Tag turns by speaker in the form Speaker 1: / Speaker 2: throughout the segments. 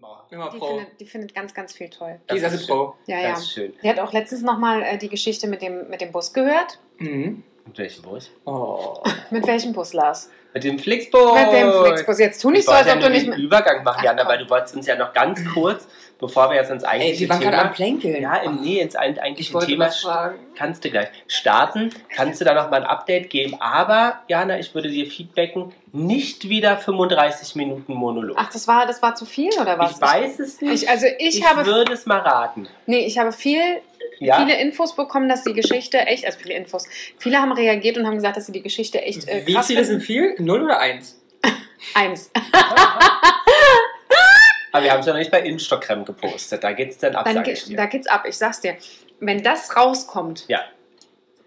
Speaker 1: machen.
Speaker 2: Immer
Speaker 3: Die
Speaker 2: Pro.
Speaker 3: findet, die findet ganz, ganz viel toll.
Speaker 2: Die
Speaker 1: Das
Speaker 2: ist also
Speaker 1: ist
Speaker 2: Pro.
Speaker 3: Ja, ja.
Speaker 1: Das ist schön.
Speaker 3: Sie hat auch letztens nochmal äh, die Geschichte mit dem, mit dem Bus gehört.
Speaker 2: Mhm.
Speaker 1: Und welchen Bus?
Speaker 2: Oh.
Speaker 3: Mit welchem Bus, Lars?
Speaker 1: Mit dem Flixbus.
Speaker 3: Mit dem Flixbus. Jetzt tu
Speaker 1: Oh, Ich
Speaker 3: nicht so, als
Speaker 1: wollte ja
Speaker 3: ob du
Speaker 1: nur
Speaker 3: nicht
Speaker 1: den
Speaker 3: mit...
Speaker 1: Übergang machen,
Speaker 3: Ach,
Speaker 1: Jana,
Speaker 3: komm.
Speaker 1: weil du wolltest uns ja noch ganz kurz, bevor wir jetzt ins
Speaker 2: Ey,
Speaker 1: eigentliche
Speaker 2: die waren gerade am
Speaker 1: Thema...
Speaker 2: Plänkeln.
Speaker 1: Ja, in, nee, ins ein-
Speaker 2: ich
Speaker 1: eigentliche
Speaker 2: wollte
Speaker 1: Thema
Speaker 2: was fragen.
Speaker 1: kannst du gleich starten. Kannst du da noch mal ein Update geben. Aber, Jana, ich würde dir feedbacken, nicht wieder 35 Minuten Monolog.
Speaker 3: Ach, das war, das war zu viel, oder was?
Speaker 1: ich weiß es nicht.
Speaker 3: Ich, also ich,
Speaker 1: Ich
Speaker 3: habe...
Speaker 1: würde es mal raten.
Speaker 3: Nee, ich habe viel
Speaker 1: Ja?
Speaker 3: viele Infos bekommen, dass die Geschichte echt, also viele Infos, viele haben reagiert und haben gesagt, dass sie die Geschichte echt äh,
Speaker 2: Wie
Speaker 3: krass
Speaker 2: viele sind
Speaker 3: finden.
Speaker 2: viel? Null oder eins?
Speaker 3: Eins.
Speaker 1: Aber wir haben es ja noch nicht bei Instagram gepostet. Da geht es dann ab,
Speaker 3: Dann
Speaker 1: sag
Speaker 3: ge
Speaker 1: ich dir.
Speaker 3: da geht's ab, ich sag's dir. Wenn das rauskommt,
Speaker 1: Ja.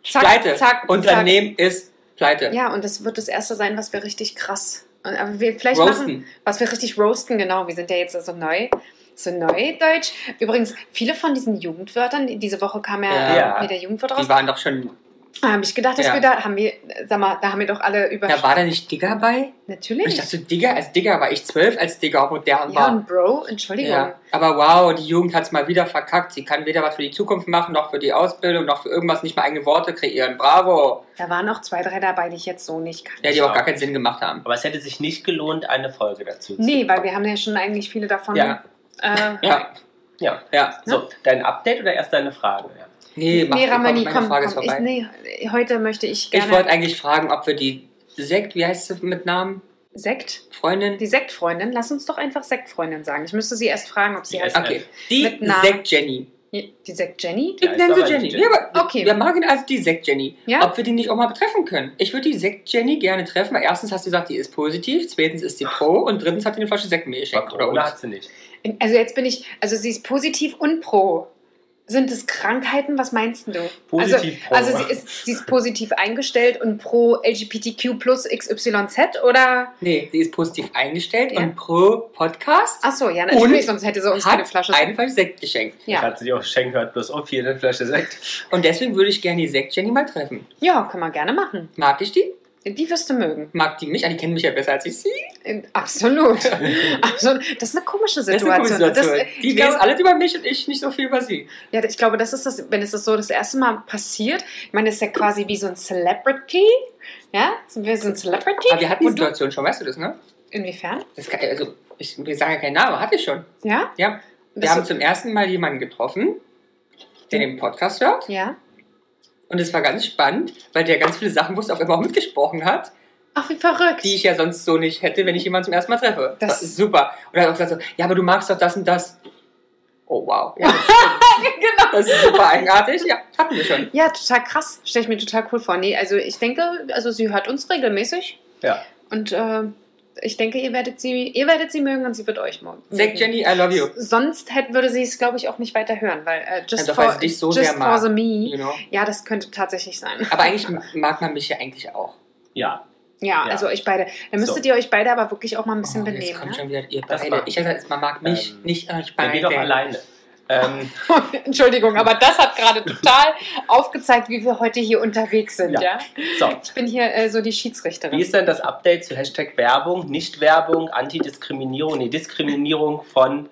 Speaker 3: zack,
Speaker 2: pleite.
Speaker 3: zack,
Speaker 2: Unternehmen ist pleite.
Speaker 3: zack. Ja, und das wird das erste sein, was wir richtig krass, und, aber wir vielleicht machen,
Speaker 2: Roasten.
Speaker 3: was wir richtig roasten, genau, wir sind ja jetzt so neu. So Neudeutsch. Übrigens, viele von diesen Jugendwörtern, die- diese Woche kam ja,
Speaker 1: Ja.
Speaker 3: wieder Jugendwort raus,
Speaker 2: Die waren doch schon.
Speaker 3: da habe ich gedacht, dass
Speaker 2: Ja.
Speaker 3: wir da, haben wir, sag mal, da haben wir doch alle über...
Speaker 2: Da war da nicht Digger bei? Und ich
Speaker 3: Natürlich.
Speaker 2: dachte, Digger, als Digger war ich zwölf, als Digger auch modern
Speaker 3: Ja,
Speaker 2: war.
Speaker 3: und Bro, Entschuldigung.
Speaker 2: Ja. Aber wow, die Jugend hat es mal wieder verkackt. Sie kann weder was für die Zukunft machen, noch für die Ausbildung, noch für irgendwas, nicht mal eigene Worte kreieren. Bravo!
Speaker 3: Da waren auch zwei, drei dabei, die ich jetzt so nicht kannte.
Speaker 2: Ja, die auch
Speaker 1: Ja.
Speaker 2: gar keinen Sinn gemacht haben.
Speaker 1: Aber es hätte sich nicht gelohnt, eine Folge dazu zu
Speaker 3: Nee, weil wir haben ja schon eigentlich viele davon.
Speaker 2: Ja.
Speaker 3: Äh,
Speaker 2: Ja,
Speaker 1: Ja.
Speaker 2: ja.
Speaker 1: So, dein Update oder erst deine Frage? Ja.
Speaker 2: Nee, mach,
Speaker 3: nee, Ramani,
Speaker 2: meine
Speaker 3: komm,
Speaker 2: Frage
Speaker 3: komm.
Speaker 2: ist
Speaker 3: Ich,
Speaker 2: vorbei.
Speaker 3: nee, heute möchte ich
Speaker 2: Ich, wollte
Speaker 3: gerne
Speaker 2: eigentlich fragen, ob wir die Sekt, wie heißt sie mit Namen?
Speaker 3: Sekt.
Speaker 2: Freundin?
Speaker 3: Die Sektfreundin, lass uns doch einfach Sektfreundin sagen. Ich müsste sie erst fragen, ob sie
Speaker 1: Die
Speaker 3: heißt.
Speaker 1: heißt-
Speaker 2: okay. Die
Speaker 3: Mit Namen.
Speaker 2: Sekt Jenny.
Speaker 3: Die Sekt Jenny?
Speaker 2: Ich
Speaker 1: Ja,
Speaker 2: nenne
Speaker 1: ist
Speaker 2: sie
Speaker 1: aber
Speaker 2: Jenny.
Speaker 1: nicht
Speaker 2: Ja, aber
Speaker 3: Okay.
Speaker 2: Wir machen also die Sekt Jenny.
Speaker 3: Ja?
Speaker 2: Ob wir die nicht auch mal betreffen können. Ich würde die Sekt Jenny gerne treffen, weil erstens hast du gesagt, die ist positiv, zweitens ist sie pro und drittens hat die eine Flasche Sekt mir
Speaker 1: Aber
Speaker 2: geschenkt. Oder
Speaker 1: Corona
Speaker 2: uns.
Speaker 1: hat sie nicht.
Speaker 3: Also jetzt bin ich, also sie ist positiv und pro. Sind es Krankheiten? Was meinst du?
Speaker 1: Positiv pro.
Speaker 3: also, also sie ist, sie ist positiv eingestellt und pro LGBTQ plus XYZ oder?
Speaker 2: Nee, sie ist positiv eingestellt
Speaker 3: Ja.
Speaker 2: und pro Podcast
Speaker 3: Achso, ja,
Speaker 2: Und
Speaker 3: natürlich, sonst hätte sie uns keine
Speaker 2: hat
Speaker 3: Flasche.
Speaker 2: eine Flasche Sekt geschenkt.
Speaker 1: Ich
Speaker 3: Ja.
Speaker 1: hatte sie auch schenken hört, bloß auf hier eine Flasche Sekt.
Speaker 2: Und deswegen würde ich gerne die Sekt Jenny mal treffen.
Speaker 3: ja, können wir gerne machen.
Speaker 2: Mag ich die?
Speaker 3: Die wirst du mögen.
Speaker 2: Mag die mich? Ah, Die kennen mich ja besser als ich sie.
Speaker 3: Äh, Absolut. Absolut. Das ist eine komische
Speaker 2: Das ist
Speaker 3: Situation.
Speaker 2: eine komische Situation.
Speaker 3: Das,
Speaker 2: die
Speaker 3: ich,
Speaker 2: weiß
Speaker 3: glaube,
Speaker 2: alles über mich und ich nicht so viel über sie.
Speaker 3: ja, ich glaube, das ist das, wenn es das so das erste Mal passiert. Ich meine, das ist ja quasi wie so ein Celebrity. Ja? Sind wir so ein Celebrity?
Speaker 2: Aber wir hatten die Situation schon, weißt du das, ne?
Speaker 3: Inwiefern?
Speaker 2: Das kann, also, ich, wir sagen ja keinen Namen, hatte ich schon.
Speaker 3: Ja?
Speaker 2: Ja. Wir
Speaker 3: Das-
Speaker 2: haben zum ersten Mal jemanden getroffen, der den Podcast hört.
Speaker 3: Ja.
Speaker 2: Und es war ganz spannend, weil der ganz viele Sachen wusste, auf einmal auch mitgesprochen hat,
Speaker 3: Ach, wie verrückt.
Speaker 2: die ich ja sonst so nicht hätte, wenn ich jemanden zum ersten Mal treffe. Das,
Speaker 3: Das-
Speaker 2: ist super. Und er hat auch gesagt so, ja, aber du magst doch das und das. Oh, wow. Ja,
Speaker 3: genau.
Speaker 2: das ist super eigenartig. Ja, hatten wir schon.
Speaker 3: Ja, total krass. Stelle ich mir total cool vor. Nee, also ich denke, also sie hört uns regelmäßig.
Speaker 1: Ja.
Speaker 3: Und äh, ich denke, ihr werdet, sie, ihr werdet sie mögen und sie wird euch mögen.
Speaker 2: Zack, Jenny, I love you.
Speaker 3: Sonst hätte, würde sie es, glaube ich, auch nicht weiter hören, weil äh, just,
Speaker 2: Einfach, weil
Speaker 3: for,
Speaker 2: sie dich Also so
Speaker 3: just
Speaker 2: sehr
Speaker 3: for
Speaker 2: mag.
Speaker 3: the me.
Speaker 2: You know?
Speaker 3: Ja, das könnte tatsächlich sein.
Speaker 2: Aber eigentlich mag man mich ja eigentlich auch.
Speaker 1: Ja.
Speaker 3: Ja,
Speaker 1: Ja.
Speaker 3: also euch beide. Dann müsstet
Speaker 1: So.
Speaker 3: ihr euch beide aber wirklich auch mal ein bisschen
Speaker 2: Oh, jetzt
Speaker 3: benehmen. ne?
Speaker 2: kommt schon wieder ihr
Speaker 1: Das
Speaker 2: beide.
Speaker 1: mag
Speaker 2: Ich hätte gesagt, man mag mich,
Speaker 1: Ähm,
Speaker 2: nicht euch
Speaker 1: Dann
Speaker 2: beide.
Speaker 1: geh doch alleine. Ähm,
Speaker 3: Ne? Entschuldigung, aber das hat gerade total aufgezeigt, wie wir heute hier unterwegs sind. Ja.
Speaker 1: Ja. so,
Speaker 3: Ich bin hier äh, so die
Speaker 1: wie
Speaker 3: Schiedsrichterin.
Speaker 1: ist denn das Update zu Hashtag Werbung, Nicht-Werbung, Antidiskriminierung, nee, Diskriminierung von...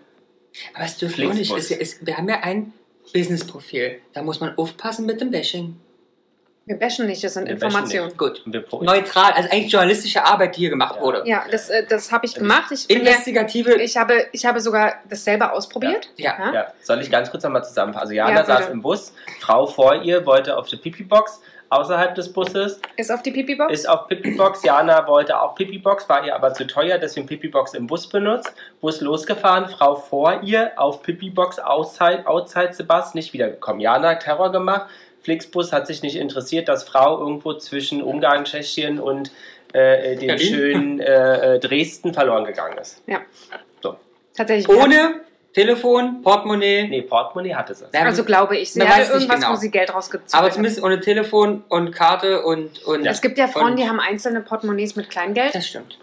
Speaker 2: Aber es dürfen wir auch nicht. Es,
Speaker 1: Flixbus.
Speaker 2: es, wir haben ja ein Business-Profil. Da muss man aufpassen mit dem Bashing.
Speaker 3: Wir bashen nicht, das sind
Speaker 1: Wir bashen
Speaker 3: Informationen.
Speaker 2: Gut.
Speaker 1: Wir pro-
Speaker 2: Neutral, also eigentlich journalistische Arbeit, die hier gemacht
Speaker 1: Ja.
Speaker 2: wurde.
Speaker 3: Ja, das, äh, das habe ich gemacht. Ich, bin ja,
Speaker 2: Investigative.
Speaker 3: ich, habe, ich habe sogar das selber ausprobiert.
Speaker 2: ja.
Speaker 3: Ja.
Speaker 1: Ja, soll ich ganz kurz nochmal zusammenfassen? Also Jana
Speaker 3: Ja, bitte.
Speaker 1: saß im Bus, Frau vor ihr wollte auf die Pipi-Box außerhalb des Busses,
Speaker 3: Ist auf die Pipi-Box?
Speaker 1: ist auf Pipi-Box, Jana wollte auch Pipi-Box, war ihr aber zu teuer, deswegen Pipi-Box im Bus benutzt, Bus losgefahren, Frau vor ihr auf Pipi-Box outside, outside Sebast, nicht wiedergekommen. Jana hat Terror gemacht, Flixbus hat sich nicht interessiert, dass Frau irgendwo zwischen Ungarn, Tschechien und äh, äh, dem
Speaker 2: Berlin.
Speaker 1: schönen äh, äh, Dresden verloren gegangen ist.
Speaker 3: Tatsächlich.
Speaker 2: Ohne Telefon, Portemonnaie.
Speaker 1: Nee, Portemonnaie hatte sie.
Speaker 2: Ja,
Speaker 3: Also glaube ich, sie
Speaker 2: Man
Speaker 3: hatte
Speaker 2: weiß nicht
Speaker 3: irgendwas,
Speaker 2: genau.
Speaker 3: wo sie Geld rausgezogen
Speaker 2: aber
Speaker 3: hat.
Speaker 2: zumindest ohne Telefon und Karte und. und
Speaker 3: Es gibt ja Frauen,
Speaker 2: Und-
Speaker 3: die haben einzelne Portemonnaies mit Kleingeld.
Speaker 2: Das stimmt.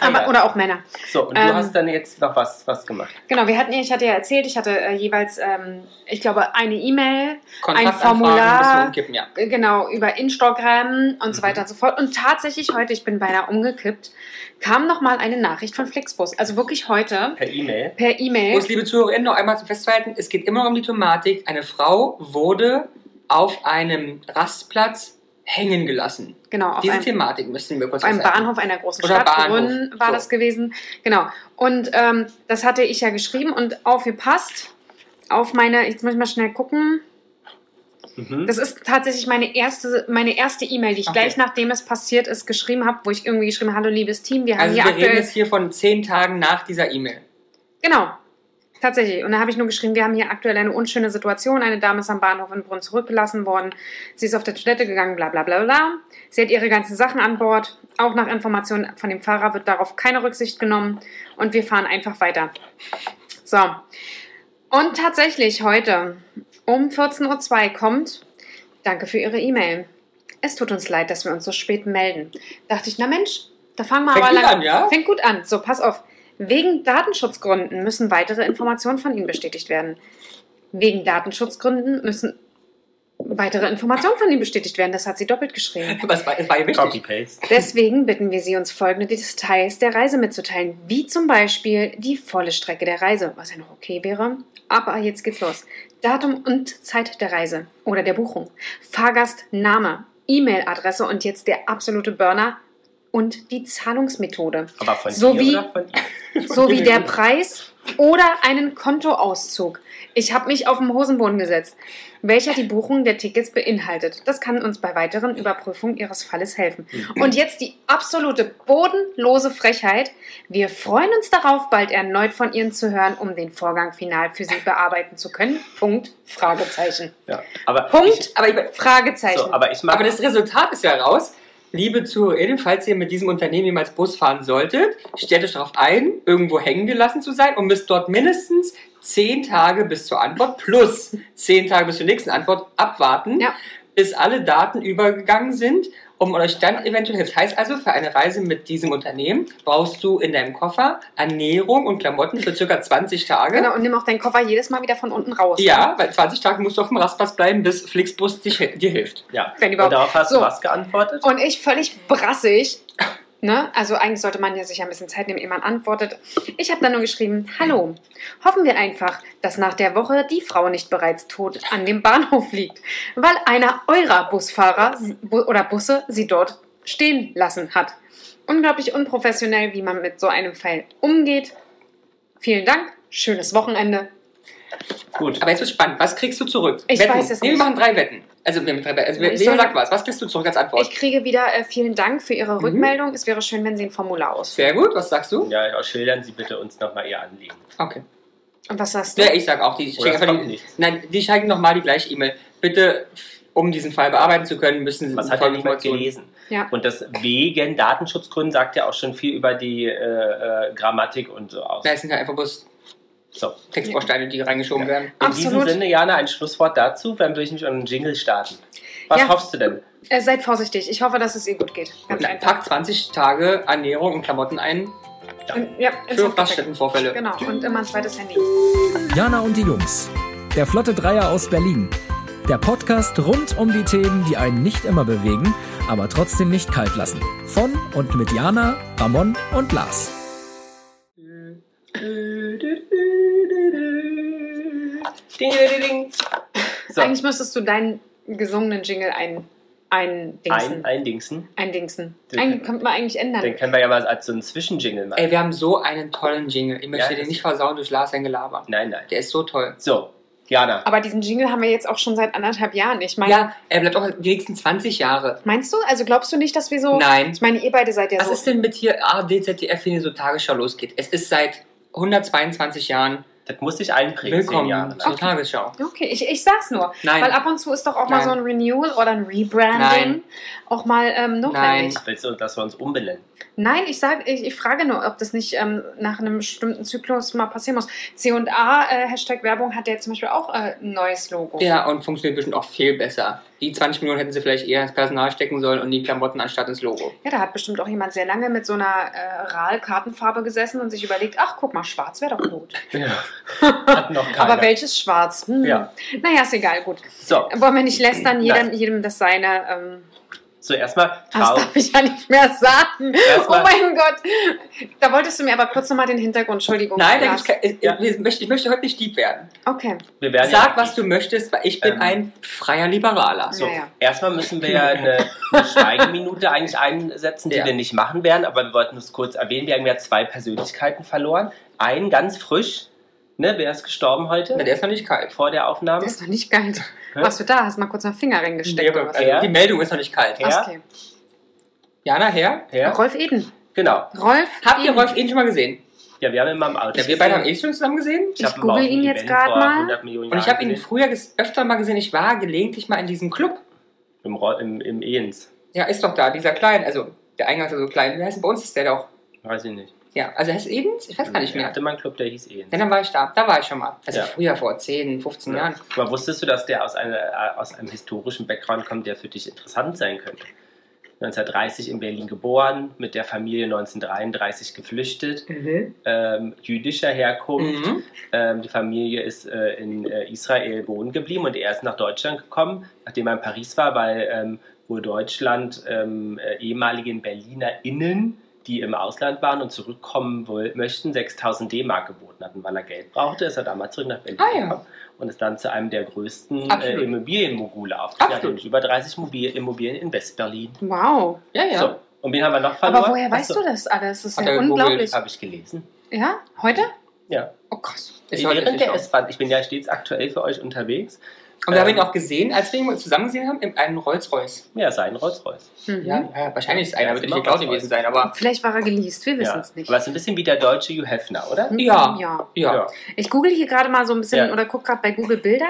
Speaker 3: Aber,
Speaker 1: ja.
Speaker 3: Oder auch Männer.
Speaker 1: So, und du
Speaker 3: ähm,
Speaker 1: hast dann jetzt noch was, was gemacht.
Speaker 3: Genau, wir hatten, ja- ich hatte ja erzählt, ich hatte äh, jeweils, ähm, ich glaube, eine E-Mail,
Speaker 2: Kontaktanfragen
Speaker 3: Formular.
Speaker 2: ein bisschen umkippen, ja.
Speaker 3: äh, genau, über Instagram und so
Speaker 1: Mhm.
Speaker 3: weiter und so fort. Und tatsächlich heute, ich bin beinahe umgekippt, kam nochmal eine Nachricht von Flixbus. Also wirklich heute
Speaker 1: Per E-Mail.
Speaker 3: per E-Mail.
Speaker 2: Muss, liebe ZuhörerInnen, noch einmal zum Festhalten, es geht immer noch um die Thematik, eine Frau wurde auf einem Rastplatz hängen gelassen.
Speaker 3: Genau, auf
Speaker 2: Diese
Speaker 3: einem,
Speaker 2: Thematik müssen wir kurz
Speaker 3: auf einem
Speaker 2: festhalten.
Speaker 3: Bahnhof einer großen
Speaker 2: Oder
Speaker 3: Stadt.
Speaker 2: Bahnhof,
Speaker 3: Brünn war
Speaker 2: so.
Speaker 3: das gewesen. Genau. Und ähm, das hatte ich ja geschrieben und aufgepasst auf meine, jetzt muss ich mal schnell gucken.
Speaker 1: Mhm.
Speaker 3: Das ist tatsächlich meine erste meine erste E-Mail, die ich
Speaker 2: Okay.
Speaker 3: gleich nachdem es passiert ist, geschrieben habe, wo ich irgendwie geschrieben habe, hallo liebes Team, wir haben
Speaker 2: Also
Speaker 3: hier
Speaker 2: wir reden
Speaker 3: aktuell...
Speaker 2: jetzt hier von zehn Tagen nach dieser E-Mail.
Speaker 3: Genau, tatsächlich. Und da habe ich nur geschrieben, wir haben hier aktuell eine unschöne Situation. Eine Dame ist am Bahnhof in Brunn zurückgelassen worden. Sie ist auf der Toilette gegangen, bla bla bla bla. Sie hat ihre ganzen Sachen an Bord. Auch nach Informationen von dem Fahrer wird darauf keine Rücksicht genommen. Und wir fahren einfach weiter. So. Und tatsächlich heute um 14.02 Uhr kommt, danke für Ihre E-Mail. Es tut uns leid, dass wir uns so spät melden. Dachte ich, na Mensch, da fangen wir
Speaker 2: Fängt
Speaker 3: aber
Speaker 2: gut
Speaker 3: lang
Speaker 2: an, ja?
Speaker 3: Fängt gut an. So, pass auf. Wegen Datenschutzgründen müssen weitere Informationen von Ihnen bestätigt werden. Wegen Datenschutzgründen müssen weitere Informationen von Ihnen bestätigt werden. Das hat sie doppelt geschrieben.
Speaker 2: Aber es war, es war ihr wichtig.
Speaker 1: Copy-Paste.
Speaker 3: Deswegen bitten wir Sie, uns folgende Details der Reise mitzuteilen, wie zum Beispiel die volle Strecke der Reise, was ja noch okay wäre. Aber jetzt geht's los. Datum und Zeit der Reise oder der Buchung, Fahrgast, Name, E-Mail-Adresse und jetzt der absolute Burner und die Zahlungsmethode
Speaker 1: Aber von
Speaker 3: So
Speaker 1: dir
Speaker 3: wie-
Speaker 1: oder von
Speaker 3: sowie der Preis oder einen Kontoauszug. Ich habe mich auf den Hosenboden gesetzt, welcher die Buchung der Tickets beinhaltet. Das kann uns bei weiteren Überprüfungen Ihres Falles helfen. Und jetzt die absolute bodenlose Frechheit. Wir freuen uns darauf, bald erneut von Ihnen zu hören, um den Vorgang final für Sie bearbeiten zu können. Punkt, Fragezeichen.
Speaker 1: Ja. Aber
Speaker 3: Punkt,
Speaker 2: Aber, ich,
Speaker 1: Ich,
Speaker 3: Fragezeichen.
Speaker 1: so, aber ich mag
Speaker 2: aber das Resultat ist ja raus. Liebe ZuhörerInnen, falls ihr mit diesem Unternehmen jemals Bus fahren solltet, stellt euch darauf ein, irgendwo hängen gelassen zu sein und müsst dort mindestens zehn Tage bis zur Antwort plus zehn Tage bis zur nächsten Antwort abwarten,
Speaker 3: Ja.
Speaker 2: bis alle Daten übergegangen sind und man euch dann eventuell hilft. Heißt also, für eine Reise mit diesem Unternehmen brauchst du in deinem Koffer Ernährung und Klamotten für circa 20 Tage.
Speaker 3: genau, und nimm auch deinen Koffer jedes Mal wieder von unten raus.
Speaker 2: Ja, weil 20 Tage musst du auf dem Rastplatz bleiben, bis Flixbus dich, dir hilft.
Speaker 1: ja.
Speaker 3: Wenn
Speaker 1: Und
Speaker 3: überhaupt.
Speaker 1: darauf hast
Speaker 3: So.
Speaker 1: du was geantwortet?
Speaker 3: Und ich völlig brassig. Ne? Also eigentlich sollte man ja sich ja ein bisschen Zeit nehmen, ehe man antwortet. Ich habe dann nur geschrieben, hallo, hoffen wir einfach, dass nach der Woche die Frau nicht bereits tot an dem Bahnhof liegt, weil einer eurer Busfahrer s- bu oder Busse sie dort stehen lassen hat. Unglaublich unprofessionell, wie man mit so einem Fall umgeht. Vielen Dank, schönes Wochenende.
Speaker 1: Gut.
Speaker 2: Aber jetzt wird spannend. Was kriegst du zurück?
Speaker 3: Ich
Speaker 2: Wetten.
Speaker 3: weiß es
Speaker 2: nee,
Speaker 3: nicht.
Speaker 2: Wir machen drei Wetten. Also, wir machen drei Wetten. Also, wir,
Speaker 3: Ich
Speaker 2: jeder
Speaker 3: soll-
Speaker 2: sagt was. Was kriegst du zurück als Antwort?
Speaker 3: Ich kriege wieder äh, vielen Dank für Ihre
Speaker 2: Mhm.
Speaker 3: Rückmeldung. Es wäre schön, wenn Sie ein Formular ausfüllen.
Speaker 2: Sehr gut. Was sagst du?
Speaker 1: Ja, ja, schildern Sie bitte uns nochmal Ihr Anliegen.
Speaker 2: Okay.
Speaker 3: Und was sagst du?
Speaker 2: Ja, ich sag auch. Die
Speaker 1: Oder
Speaker 2: schicken
Speaker 1: es
Speaker 2: einfach
Speaker 1: kommt
Speaker 2: die,
Speaker 1: nichts.
Speaker 2: Nein, die schicken nochmal die gleiche E-Mail. Bitte, um diesen Fall bearbeiten zu können, müssen
Speaker 1: Was
Speaker 2: die
Speaker 1: hat ja niemand
Speaker 2: Informationen-
Speaker 1: gelesen?
Speaker 3: Ja.
Speaker 1: Und das wegen Datenschutzgründen sagt ja auch schon viel über die äh, äh, Grammatik und so aus.
Speaker 2: Da sind halt einfach bloß
Speaker 1: So.
Speaker 2: Textbausteine, die reingeschoben werden.
Speaker 1: In
Speaker 3: Absolut.
Speaker 1: diesem Sinne, Jana, ein Schlusswort dazu, dann würde ich mich an den Jingle starten. Was
Speaker 3: Ja.
Speaker 1: hoffst du denn?
Speaker 3: Äh, seid vorsichtig. Ich hoffe, dass es ihr gut geht. Ganz
Speaker 2: Na,
Speaker 3: einfach.
Speaker 2: Pack 20 Tage Ernährung und Klamotten ein
Speaker 3: Und, Ähm, ja, ins
Speaker 2: für
Speaker 3: Handgepäck.
Speaker 2: Raststättenvorfälle.
Speaker 3: Genau. Und immer ein zweites Handy.
Speaker 4: Jana und die Jungs. Der Flotte Dreier aus Berlin. Der Podcast rund um die Themen, die einen nicht immer bewegen, aber trotzdem nicht kalt lassen. Von und mit Jana, Ramon und Lars.
Speaker 1: So,
Speaker 3: Eigentlich müsstest du deinen gesungenen Jingle ein, eindingsen.
Speaker 1: ein, ein Dingsen.
Speaker 3: Eindingsen.
Speaker 1: Den-
Speaker 3: Eigentlich könnte man eigentlich ändern.
Speaker 1: Den können wir ja mal als so einen Zwischenjingle machen.
Speaker 2: Ey, wir haben so einen tollen Jingle. Ich möchte
Speaker 1: Ja,
Speaker 2: den
Speaker 1: das-
Speaker 2: nicht versauen durch Lars sein Gelaber.
Speaker 1: Nein, nein.
Speaker 2: Der ist so toll.
Speaker 1: So, Jana.
Speaker 3: Aber diesen Jingle haben wir jetzt auch schon seit anderthalb Jahren. Ich meine,
Speaker 2: Ja, er bleibt auch die nächsten 20 Jahre.
Speaker 3: meinst du? Also glaubst du nicht, dass wir so.
Speaker 2: Nein.
Speaker 3: Ich meine, ihr beide seid ja
Speaker 2: Was
Speaker 3: so.
Speaker 2: ist denn mit hier ARD, ZDF, wenn hier so Tagesschau losgeht? Es ist seit 122 Jahren
Speaker 1: Das muss sich einprägen, zehn Jahre
Speaker 2: Willkommen zur
Speaker 1: lang.
Speaker 2: Tagesschau.
Speaker 3: Okay, ich, ich sag's nur.
Speaker 2: Nein.
Speaker 3: Weil ab und zu ist doch auch mal
Speaker 2: Nein.
Speaker 3: so ein Renewal oder ein Rebranding
Speaker 2: Nein.
Speaker 3: auch mal ähm, notwendig.
Speaker 2: Nein.
Speaker 1: Willst du, dass wir uns umbenennen?
Speaker 3: Nein, ich, sag, ich, ich frage nur, ob das nicht ähm, nach einem bestimmten Zyklus mal passieren muss. C&A, äh, Hashtag Werbung, hat ja jetzt zum Beispiel auch äh, ein neues Logo.
Speaker 2: Ja, und funktioniert bestimmt auch viel besser. Die 20 Millionen hätten sie vielleicht eher ins Personal stecken sollen und die Klamotten anstatt ins Logo.
Speaker 3: Ja, da hat bestimmt auch jemand sehr lange mit so einer äh, RAL-Kartenfarbe gesessen und sich überlegt, ach guck mal, schwarz wäre doch gut.
Speaker 1: Ja. Hat noch keiner.
Speaker 3: Aber welches schwarz? Hm.
Speaker 1: Ja.
Speaker 3: Naja, ist egal, gut.
Speaker 1: So,
Speaker 3: Wollen wir nicht lästern, jedem,
Speaker 1: Nein.
Speaker 3: jedem das seine. Ähm,
Speaker 1: so erstmal
Speaker 2: Also
Speaker 3: das
Speaker 1: traurig.
Speaker 3: darf ich ja nicht mehr sagen. Oh
Speaker 1: Erstmal,
Speaker 3: mein Gott. Da wolltest du mir aber kurz nochmal den Hintergrund, Entschuldigung.
Speaker 2: Nein, da
Speaker 3: Lars.
Speaker 2: gibt's kein, ich,
Speaker 1: Ja.
Speaker 2: ich, möchte, ich möchte heute nicht deep werden.
Speaker 3: Okay.
Speaker 1: wir werden ja,
Speaker 2: Sag, was du möchtest, weil ich bin
Speaker 1: Ähm.
Speaker 2: ein freier Liberaler.
Speaker 1: So,
Speaker 3: Ja, ja.
Speaker 1: erstmal müssen wir ja eine, eine Schweigeminute eigentlich einsetzen, die
Speaker 2: Ja.
Speaker 1: wir nicht machen werden, aber wir wollten es kurz erwähnen. Wir haben ja zwei Persönlichkeiten verloren. Einen ganz frisch, ne, wer ist gestorben
Speaker 2: Na,
Speaker 1: heute?
Speaker 2: der ist noch nicht kalt.
Speaker 1: Vor der Aufnahme.
Speaker 3: Das ist noch nicht geil. Warst du da? Hast mal kurz einen Finger reingesteckt
Speaker 2: Nee,
Speaker 3: oder
Speaker 2: aber,
Speaker 3: was?
Speaker 1: äh,
Speaker 2: also, die Meldung ist noch nicht kalt.
Speaker 1: Ja.
Speaker 3: Okay.
Speaker 2: Jana, her?
Speaker 1: Ja,
Speaker 3: Rolf Eden.
Speaker 1: genau.
Speaker 3: Rolf
Speaker 2: Habt ihr
Speaker 3: Eden.
Speaker 2: Rolf ihn schon mal gesehen?
Speaker 1: Ja, wir haben ihn mal im Auto.
Speaker 2: Ja, wir beide haben ihn schon zusammen gesehen.
Speaker 1: hab
Speaker 3: Ich
Speaker 1: mal auf
Speaker 3: google
Speaker 1: dem
Speaker 3: ihn jetzt
Speaker 1: Event
Speaker 3: grad
Speaker 1: vor
Speaker 3: mal.
Speaker 1: 100 Millionen
Speaker 2: Und ich habe
Speaker 1: Jahren
Speaker 2: ihn
Speaker 1: gesehen.
Speaker 2: früher ges- öfter mal gesehen. Ich war gelegentlich mal in diesem Club.
Speaker 1: im, Ro- im, im Ehens.
Speaker 2: Ja, ist doch da, dieser kleine, also der Eingang ist ja so klein. Wie heißt denn bei uns ist der doch?
Speaker 1: Weiß ich nicht.
Speaker 2: Ja, also heißt Edens? Ich weiß gar nicht
Speaker 1: Er
Speaker 2: mehr.
Speaker 1: hatte mal einen Club, der hieß Ehens.
Speaker 2: Ja, dann war ich da. Da war ich schon mal. Also
Speaker 1: Ja.
Speaker 2: früher, vor 10, 15
Speaker 1: Ja.
Speaker 2: Jahren.
Speaker 1: Ne? Aber wusstest du, dass der aus, einer, äh, aus einem historischen Background kommt, der für dich interessant sein könnte? 1930 in Berlin geboren, mit der Familie 1933 geflüchtet,
Speaker 2: Mhm.
Speaker 1: ähm, jüdischer Herkunft. Ähm, die Familie ist äh, in äh, Israel wohnen geblieben und er ist nach Deutschland gekommen, nachdem er in Paris war, weil ähm, wo Deutschland ähm, äh, ehemaligen BerlinerInnen, die im Ausland waren und zurückkommen woll- möchten, 6000 D-Mark geboten hatten, weil er Geld brauchte. Ist er damals zurück nach Berlin
Speaker 2: Ah, ja.
Speaker 1: gekommen und ist dann zu einem der größten äh,
Speaker 2: Absolut.
Speaker 1: Immobilienmogule aufgetreten. Er hat
Speaker 2: Absolut.
Speaker 1: nämlich über 30 Mobil Immobilien in West-Berlin.
Speaker 3: Wow.
Speaker 2: Ja, ja.
Speaker 1: So, und wen haben wir noch verloren?
Speaker 3: Aber woher weißt du das alles? Das ist
Speaker 2: Hat
Speaker 3: ja
Speaker 2: er gegoogelt.
Speaker 3: unglaublich.
Speaker 1: Habe ich gelesen.
Speaker 3: Ja? Heute?
Speaker 1: Ja.
Speaker 2: Oh Gott. Das war
Speaker 1: Während der
Speaker 2: wirklich
Speaker 1: S-Bahn. Ich bin ja stets aktuell für euch unterwegs.
Speaker 2: Und wir haben ihn
Speaker 1: Ähm.
Speaker 2: auch gesehen, als wir ihn zusammen gesehen haben, in einem Rolls-Royce.
Speaker 1: Ja, sein Rolls-Rolls.
Speaker 3: Mhm.
Speaker 2: Ja, ja, wahrscheinlich ist einer,
Speaker 1: Ja,
Speaker 2: wird
Speaker 1: ist
Speaker 2: nicht
Speaker 1: immer
Speaker 2: geklaut
Speaker 1: Rolls-Royce.
Speaker 2: gewesen sein, aber.
Speaker 3: Vielleicht war er geleast, wir wissen
Speaker 1: Ja.
Speaker 3: es nicht. Mhm,
Speaker 1: Aber es ist ein bisschen wie der deutsche Hugh Hefner, oder?
Speaker 2: Ja.
Speaker 3: ja.
Speaker 2: Ja.
Speaker 3: Ich google hier gerade mal so ein bisschen
Speaker 1: Ja.
Speaker 3: oder gucke gerade bei Google Bilder.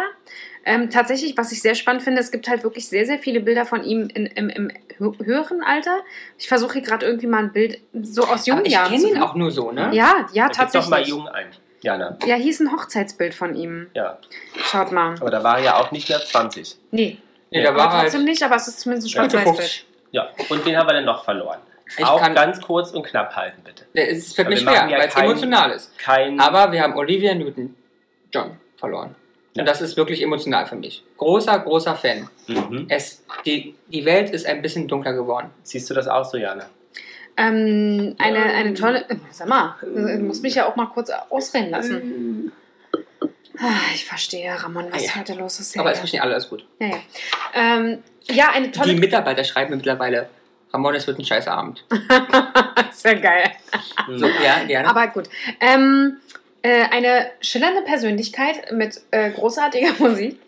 Speaker 3: Ähm, tatsächlich, was ich sehr spannend finde, es gibt halt wirklich sehr, sehr viele Bilder von ihm in, im, im hö- höheren Alter. Ich versuche hier gerade irgendwie mal ein Bild so aus jungen
Speaker 2: Aber Ah, ich
Speaker 3: Jahren.
Speaker 2: kenne
Speaker 3: zu
Speaker 2: ihn
Speaker 3: finden.
Speaker 2: auch nur so, ne?
Speaker 3: Ja, ja,
Speaker 1: Da gibt's doch mal
Speaker 3: tatsächlich.
Speaker 1: jung ein. Jana.
Speaker 3: Ja, hier ist ein Hochzeitsbild von ihm.
Speaker 1: Ja.
Speaker 3: Schaut mal.
Speaker 1: Aber da war er ja auch nicht mehr 20.
Speaker 3: Nee,
Speaker 2: Nee, da war
Speaker 3: aber
Speaker 2: halt.
Speaker 3: trotzdem nicht, aber es ist zumindest ein
Speaker 1: Ja.
Speaker 3: Schwarz-Weiß-Bild.
Speaker 1: Ja. Und wen haben wir denn noch verloren?
Speaker 2: Ich
Speaker 1: Auch
Speaker 2: kann,
Speaker 1: ganz kurz und knapp halten, bitte.
Speaker 2: es fällt
Speaker 1: Aber
Speaker 2: mir
Speaker 1: wir machen
Speaker 2: schwer,
Speaker 1: ja
Speaker 2: weil es
Speaker 1: keinen-
Speaker 2: emotional ist.
Speaker 1: Kein.
Speaker 2: Aber wir haben Olivia Newton-John verloren.
Speaker 1: Ja.
Speaker 2: Und das ist wirklich emotional für mich. Großer, großer Fan.
Speaker 1: Mhm.
Speaker 2: Es, die, die Welt ist ein bisschen dunkler geworden.
Speaker 1: Siehst du das auch so, Jana?
Speaker 3: Ähm, eine, eine tolle. Sag mal, du musst mich ja auch mal kurz ausreden lassen. Ah, Ich verstehe, Ramon, was
Speaker 2: Ah, Ähm. ja.
Speaker 3: heute los ist. Ja,
Speaker 2: Aber es
Speaker 3: ja.
Speaker 2: verstehen alle, alles gut.
Speaker 3: Ja, ja. Ähm, ja, eine tolle.
Speaker 2: Die Mitarbeiter schreiben mir mittlerweile, Ramon, es wird ein scheiß Abend.
Speaker 3: ist ja geil.
Speaker 2: So,
Speaker 1: Mhm.
Speaker 2: ja, gerne.
Speaker 3: Aber gut. Ähm, äh, eine schillernde Persönlichkeit mit äh, großartiger Musik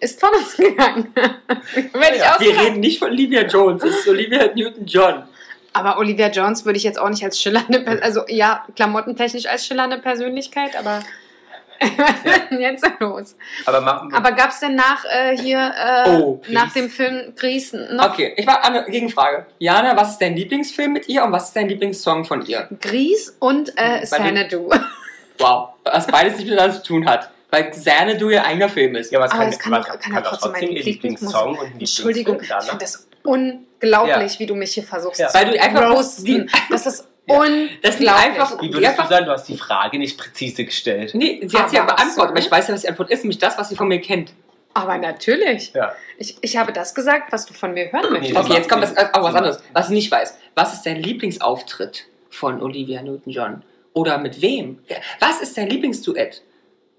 Speaker 3: ist von uns gegangen. Wenn ich
Speaker 1: Ja,
Speaker 2: Wir
Speaker 3: ausgegangen.
Speaker 2: reden nicht von Olivia Jones, es ist Olivia Newton-John.
Speaker 3: Aber Olivia Jones würde ich jetzt auch nicht als schillernde Persönlichkeit, also ja, klamottentechnisch als schillernde Persönlichkeit, aber was ist denn jetzt los?
Speaker 1: Aber machen
Speaker 3: Aber gab es denn nach äh, hier, äh,
Speaker 2: Oh, please.
Speaker 3: nach dem Film Grießen noch
Speaker 2: Okay, ich war eine Gegenfrage. Jana, was ist dein Lieblingsfilm mit ihr und was ist dein Lieblingssong von ihr?
Speaker 3: Gries und äh,
Speaker 2: Bei dem-
Speaker 3: Xanadu?
Speaker 2: Wow, was beides nicht miteinander zu tun hat. Weil Xanadu ihr eigener Film ist.
Speaker 1: ja, aber es
Speaker 3: aber
Speaker 1: kann,
Speaker 3: das kann
Speaker 1: man
Speaker 3: doch- kann
Speaker 1: kann doch
Speaker 3: doch trotzdem
Speaker 1: trotzdem
Speaker 3: meine
Speaker 1: ihr
Speaker 3: Lieblingsmusik-
Speaker 1: Lieblingssong und ein
Speaker 3: Entschuldigung,
Speaker 1: Lieblingsfilm
Speaker 3: ich
Speaker 1: danach.
Speaker 3: finde das unglaublich, wie du mich hier versuchst
Speaker 1: Ja.
Speaker 3: zu
Speaker 2: ne? Weil du einfach-
Speaker 3: roasten. Das ist
Speaker 1: Ja.
Speaker 3: unglaublich.
Speaker 2: Das liegt einfach.
Speaker 1: Wie
Speaker 2: die
Speaker 1: würdest du
Speaker 2: einfach
Speaker 1: sagen, du hast die Frage nicht präzise gestellt?
Speaker 2: nee, sie hat sie ja
Speaker 3: Aber
Speaker 2: beantwortet,
Speaker 3: so,
Speaker 2: aber ich weiß ja, was die Antwort ist, nämlich das, was sie von mir kennt.
Speaker 3: Aber natürlich.
Speaker 1: Ja.
Speaker 3: Ich, ich habe das gesagt, was du von mir hören möchtest.
Speaker 1: Das
Speaker 2: Okay, jetzt kommt
Speaker 1: macht
Speaker 2: das,
Speaker 1: Sinn.
Speaker 2: äh, auch
Speaker 1: Das
Speaker 2: was
Speaker 1: macht
Speaker 2: anderes. Was ich nicht weiß. Was ist dein Lieblingsauftritt von Olivia Newton-John? Oder mit wem? Wer- Was ist dein Lieblingsduett?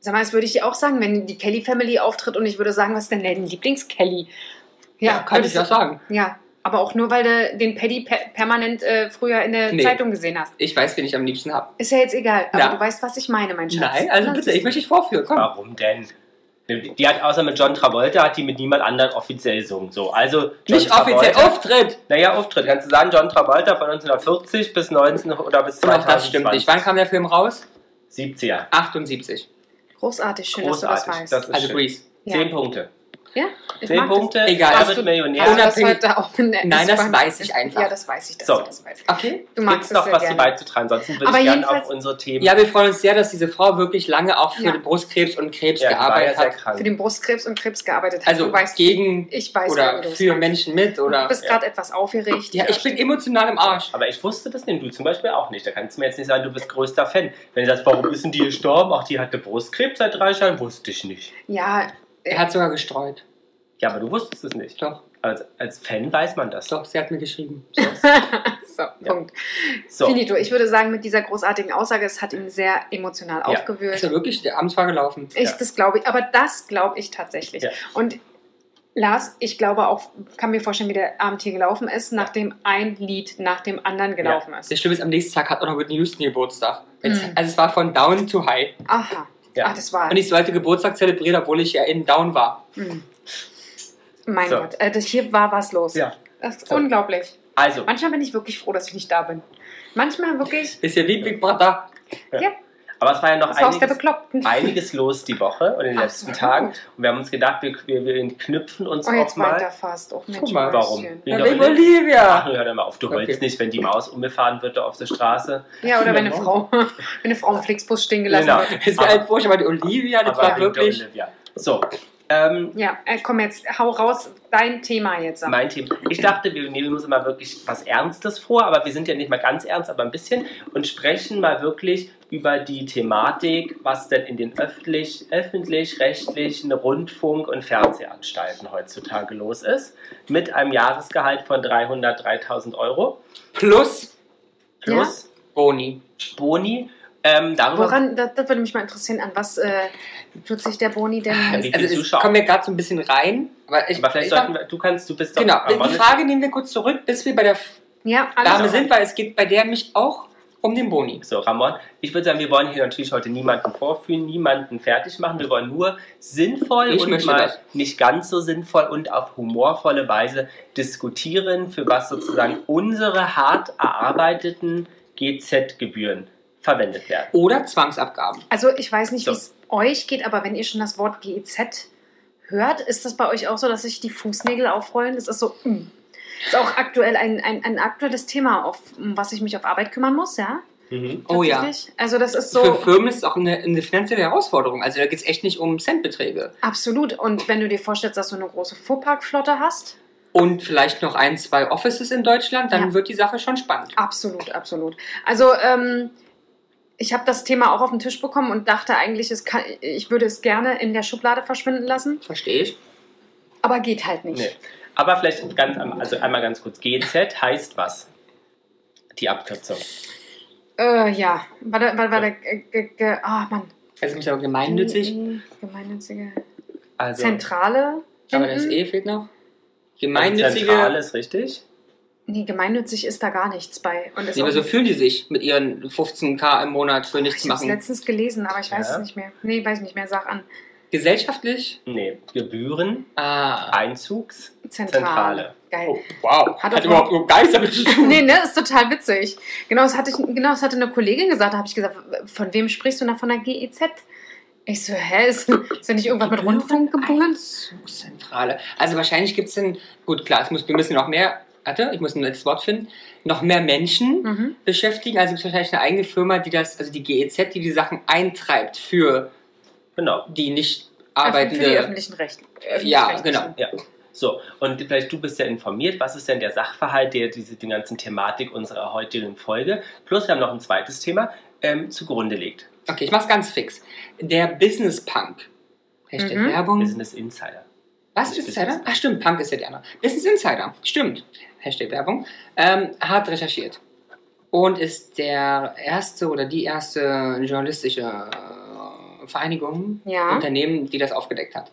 Speaker 3: Sag mal, das würde ich dir auch sagen, wenn die Kelly Family auftritt und ich würde sagen, was ist denn dein Lieblings-Kelly?
Speaker 2: kann ich
Speaker 3: würdest-
Speaker 2: doch sagen.
Speaker 3: Ja, aber auch nur, weil du den Paddy per permanent äh, früher in der
Speaker 2: Nee.
Speaker 3: Zeitung gesehen hast.
Speaker 2: Ich weiß, wen ich am liebsten habe.
Speaker 3: Ist ja jetzt egal, aber
Speaker 2: Ja.
Speaker 3: du weißt, was ich meine, mein Schatz.
Speaker 2: Nein, also
Speaker 3: Das
Speaker 2: bitte,
Speaker 3: ist-
Speaker 2: ich möchte dich vorführen. Komm.
Speaker 1: Warum denn? Die hat außer mit John Travolta hat die mit niemand anderem offiziell gesungen. So, also John
Speaker 2: Nicht offiziell
Speaker 1: Travolta-
Speaker 2: Auftritt.
Speaker 1: Naja, Auftritt. Kannst du sagen, John Travolta von 1940 bis 19 oder bis
Speaker 2: Doch, Genau, das stimmt
Speaker 1: 2020.
Speaker 2: nicht. Wann kam der Film raus?
Speaker 1: 70er.
Speaker 2: 78.
Speaker 3: Großartig, schön, dass du
Speaker 1: Großartig.
Speaker 3: das weißt.
Speaker 1: Das ist
Speaker 2: Also
Speaker 1: schön.
Speaker 2: Breeze.
Speaker 3: ja.
Speaker 1: Zehn Punkte.
Speaker 3: ja, ich
Speaker 1: Zehn
Speaker 3: mag das.
Speaker 1: Punkte.
Speaker 2: Egal.
Speaker 1: Er
Speaker 2: Hast
Speaker 1: wird
Speaker 2: du-
Speaker 3: Also
Speaker 1: Millionär.
Speaker 3: das
Speaker 2: Unabhängig-
Speaker 3: heute auch in der
Speaker 2: Nein, das
Speaker 3: Bahn-
Speaker 2: weiß ich einfach.
Speaker 3: Ja, das weiß ich. Das,
Speaker 1: So.
Speaker 3: das weiß ich.
Speaker 2: Okay.
Speaker 3: Du
Speaker 1: Gibt es
Speaker 3: magst es
Speaker 1: noch
Speaker 3: sehr
Speaker 1: was zu
Speaker 3: gerne.
Speaker 1: beizutragen? Sonst würde
Speaker 3: Aber
Speaker 1: ich gerne
Speaker 3: jedenfalls-
Speaker 1: auf unsere Themen.
Speaker 2: Ja, wir freuen uns sehr, dass diese Frau wirklich lange auch für
Speaker 3: Ja.
Speaker 2: Brustkrebs und Krebs
Speaker 1: Ja, die war ja
Speaker 2: gearbeitet
Speaker 1: sehr
Speaker 2: hat.
Speaker 3: Für
Speaker 1: krank.
Speaker 3: den Brustkrebs und Krebs gearbeitet hat.
Speaker 2: Also
Speaker 3: du weißt,
Speaker 2: gegen
Speaker 3: ich weiß,
Speaker 2: oder
Speaker 3: wie du es
Speaker 2: für
Speaker 3: meinst.
Speaker 2: Menschen mit
Speaker 3: Du
Speaker 2: oder.
Speaker 3: bist gerade etwas aufgeregt.
Speaker 2: Ja, ich bin emotional im Arsch.
Speaker 1: Aber ich wusste das nicht, du zum Beispiel auch nicht. Da kannst du mir jetzt nicht sagen, du bist größter Fan. Wenn du sagst, warum ist denn die gestorben? Auch die hatte Brustkrebs seit drei Jahren, wusste ich nicht.
Speaker 3: Ja,
Speaker 2: Er hat sogar gestreut.
Speaker 1: Ja, aber du wusstest es nicht.
Speaker 2: Doch,
Speaker 1: Als, als Fan weiß man das.
Speaker 2: doch, sie hat mir geschrieben.
Speaker 3: so, Punkt.
Speaker 1: So,
Speaker 3: Finito. Ich würde sagen, mit dieser großartigen Aussage, es hat ihn sehr emotional
Speaker 2: Ist
Speaker 3: aufgewühlt.
Speaker 2: ja wirklich, der Abend war gelaufen.
Speaker 3: Ich,
Speaker 1: Ja.
Speaker 3: Das glaube ich, aber das glaube ich tatsächlich.
Speaker 1: Ja.
Speaker 3: Und Lars, ich glaube auch, kann mir vorstellen, wie der Abend hier gelaufen ist, nachdem ein Lied nach dem anderen gelaufen ist.
Speaker 2: Das Schlimme ist, am nächsten Tag hat auch noch Whitney Houston Geburtstag. Jetzt,
Speaker 3: Mhm.
Speaker 2: Also es war von Down to High.
Speaker 3: Aha.
Speaker 1: Ja.
Speaker 3: Ach, das war.
Speaker 2: Und ich sollte Geburtstag zelebrieren, obwohl ich ja in Down war.
Speaker 3: Mhm. Mein
Speaker 1: So.
Speaker 3: Gott, äh, das hier war was los.
Speaker 1: Ja.
Speaker 3: Das ist
Speaker 1: So.
Speaker 3: unglaublich.
Speaker 1: also,
Speaker 3: Manchmal bin ich wirklich froh, dass ich nicht da bin. Manchmal wirklich,
Speaker 2: Ist ja wie Big Brother.
Speaker 1: aber es war ja noch
Speaker 3: das Haus der
Speaker 1: einiges,
Speaker 3: Bekloppten.
Speaker 1: einiges los die Woche und in den letzten
Speaker 3: Absolut.
Speaker 1: Tagen. Und wir haben uns gedacht, wir, wir, wir knüpfen uns
Speaker 3: Oh,
Speaker 1: auch
Speaker 3: jetzt
Speaker 1: mal.
Speaker 3: weiter fast. Oh, Mensch,
Speaker 2: Guck mal,
Speaker 1: Warum?
Speaker 3: Mäuschen.
Speaker 1: Wegen
Speaker 2: Ja,
Speaker 1: der
Speaker 2: Wegen
Speaker 1: Olymp- Ach,
Speaker 2: Olivia.
Speaker 1: hör doch mal auf, du heulst
Speaker 2: Okay.
Speaker 1: nicht, wenn die Maus umgefahren wird da auf der Straße.
Speaker 3: Ja, oder wenn eine
Speaker 2: Genau.
Speaker 3: Frau, wenn eine Frau im Flixbus stehen gelassen
Speaker 1: Genau.
Speaker 3: wird.
Speaker 2: Es war halt furchtbar, aber die Olivia, das
Speaker 1: Aber
Speaker 2: war
Speaker 1: wegen der
Speaker 2: wirklich.
Speaker 1: Olivia. So, ähm,
Speaker 3: Ja, äh, komm jetzt, hau raus, dein Thema jetzt. sag.
Speaker 1: Mein Thema. Ich dachte, wir nehmen uns mal wirklich was Ernstes vor, aber wir sind ja nicht mal ganz ernst, aber ein bisschen und sprechen mal wirklich über die Thematik, was denn in den öffentlich- öffentlich-rechtlichen Rundfunk- und Fernsehanstalten heutzutage los ist, mit einem Jahresgehalt von 303.000 Euro
Speaker 2: Plus
Speaker 1: plus
Speaker 2: Boni.
Speaker 1: Boni. Ähm, darüber
Speaker 3: Woran, das, das würde mich mal interessieren, an was äh, tut sich der Boni denn?
Speaker 1: Wie viele
Speaker 2: Also es
Speaker 1: Zuschauer?
Speaker 2: kommen wir gerade so ein bisschen rein. Aber ich,
Speaker 1: aber vielleicht
Speaker 2: ich
Speaker 1: sollten
Speaker 2: sag,
Speaker 1: wir, du kannst, du bist doch
Speaker 2: genau,
Speaker 1: aber
Speaker 2: die Frage nehmen wir kurz zurück, bis wir bei der
Speaker 3: Ja, also alles
Speaker 2: Dame
Speaker 3: klar.
Speaker 2: sind, weil es geht bei der mich auch um den Boni.
Speaker 1: So, Ramon, ich würde sagen, wir wollen hier natürlich heute niemanden vorführen, niemanden fertig machen. Wir wollen nur sinnvoll
Speaker 2: Ich
Speaker 1: und
Speaker 2: möchte
Speaker 1: mal
Speaker 2: das.
Speaker 1: nicht ganz so sinnvoll und auf humorvolle Weise diskutieren, für was sozusagen unsere hart erarbeiteten GZ-Gebühren verwendet werden.
Speaker 2: Oder Zwangsabgaben.
Speaker 3: Also ich weiß nicht,
Speaker 1: So.
Speaker 3: wie es euch geht, aber wenn ihr schon das Wort GEZ hört, ist das bei euch auch so, dass sich die Fußnägel aufrollen? Das ist so, mm. ist auch aktuell ein, ein, ein aktuelles Thema, auf um was ich mich auf Arbeit kümmern muss, ja?
Speaker 2: Oh ja.
Speaker 3: Tatsächlich. Also das ist so
Speaker 2: Für Firmen ist es auch eine, eine finanzielle Herausforderung. Also da geht es echt nicht um Centbeträge.
Speaker 3: absolut. Und wenn du dir vorstellst, dass du eine große Fuhrparkflotte hast,
Speaker 2: Und vielleicht noch ein, zwei Offices in Deutschland, dann
Speaker 3: Ja.
Speaker 2: wird die Sache schon spannend.
Speaker 3: Absolut, absolut. Also ähm, ich habe das Thema auch auf den Tisch bekommen und dachte eigentlich, es kann, ich würde es gerne in der Schublade verschwinden lassen,
Speaker 2: Verstehe ich.
Speaker 3: aber geht halt nicht.
Speaker 1: Nee. Aber vielleicht ganz, am- also einmal ganz kurz: GZ heißt was? Die Abkürzung.
Speaker 3: Äh, ja, war der, war, war der, äh, ge- ge- ah Mann.
Speaker 2: Also muss aber gemeinnützig.
Speaker 3: Gemeinnützige.
Speaker 1: Also,
Speaker 3: Zentrale.
Speaker 2: Aber das
Speaker 3: hinten?
Speaker 2: E fehlt noch.
Speaker 1: also
Speaker 2: Gemeinnützige.
Speaker 1: zentral ist richtig.
Speaker 3: Nee, gemeinnützig ist da gar nichts bei. Und ist
Speaker 2: Nee, also
Speaker 3: auch
Speaker 2: aber so
Speaker 3: nicht-
Speaker 2: fühlen die sich mit ihren 15k im Monat für nichts
Speaker 3: ich habe es
Speaker 2: machen.
Speaker 3: letztens gelesen, aber ich weiß
Speaker 1: Ja.
Speaker 3: es nicht mehr. Nee, weiß ich nicht mehr. Sag an.
Speaker 2: Gesellschaftlich?
Speaker 1: Nee, Gebühren,
Speaker 2: Ah.
Speaker 1: Einzugs,
Speaker 3: Zentrale.
Speaker 1: Zentrale.
Speaker 3: Geil.
Speaker 2: Oh, wow.
Speaker 3: Hat
Speaker 2: Hat,
Speaker 3: doch-
Speaker 2: überhaupt überhaupt gar nichts damit zu tun.
Speaker 3: Nee, ne, ist total witzig. Genau, das hatte ich, genau, das hatte eine Kollegin gesagt. Da habe ich gesagt, von wem sprichst du? Na, von der GEZ. Ich so, hä, ist, ist da nicht irgendwas mit Rundfunkgebühren?
Speaker 2: Zentrale. Also wahrscheinlich gibt es dann, gut klar, es muss, wir müssen noch mehr, warte, ich muss ein letztes Wort finden, noch mehr Menschen
Speaker 3: Mhm.
Speaker 2: beschäftigen. Also gibt es wahrscheinlich eine eigene Firma, die das, also die GEZ, die die Sachen eintreibt für
Speaker 1: Genau.
Speaker 2: die nicht
Speaker 3: Für die
Speaker 2: arbeitende.
Speaker 3: öffentlichen Rechten.
Speaker 2: Ah, Ja,
Speaker 3: Öffentlich-Rechtlichen.
Speaker 2: genau.
Speaker 1: So, und vielleicht du bist ja informiert, was ist denn der Sachverhalt der diese den ganzen Thematik unserer heutigen Folge, plus wir haben noch ein zweites Thema, ähm, zugrunde legt.
Speaker 2: Okay, ich mach's ganz fix. Der Business Punk. Hashtag
Speaker 3: Mhm.
Speaker 2: Werbung.
Speaker 1: Business Insider.
Speaker 2: Was
Speaker 1: Nicht
Speaker 2: ist Insider?
Speaker 1: Business.
Speaker 2: Ach stimmt, Punk ist ja der andere. Business Insider, stimmt. Hashtag Werbung. Ähm, hat recherchiert. Und ist der erste oder die erste journalistische äh, Vereinigung,
Speaker 3: Ja.
Speaker 2: Unternehmen, die das aufgedeckt hat.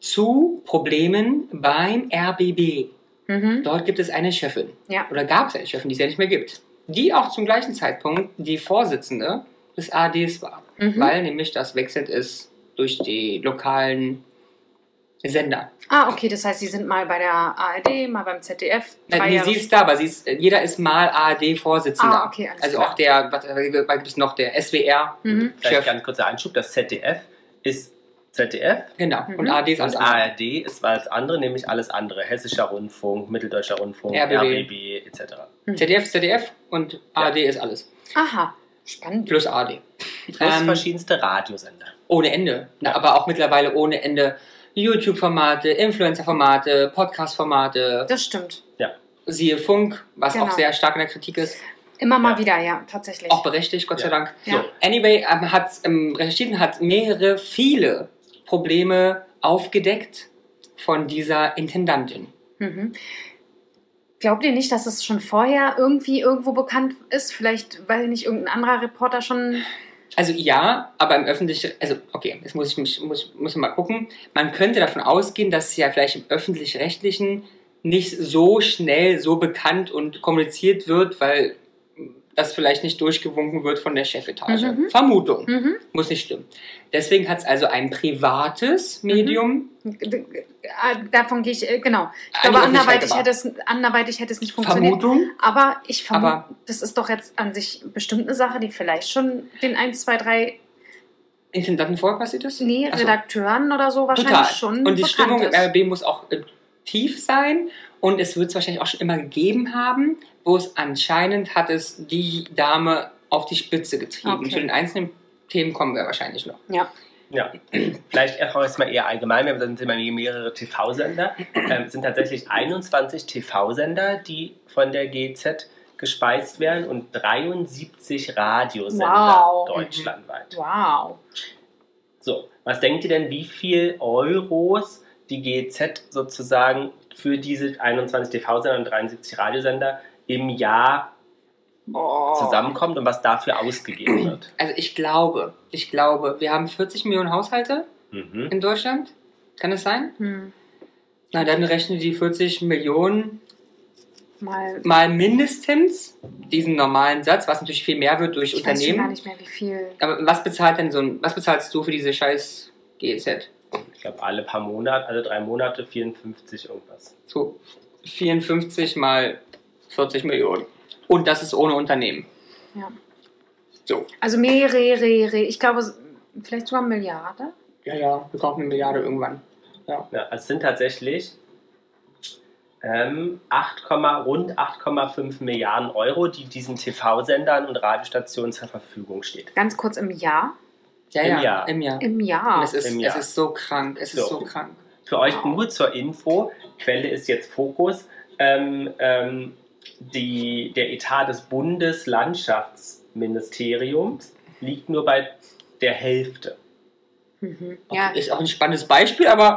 Speaker 2: Zu Problemen beim RBB.
Speaker 3: Mhm.
Speaker 2: Dort gibt es eine Chefin.
Speaker 3: Ja.
Speaker 2: Oder gab es eine Chefin, die es ja nicht mehr gibt. Die auch zum gleichen Zeitpunkt die Vorsitzende des ADs war.
Speaker 3: Mhm.
Speaker 2: Weil nämlich das wechselt ist durch die lokalen Sender.
Speaker 3: Ah, okay, das heißt, sie sind mal bei der ARD, mal beim ZDF.
Speaker 2: Na,
Speaker 3: drei
Speaker 2: nee,
Speaker 3: Jahre
Speaker 2: sie ist da, aber sie ist, jeder ist mal ARD-Vorsitzender.
Speaker 3: Ah, okay, alles
Speaker 2: also
Speaker 3: klar.
Speaker 2: auch der, was was gibt's noch, der SWR,
Speaker 3: Mhm.
Speaker 1: Vielleicht
Speaker 2: Chef.
Speaker 1: ganz kurzer Einschub, das ZDF ist ZDF
Speaker 2: genau. Und
Speaker 3: Mhm.
Speaker 2: ARD ist alles
Speaker 1: und
Speaker 2: andere.
Speaker 1: ARD ist alles andere, nämlich alles andere. Hessischer Rundfunk, Mitteldeutscher Rundfunk,
Speaker 2: RBB.
Speaker 1: RBB etc.
Speaker 2: ZDF ist ZDF und ARD ist alles.
Speaker 3: Aha, spannend.
Speaker 2: Plus ARD.
Speaker 1: Plus
Speaker 2: Ähm,
Speaker 1: verschiedenste Radiosender.
Speaker 2: Ohne Ende. Na, aber auch mittlerweile ohne Ende YouTube-Formate, Influencer-Formate, Podcast-Formate,
Speaker 3: Das stimmt.
Speaker 2: siehe Funk, was
Speaker 3: Genau.
Speaker 2: auch sehr stark in der Kritik ist.
Speaker 3: Immer mal
Speaker 1: Ja.
Speaker 3: wieder, ja, tatsächlich.
Speaker 2: Auch berechtigt, Gott sei
Speaker 1: Ja.
Speaker 2: Dank.
Speaker 3: ja.
Speaker 1: so.
Speaker 2: Anyway, ähm, hat ähm, Recherchiten hat mehrere, viele Probleme aufgedeckt von dieser Intendantin.
Speaker 3: Mhm. Glaubt ihr nicht, dass es schon vorher irgendwie irgendwo bekannt ist? Vielleicht, weil nicht irgendein anderer Reporter schon.
Speaker 2: Also ja, aber im öffentlichen, also okay, jetzt muss ich mich, muss, muss ich mal gucken. Man könnte davon ausgehen, dass ja vielleicht im öffentlich-rechtlichen nicht so schnell so bekannt und kommuniziert wird, weil das vielleicht nicht durchgewunken wird von der Chefetage.
Speaker 3: Mhm.
Speaker 2: Vermutung,
Speaker 3: Mhm.
Speaker 2: muss nicht stimmen. Deswegen hat es also ein privates
Speaker 3: Mhm.
Speaker 2: Medium
Speaker 3: Ah, Davon gehe ich, äh, genau. Ich
Speaker 2: an die
Speaker 3: glaube,
Speaker 2: Öffentlichkeit
Speaker 3: anderweitig
Speaker 2: gebracht.
Speaker 3: hätte, es, anderweitig hätte es nicht funktioniert.
Speaker 2: Vermutung.
Speaker 3: Aber ich vermute,
Speaker 2: Aber-
Speaker 3: das ist doch jetzt an sich bestimmt eine Sache, die vielleicht schon den 1, 2, 3
Speaker 2: Intendanten vorher passiert ist?
Speaker 3: nee, also
Speaker 2: Ach so.
Speaker 3: Redakteuren oder so wahrscheinlich
Speaker 2: Total.
Speaker 3: schon.
Speaker 2: Und die
Speaker 3: bekannt
Speaker 2: Stimmung im
Speaker 3: ist.
Speaker 2: RB muss auch äh, tief sein und es wird es wahrscheinlich auch schon immer gegeben haben, wo es anscheinend hat es die Dame auf die Spitze getrieben.
Speaker 3: Okay.
Speaker 2: Zu den einzelnen Themen kommen wir wahrscheinlich noch.
Speaker 3: Ja.
Speaker 1: Ja, vielleicht erstmal eher allgemein, wir sind immer mehrere TV-Sender. Ähm, es sind tatsächlich 21 TV-Sender, die von der GZ gespeist werden und 73 Radiosender
Speaker 3: Wow. Mhm.
Speaker 1: deutschlandweit.
Speaker 3: Wow.
Speaker 1: So, was denkt ihr denn, wie viel Euros die GZ sozusagen für diese 21 TV-Sender und 73 Radiosender im Jahr
Speaker 3: Oh.
Speaker 1: zusammenkommt und was dafür ausgegeben wird?
Speaker 2: Also ich glaube, ich glaube, wir haben 40 Millionen Haushalte
Speaker 1: Mhm.
Speaker 2: in Deutschland. Kann es sein?
Speaker 3: Hm.
Speaker 2: Na, dann rechne die 40 Millionen
Speaker 3: Mal.
Speaker 2: mal mindestens diesen normalen Satz, was natürlich viel mehr wird durch
Speaker 3: Ich weiß schon
Speaker 2: Unternehmen.
Speaker 3: gar nicht mehr, wie viel.
Speaker 2: Aber was bezahlt denn so ein, was bezahlst du für diese scheiß GEZ?
Speaker 1: Ich glaube, alle paar Monate, alle drei Monate 54 irgendwas.
Speaker 2: So 54 mal 40 Millionen. Und das ist ohne Unternehmen.
Speaker 3: Ja.
Speaker 2: So.
Speaker 3: Also mehrere, ich glaube, vielleicht sogar Milliarde.
Speaker 2: Ja, ja, wir kaufen eine Milliarde irgendwann.
Speaker 1: Ja, es sind tatsächlich ähm, 8, rund 8,5 Milliarden Euro, die diesen TV-Sendern und Radiostationen zur Verfügung steht.
Speaker 3: Ganz kurz im Jahr.
Speaker 2: Ja,
Speaker 1: Im
Speaker 2: ja,
Speaker 1: Jahr.
Speaker 2: Im Jahr.
Speaker 3: Im
Speaker 2: Und
Speaker 3: Jahr.
Speaker 2: es, ist,
Speaker 1: Im Jahr.
Speaker 2: es ist so krank. Es ist
Speaker 1: So.
Speaker 2: so krank.
Speaker 1: Für euch nur zur Info, Quelle ist jetzt Fokus, ähm, ähm, die, der Etat des Bundeslandschaftsministeriums liegt nur bei der Hälfte.
Speaker 3: Mhm. Ja.
Speaker 2: Ist auch ein spannendes Beispiel, aber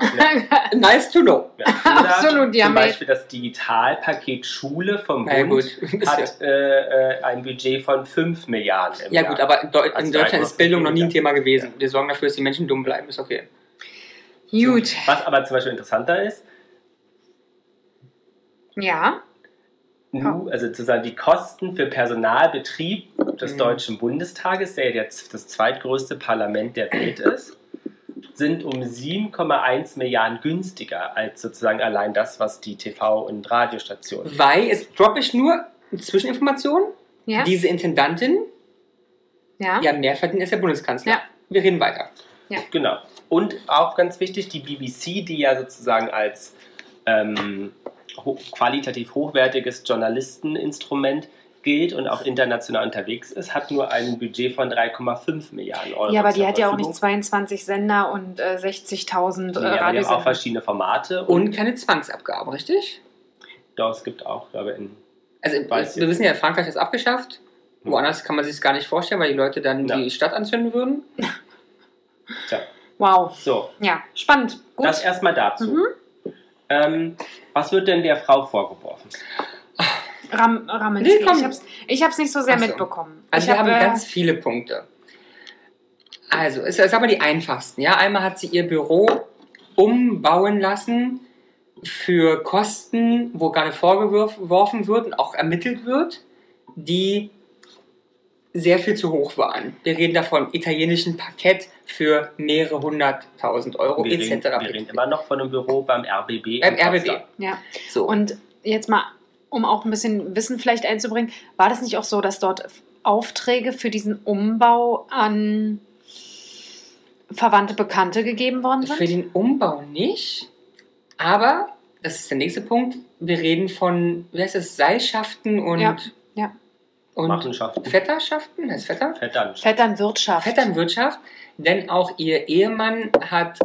Speaker 2: nice to know.
Speaker 1: Ja,
Speaker 3: Absolut, ja,
Speaker 1: Zum
Speaker 3: mate.
Speaker 1: Beispiel das Digitalpaket Schule vom
Speaker 2: Na ja, gut.
Speaker 1: Bund
Speaker 2: Ist ja-
Speaker 1: hat äh, äh, ein Budget von 5 Milliarden im
Speaker 2: Ja
Speaker 1: Jahr.
Speaker 2: gut, aber in, Deu in
Speaker 1: Also
Speaker 2: Deutschland
Speaker 1: einfach
Speaker 2: ist Bildung noch nie ein
Speaker 1: weniger.
Speaker 2: Thema gewesen. Wir sorgen dafür, dass die Menschen dumm bleiben. Ist okay.
Speaker 3: Gut.
Speaker 1: Was aber zum Beispiel interessanter ist,
Speaker 3: Ja.
Speaker 1: nu, also sozusagen die Kosten für Personalbetrieb des
Speaker 2: Mhm.
Speaker 1: Deutschen Bundestages, der jetzt das zweitgrößte Parlament der Welt ist, sind um 7,1 Milliarden günstiger als sozusagen allein das, was die TV- und Radiostationen.
Speaker 2: Weil, jetzt droppe ich nur eine Zwischeninformation.
Speaker 3: Ja.
Speaker 2: Diese Intendantin
Speaker 3: Ja.
Speaker 2: Ja, mehr verdient als der Bundeskanzler.
Speaker 3: Ja.
Speaker 2: Wir reden weiter.
Speaker 1: Genau. Und auch ganz wichtig, die BBC, die ja sozusagen als ähm, ho qualitativ hochwertiges Journalisteninstrument gilt und auch international unterwegs ist, hat nur ein Budget von 3,5 Milliarden Euro.
Speaker 3: Ja, aber die
Speaker 1: zur
Speaker 3: hat ja auch
Speaker 1: Verfügung.
Speaker 3: nicht 22 Sender und äh, 60.000 äh,
Speaker 1: Nee, aber die haben auch
Speaker 3: Radiosender.
Speaker 1: verschiedene Formate und,
Speaker 2: Und keine Zwangsabgaben, richtig?
Speaker 1: doch, es gibt auch, glaube ich, in
Speaker 2: Also in-
Speaker 1: Weiß
Speaker 2: wir
Speaker 1: ich.
Speaker 2: wissen ja, Frankreich hat es abgeschafft.
Speaker 1: Hm.
Speaker 2: Woanders kann man sich es gar nicht vorstellen, weil die Leute dann
Speaker 1: Ja.
Speaker 2: die Stadt anzünden würden.
Speaker 1: tja.
Speaker 3: Wow.
Speaker 1: So,
Speaker 3: Ja. Spannend. Gut.
Speaker 1: das erstmal dazu.
Speaker 3: Mhm.
Speaker 1: Ähm, was wird denn der Frau vorgeworfen?
Speaker 3: Ram Raminski.
Speaker 2: Nee, komm.
Speaker 3: ich hab's, ich hab's nicht so sehr
Speaker 2: Ach so.
Speaker 3: mitbekommen.
Speaker 2: Also
Speaker 3: ich
Speaker 2: wir haben
Speaker 3: äh,
Speaker 2: ganz viele Punkte. Also, es ist aber die einfachsten. Ja, einmal hat sie ihr Büro umbauen lassen für Kosten, wo gerade vorgeworfen wird und auch ermittelt wird, die sehr viel zu hoch waren. Wir reden davon italienischen Parkett für mehrere hunderttausend Euro
Speaker 1: wir, reden,
Speaker 2: etc.
Speaker 1: wir reden immer noch von einem Büro beim RBB.
Speaker 2: Oh, Beim
Speaker 1: in
Speaker 2: RBB.
Speaker 1: Potsdam.
Speaker 3: Ja.
Speaker 2: So.
Speaker 3: Und jetzt mal, um auch ein bisschen Wissen vielleicht einzubringen, war das nicht auch so, dass dort Aufträge für diesen Umbau an Verwandte, Bekannte gegeben worden
Speaker 2: Für
Speaker 3: sind?
Speaker 2: den Umbau nicht, aber das ist der nächste Punkt. Wir reden von, wie heißt das, Seilschaften und,
Speaker 3: Ja, ja.
Speaker 2: und
Speaker 1: Machenschaften.
Speaker 2: Vetterschaften? Heißt Vetter?
Speaker 1: Verdammt.
Speaker 3: Vetternwirtschaft.
Speaker 2: Vetternwirtschaft, denn auch ihr Ehemann hat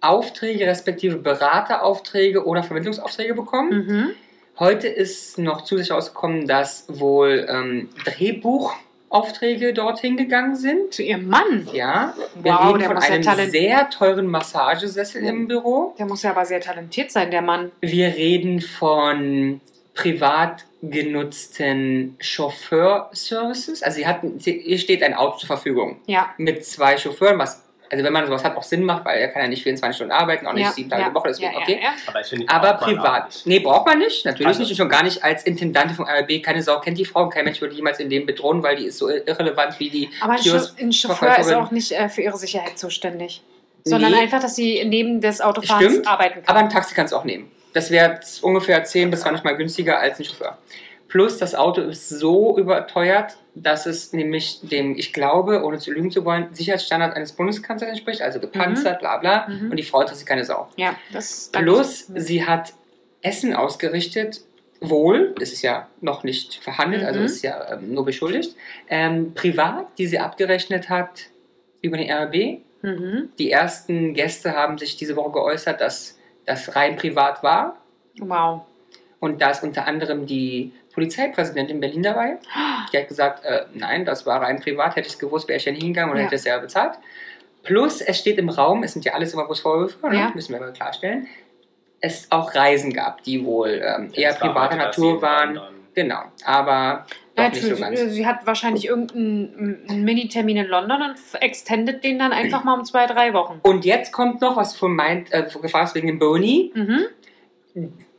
Speaker 2: Aufträge, respektive Berateraufträge oder Vermittlungsaufträge bekommen.
Speaker 3: Mhm.
Speaker 2: Heute ist noch zusätzlich rausgekommen, dass wohl ähm, Drehbuchaufträge dorthin gegangen sind.
Speaker 3: Zu ihrem Mann.
Speaker 2: Ja, wir
Speaker 3: Wow,
Speaker 2: reden
Speaker 3: der
Speaker 2: von
Speaker 3: muss ja
Speaker 2: einem
Speaker 3: talent- Mhm.
Speaker 2: sehr teuren Massagesessel
Speaker 3: Ja.
Speaker 2: im Büro.
Speaker 3: Der muss ja aber sehr talentiert sein, der Mann.
Speaker 2: Wir reden von privat genutzten Chauffeurservices. Also sie hatten, sie, hier steht ein Auto zur Verfügung
Speaker 3: Ja,
Speaker 2: mit zwei Chauffeuren, was also wenn man sowas hat, auch Sinn macht, weil er kann ja nicht 24 Stunden arbeiten, auch nicht
Speaker 3: ja,
Speaker 2: sieben Tage
Speaker 3: ja,
Speaker 2: die Woche, deswegen
Speaker 3: ja,
Speaker 2: okay.
Speaker 3: Ja, ja.
Speaker 1: Aber, ich finde,
Speaker 2: Aber
Speaker 1: braucht man auch
Speaker 2: privat.
Speaker 1: nicht.
Speaker 2: Nee, braucht man nicht. Natürlich
Speaker 1: Also.
Speaker 2: nicht. Und schon gar nicht als Intendante vom RB. Keine Sau kennt die Frau. Kein Mensch würde jemals in dem bedrohen, weil die ist so irrelevant wie die
Speaker 3: Aber ein, Chau-
Speaker 2: Kiosk-
Speaker 3: ein Chauffeur ist
Speaker 2: Verkäuferin.
Speaker 3: auch nicht äh, für ihre Sicherheit zuständig, sondern
Speaker 2: Nee.
Speaker 3: einfach, dass sie neben des Autofahrens
Speaker 2: Stimmt,
Speaker 3: arbeiten kann.
Speaker 2: Aber ein Taxi kannst du auch nehmen. Das wäre z- ungefähr 10 bis 20 Mal günstiger als ein Chauffeur. Plus, das Auto ist so überteuert, dass es nämlich dem, ich glaube, ohne zu lügen zu wollen, Sicherheitsstandard eines Bundeskanzlers entspricht, also gepanzert, bla bla.
Speaker 3: Mhm.
Speaker 2: Und die Frau interessiert keine Sau.
Speaker 3: ja, das
Speaker 2: Plus,
Speaker 3: danke.
Speaker 2: sie hat Essen ausgerichtet, wohl, es ist ja noch nicht verhandelt, also
Speaker 3: Mhm.
Speaker 2: ist ja ähm, nur beschuldigt, ähm, privat, die sie abgerechnet hat über den RB.
Speaker 3: Mhm.
Speaker 2: Die ersten Gäste haben sich diese Woche geäußert, dass das rein privat war.
Speaker 3: Wow.
Speaker 2: Und da ist unter anderem die Polizeipräsidentin in Berlin dabei. Die hat gesagt, äh, nein, das war rein privat. Hätte ich es gewusst, wäre ich ja nicht hingegangen und
Speaker 3: Ja.
Speaker 2: hätte es ja bezahlt. Plus, es steht im Raum, es sind ja alles immer bloß Vorwürfe, ne?
Speaker 3: Ja.
Speaker 2: müssen wir mal klarstellen, es auch Reisen gab, die wohl ähm,
Speaker 1: Ja,
Speaker 2: eher
Speaker 1: es war
Speaker 2: privater
Speaker 1: heute, dass sie
Speaker 2: Natur
Speaker 1: in
Speaker 2: waren.
Speaker 1: London-
Speaker 2: Genau, aber doch
Speaker 3: Ja,
Speaker 2: nicht so ganz.
Speaker 3: sie, sie hat wahrscheinlich irgendeinen einen Minitermin in London und f- extendet den dann einfach mal um zwei, drei Wochen.
Speaker 2: Und jetzt kommt noch, was du vorhin meint, äh, gefragt hast wegen dem Boni.
Speaker 3: Mhm.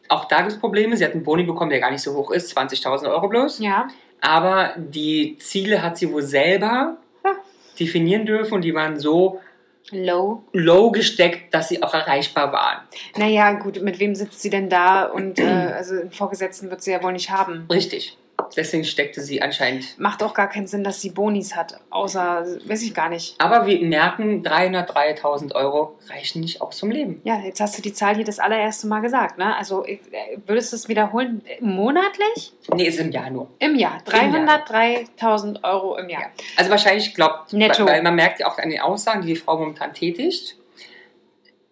Speaker 2: Auch da gibt es Probleme. Sie hat einen Boni bekommen, der gar nicht so hoch ist, 20.000 Euro bloß.
Speaker 3: Ja.
Speaker 2: Aber die Ziele hat sie wohl selber
Speaker 3: Ja.
Speaker 2: definieren dürfen und die waren so
Speaker 3: Low.
Speaker 2: low gesteckt, dass sie auch erreichbar waren.
Speaker 3: Naja, gut, mit wem sitzt sie denn da? Und äh, also einen Vorgesetzten wird sie ja wohl nicht haben.
Speaker 2: Richtig. Deswegen steckte sie anscheinend.
Speaker 3: Macht auch gar keinen Sinn, dass sie Bonis hat. Außer, weiß ich gar nicht.
Speaker 2: Aber wir merken, 303.000 Euro reichen nicht auch zum Leben.
Speaker 3: Ja, jetzt hast du die Zahl hier das allererste Mal gesagt, ne? Also, äh, würdest du es wiederholen? Äh, Monatlich?
Speaker 2: Nee, ist im Jahr nur.
Speaker 3: Im Jahr.
Speaker 2: Im Jahr.
Speaker 3: 303.000 Euro im Jahr.
Speaker 2: Ja. Also wahrscheinlich glaubt,
Speaker 3: Netto.
Speaker 2: weil man merkt ja auch an den Aussagen, die die Frau momentan tätigt,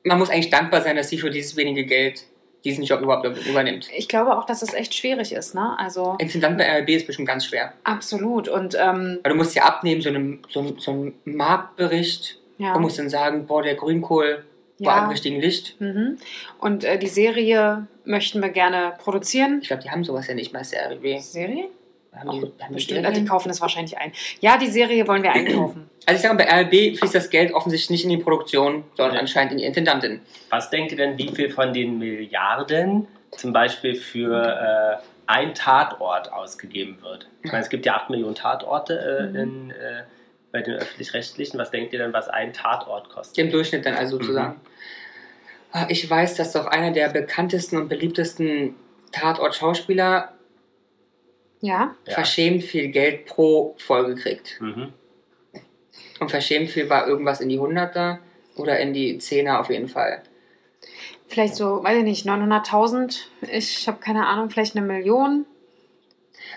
Speaker 2: man muss eigentlich dankbar sein, dass sie für dieses wenige Geld diesen Job überhaupt übernimmt.
Speaker 3: Ich glaube auch, dass das echt schwierig ist, ne? Also,
Speaker 2: Intendant bei RB ist bestimmt ganz schwer.
Speaker 3: absolut. Und, ähm,
Speaker 2: Weil du musst ja abnehmen, so einen, so einen, so einen Marktbericht.
Speaker 3: ja.
Speaker 2: Man muss dann sagen, boah, der Grünkohl war im
Speaker 3: ja.
Speaker 2: richtigen Licht.
Speaker 3: Mhm. Und äh, die Serie möchten wir gerne produzieren.
Speaker 2: Ich glaube, die haben sowas ja nicht mal, das RB.
Speaker 3: Serie?
Speaker 2: Haben die, haben die
Speaker 3: Bestimmt. Ja, die
Speaker 2: Serien?
Speaker 3: kaufen das wahrscheinlich ein. Ja, die Serie wollen wir einkaufen.
Speaker 2: also ich sage, mal, bei RB fließt das Geld offensichtlich nicht in die Produktion, sondern
Speaker 1: Ja.
Speaker 2: anscheinend in die Intendantin.
Speaker 1: Was denkt ihr denn, wie viel von den Milliarden zum Beispiel für äh, ein Tatort ausgegeben wird? Ich meine, es gibt ja 8 Millionen
Speaker 2: Mhm.
Speaker 1: Tatorte äh, in, äh, bei den öffentlich-rechtlichen. Was denkt ihr denn, was ein Tatort kostet?
Speaker 2: Im Durchschnitt dann
Speaker 3: Mhm.
Speaker 2: also sozusagen. Ah, Ich weiß, dass doch einer der bekanntesten und beliebtesten Tatort-Schauspieler
Speaker 3: Ja?
Speaker 1: Ja.
Speaker 2: verschämt viel Geld pro Folge kriegt.
Speaker 1: Mhm.
Speaker 2: Und verschämt viel war irgendwas in die Hunderter oder in die Zehner auf jeden Fall.
Speaker 3: Vielleicht so, weiß ich nicht, 900.000. Ich habe keine Ahnung, vielleicht eine Million.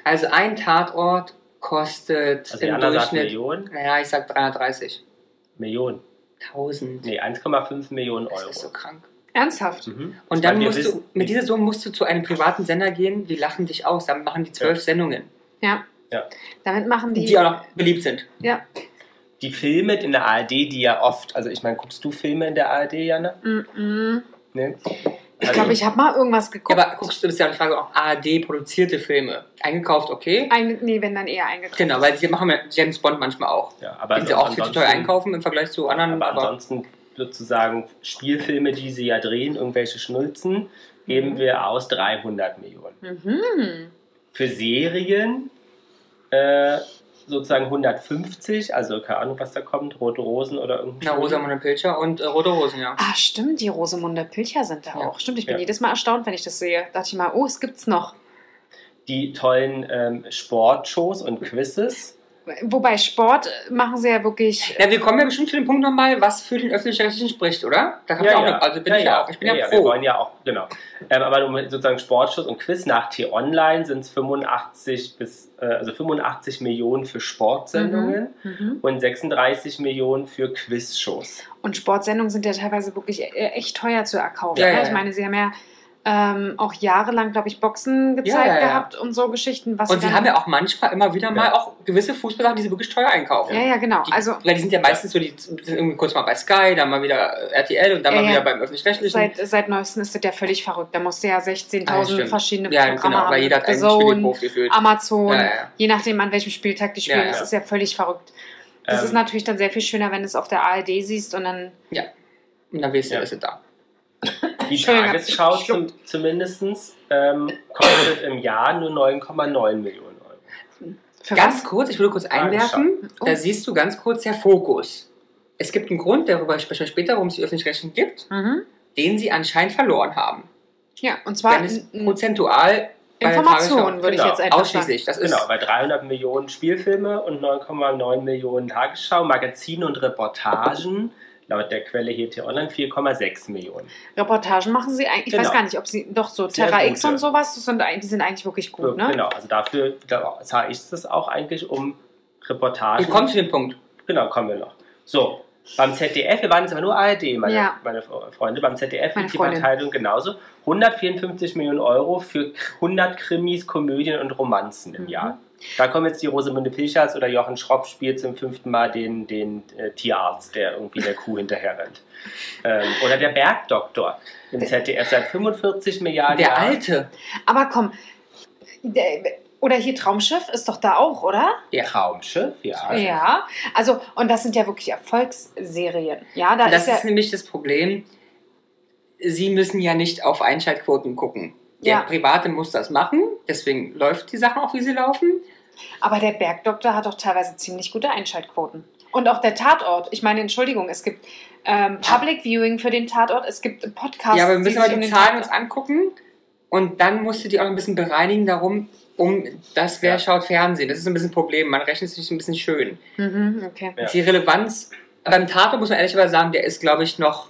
Speaker 2: Also ein Tatort kostet
Speaker 1: Also die
Speaker 2: im
Speaker 1: anderen sagen
Speaker 2: Durchschnitt,
Speaker 1: Millionen.
Speaker 2: naja, ich sag 330.000.
Speaker 1: Millionen. Nee, 1,5 Millionen
Speaker 2: Das
Speaker 1: Euro.
Speaker 2: ist so krank.
Speaker 3: Ernsthaft?
Speaker 1: Mhm.
Speaker 2: Und
Speaker 1: Ich
Speaker 2: dann
Speaker 1: meine, wir
Speaker 2: musst du,
Speaker 1: wissen-
Speaker 2: mit dieser Summe musst du zu einem privaten Sender gehen, die lachen dich aus, dann machen die zwölf Sendungen,
Speaker 3: Ja.
Speaker 1: Ja.
Speaker 3: Damit machen die.
Speaker 2: die auch noch beliebt sind.
Speaker 3: ja.
Speaker 1: Die Filme in der ARD, die ja oft, also ich meine, guckst du Filme in der ARD, Janne?
Speaker 3: Mhm.
Speaker 1: Nee? Also,
Speaker 3: Ich glaube, ich habe mal irgendwas
Speaker 2: Also Ja,
Speaker 3: geguckt.
Speaker 2: aber guckst du, ist ja die Frage auch ARD produzierte Filme. Eingekauft, okay.
Speaker 3: Ein, nee, wenn dann eher eingekauft.
Speaker 2: Genau, weil sie machen ja James Bond manchmal auch.
Speaker 1: ja, aber
Speaker 2: die sie auch viel zu
Speaker 1: ansonsten-
Speaker 2: teuer einkaufen im Vergleich zu anderen.
Speaker 1: Aber
Speaker 2: Aber,
Speaker 1: ansonsten sozusagen Spielfilme, die sie ja drehen, irgendwelche Schnulzen,
Speaker 2: Mhm.
Speaker 1: geben wir aus
Speaker 2: Genau.
Speaker 1: 300 Millionen.
Speaker 3: Mhm.
Speaker 1: Für Serien äh, sozusagen 150, also keine Ahnung, was da kommt, rote Rosen oder irgendwie.
Speaker 2: Na, Rosamunde Pilcher und äh, Rote Rosen, ja.
Speaker 3: Ah, stimmt, die Rosemunder Pilcher sind da
Speaker 2: Ja.
Speaker 3: auch. Stimmt, ich bin
Speaker 1: Ja.
Speaker 3: jedes Mal erstaunt, wenn ich das sehe. Dachte ich mal, oh, es gibt's noch.
Speaker 1: Die tollen ähm, Sportshows und Quizzes.
Speaker 3: Wobei Sport äh, machen sie ja wirklich.
Speaker 2: Ja, wir kommen ja bestimmt zu dem Punkt nochmal, was für den öffentlich-rechtlichen spricht, oder? Da haben wir auch noch, also bin ich ja auch, ich bin ja,
Speaker 1: Wir
Speaker 2: pro.
Speaker 1: wollen ja auch, genau. Ähm, aber um sozusagen Sportshows und Quiz nach T-Online sind es 85 bis, äh, also 85 Millionen für Sportsendungen.
Speaker 3: Mhm.
Speaker 1: und 36 Millionen für Quizshows.
Speaker 3: Und Sportsendungen sind ja teilweise wirklich äh, echt teuer zu erkaufen.
Speaker 2: Ja,
Speaker 3: ne?
Speaker 2: ja,
Speaker 3: ich
Speaker 2: ja.
Speaker 3: meine, sie haben ja ähm, auch jahrelang, glaube ich, Boxen gezeigt
Speaker 2: ja, ja.
Speaker 3: gehabt und so Geschichten. Was
Speaker 2: Und sie
Speaker 3: dann-
Speaker 2: haben ja auch manchmal immer wieder mal
Speaker 1: Ja.
Speaker 2: auch gewisse Fußballer, die sie wirklich teuer einkaufen.
Speaker 3: Ja, ja, genau.
Speaker 2: Die,
Speaker 3: Also
Speaker 2: weil die sind ja meistens so, die sind irgendwie kurz mal bei Sky, dann mal wieder äh, RTL und dann
Speaker 3: Ja,
Speaker 2: mal
Speaker 3: ja.
Speaker 2: wieder beim öffentlich-rechtlichen.
Speaker 3: seit, seit neuestem ist das ja völlig verrückt. Da musst du ja 16.000
Speaker 2: Ah, stimmt.
Speaker 3: verschiedene
Speaker 2: Ja,
Speaker 3: Programme
Speaker 2: genau,
Speaker 3: haben.
Speaker 2: weil jeder hat
Speaker 3: The
Speaker 2: einen
Speaker 3: Zone,
Speaker 2: Spielberuf gefühlt.
Speaker 3: Amazon,
Speaker 2: Ja, ja, ja.
Speaker 3: je nachdem, an welchem Spieltag die spielen.
Speaker 2: Ja, ja.
Speaker 3: Das ist ja völlig verrückt. Das
Speaker 1: Ähm,
Speaker 3: ist natürlich dann sehr viel schöner, wenn du es auf der ARD siehst und dann
Speaker 2: Und dann weißt du,
Speaker 1: Ja.
Speaker 2: ist es da.
Speaker 1: die
Speaker 3: Entschuldigung,
Speaker 1: Tagesschau
Speaker 3: ich schluck.
Speaker 1: zum, zumindest ähm, kostet im Jahr nur 9,9 Millionen Euro.
Speaker 3: für
Speaker 2: Ganz kurz, ich würde kurz einwerfen,
Speaker 3: Oh.
Speaker 2: da siehst du ganz kurz der Fokus. Es gibt einen Grund, darüber sprechen wir später, warum es die öffentlich-rechtlichen gibt,
Speaker 3: was? Mhm.
Speaker 2: den sie anscheinend verloren haben.
Speaker 3: Ja, und zwar
Speaker 2: Wenn es
Speaker 3: in-
Speaker 2: prozentual bei der
Speaker 3: Informationen,
Speaker 2: Tagesschau-
Speaker 3: würde ich
Speaker 1: Genau,
Speaker 3: jetzt einfach sagen.
Speaker 2: Ausschließlich, das ist
Speaker 1: Genau, bei 300 Millionen Spielfilme und 9,9 Millionen Tagesschau, Magazine und Reportagen. Laut der Quelle hier T-Online 4,6 Millionen.
Speaker 3: Reportagen machen sie eigentlich, ich
Speaker 1: Genau.
Speaker 3: weiß gar nicht, ob sie, doch so
Speaker 1: Sehr
Speaker 3: Terra X
Speaker 1: gute.
Speaker 3: und sowas, das sind, eigentlich- die sind eigentlich wirklich gut, ne?
Speaker 1: Genau, also dafür da zahle ich das auch eigentlich um Reportagen.
Speaker 2: Wir kommen zu dem Punkt.
Speaker 1: Genau, kommen wir noch. So, beim ZDF, wir waren jetzt aber nur ARD, meine,
Speaker 3: Ja.
Speaker 1: meine Freunde, beim ZDF
Speaker 3: Meine
Speaker 1: liegt die
Speaker 3: Freundin.
Speaker 1: Verteilung genauso. 154 Millionen Euro für 100 Krimis, Komödien und Romanzen im
Speaker 3: Mhm.
Speaker 1: Jahr. Da kommen jetzt die Rosamunde Pilchers oder Jochen Schropp spielt zum fünften Mal den, den äh, Tierarzt, der irgendwie der Kuh hinterher rennt. Ähm, oder der Bergdoktor im ZDF seit 45 Milliarden
Speaker 2: Der
Speaker 1: Jahren.
Speaker 2: alte.
Speaker 3: Aber komm, der- oder hier Traumschiff ist doch da auch, oder?
Speaker 1: Der Traumschiff, ja.
Speaker 3: Ja. Also, und das sind ja wirklich Erfolgsserien. Ja, da
Speaker 2: Das
Speaker 3: ist ja.
Speaker 2: ist nämlich das Problem. Sie müssen ja nicht auf Einschaltquoten gucken. Der
Speaker 3: Ja.
Speaker 2: Private muss das machen, deswegen läuft die Sache auch, wie sie laufen.
Speaker 3: aber der Bergdoktor hat doch teilweise ziemlich gute Einschaltquoten. Und auch der Tatort. Ich meine, Entschuldigung, es gibt ähm, Public Viewing für den Tatort, es gibt Podcasts.
Speaker 2: ja, aber wir müssen
Speaker 3: sich
Speaker 2: aber
Speaker 3: um
Speaker 2: die
Speaker 3: den
Speaker 2: Zahlen
Speaker 3: Tatort-
Speaker 2: uns angucken und dann musst du die auch ein bisschen bereinigen darum, um das, wer
Speaker 1: Ja.
Speaker 2: schaut Fernsehen. Das ist ein bisschen ein Problem, man rechnet sich ein bisschen schön.
Speaker 3: Mhm, okay.
Speaker 1: Ja.
Speaker 2: Die Relevanz, beim Tato muss man ehrlicherweise sagen, der ist, glaube ich, noch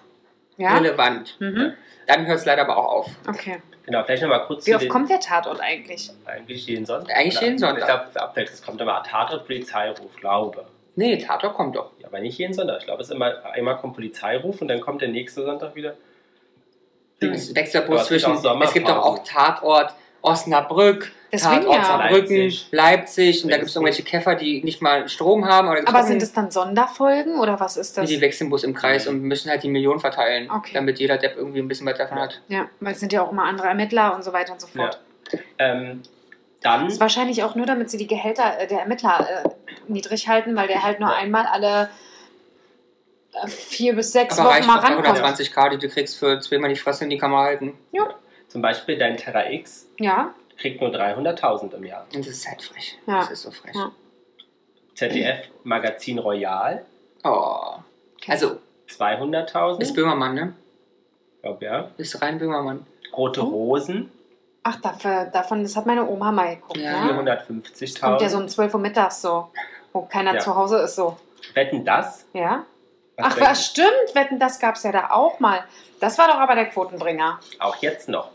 Speaker 3: Ja.
Speaker 2: relevant.
Speaker 3: Mhm.
Speaker 2: Dann hört es leider aber auch auf.
Speaker 3: Okay.
Speaker 1: Genau, vielleicht nochmal kurz
Speaker 3: Wie
Speaker 1: zu
Speaker 3: oft
Speaker 1: den-
Speaker 3: kommt der Tatort eigentlich?
Speaker 1: Eigentlich jeden Sonntag.
Speaker 2: Eigentlich
Speaker 1: oder?
Speaker 2: jeden Sonntag.
Speaker 1: Ich glaube, abwechselnd. Es kommt immer Tatort, Polizeiruf, glaube.
Speaker 2: Nee, Tato kommt doch.
Speaker 1: Ja, Aber nicht jeden Sonntag. Ich glaube, es ist immer, einmal kommt Polizeiruf und dann kommt der nächste Sonntag wieder.
Speaker 2: Es wechselt
Speaker 1: Aber
Speaker 2: bloß
Speaker 1: es gibt
Speaker 2: zwischen.
Speaker 1: auch Sommerpausen.
Speaker 2: Es gibt doch auch Tatort Osnabrück,
Speaker 3: Deswegen
Speaker 2: Tatort
Speaker 3: ja.
Speaker 2: Saarbrücken,
Speaker 1: Leipzig.
Speaker 2: Leipzig, und da gibt
Speaker 1: Regensburg.
Speaker 2: es irgendwelche Käfer, die nicht mal Strom haben. Oder gibt's
Speaker 3: Aber
Speaker 2: auch-
Speaker 3: sind es dann Sonderfolgen oder was ist
Speaker 2: Nee,
Speaker 3: das?
Speaker 2: Die wechseln bloß im Kreis und müssen halt die Millionen verteilen,
Speaker 3: Okay.
Speaker 2: damit jeder Depp irgendwie ein bisschen was davon hat.
Speaker 3: Ja, weil es sind ja auch immer andere Ermittler und so weiter und so fort.
Speaker 1: Ähm, dann,
Speaker 3: Das ist wahrscheinlich auch nur, damit sie die Gehälter äh, der Ermittler äh, niedrig halten, weil der halt nur
Speaker 1: Ja.
Speaker 3: einmal alle äh, vier bis sechs
Speaker 2: Aber
Speaker 3: Wochen
Speaker 2: reicht
Speaker 3: mal
Speaker 2: auch bei
Speaker 3: rankommt.
Speaker 2: 120k, die du kriegst für zweimal die Fresse in die Kamera halten.
Speaker 1: zum Beispiel dein Terra X
Speaker 3: Ja,
Speaker 1: kriegt nur 300.000 im Jahr.
Speaker 2: Und das ist halt frech.
Speaker 3: Ja.
Speaker 2: Das ist so frech.
Speaker 3: Ja.
Speaker 1: ZDF Magazin Royal
Speaker 2: Oh. Also, ist
Speaker 1: 200.000.
Speaker 2: Böhmermann, ne?
Speaker 1: Ich glaube, ja.
Speaker 2: Ist rein Böhmermann.
Speaker 1: Rote
Speaker 3: Oh.
Speaker 1: Rosen
Speaker 3: ach, dafür, davon, das hat meine Oma mal geguckt.
Speaker 2: Ja.
Speaker 3: ne? Kommt ja
Speaker 1: 450.000.
Speaker 3: so um 12 Uhr mittags so, wo keiner
Speaker 1: Ja.
Speaker 3: zu Hause ist so.
Speaker 1: Wetten das?
Speaker 3: Ja.
Speaker 1: Was
Speaker 3: ach,
Speaker 1: denken-
Speaker 3: was stimmt, Wetten, das gab es ja da auch mal. Das war doch aber der Quotenbringer.
Speaker 1: Auch jetzt noch.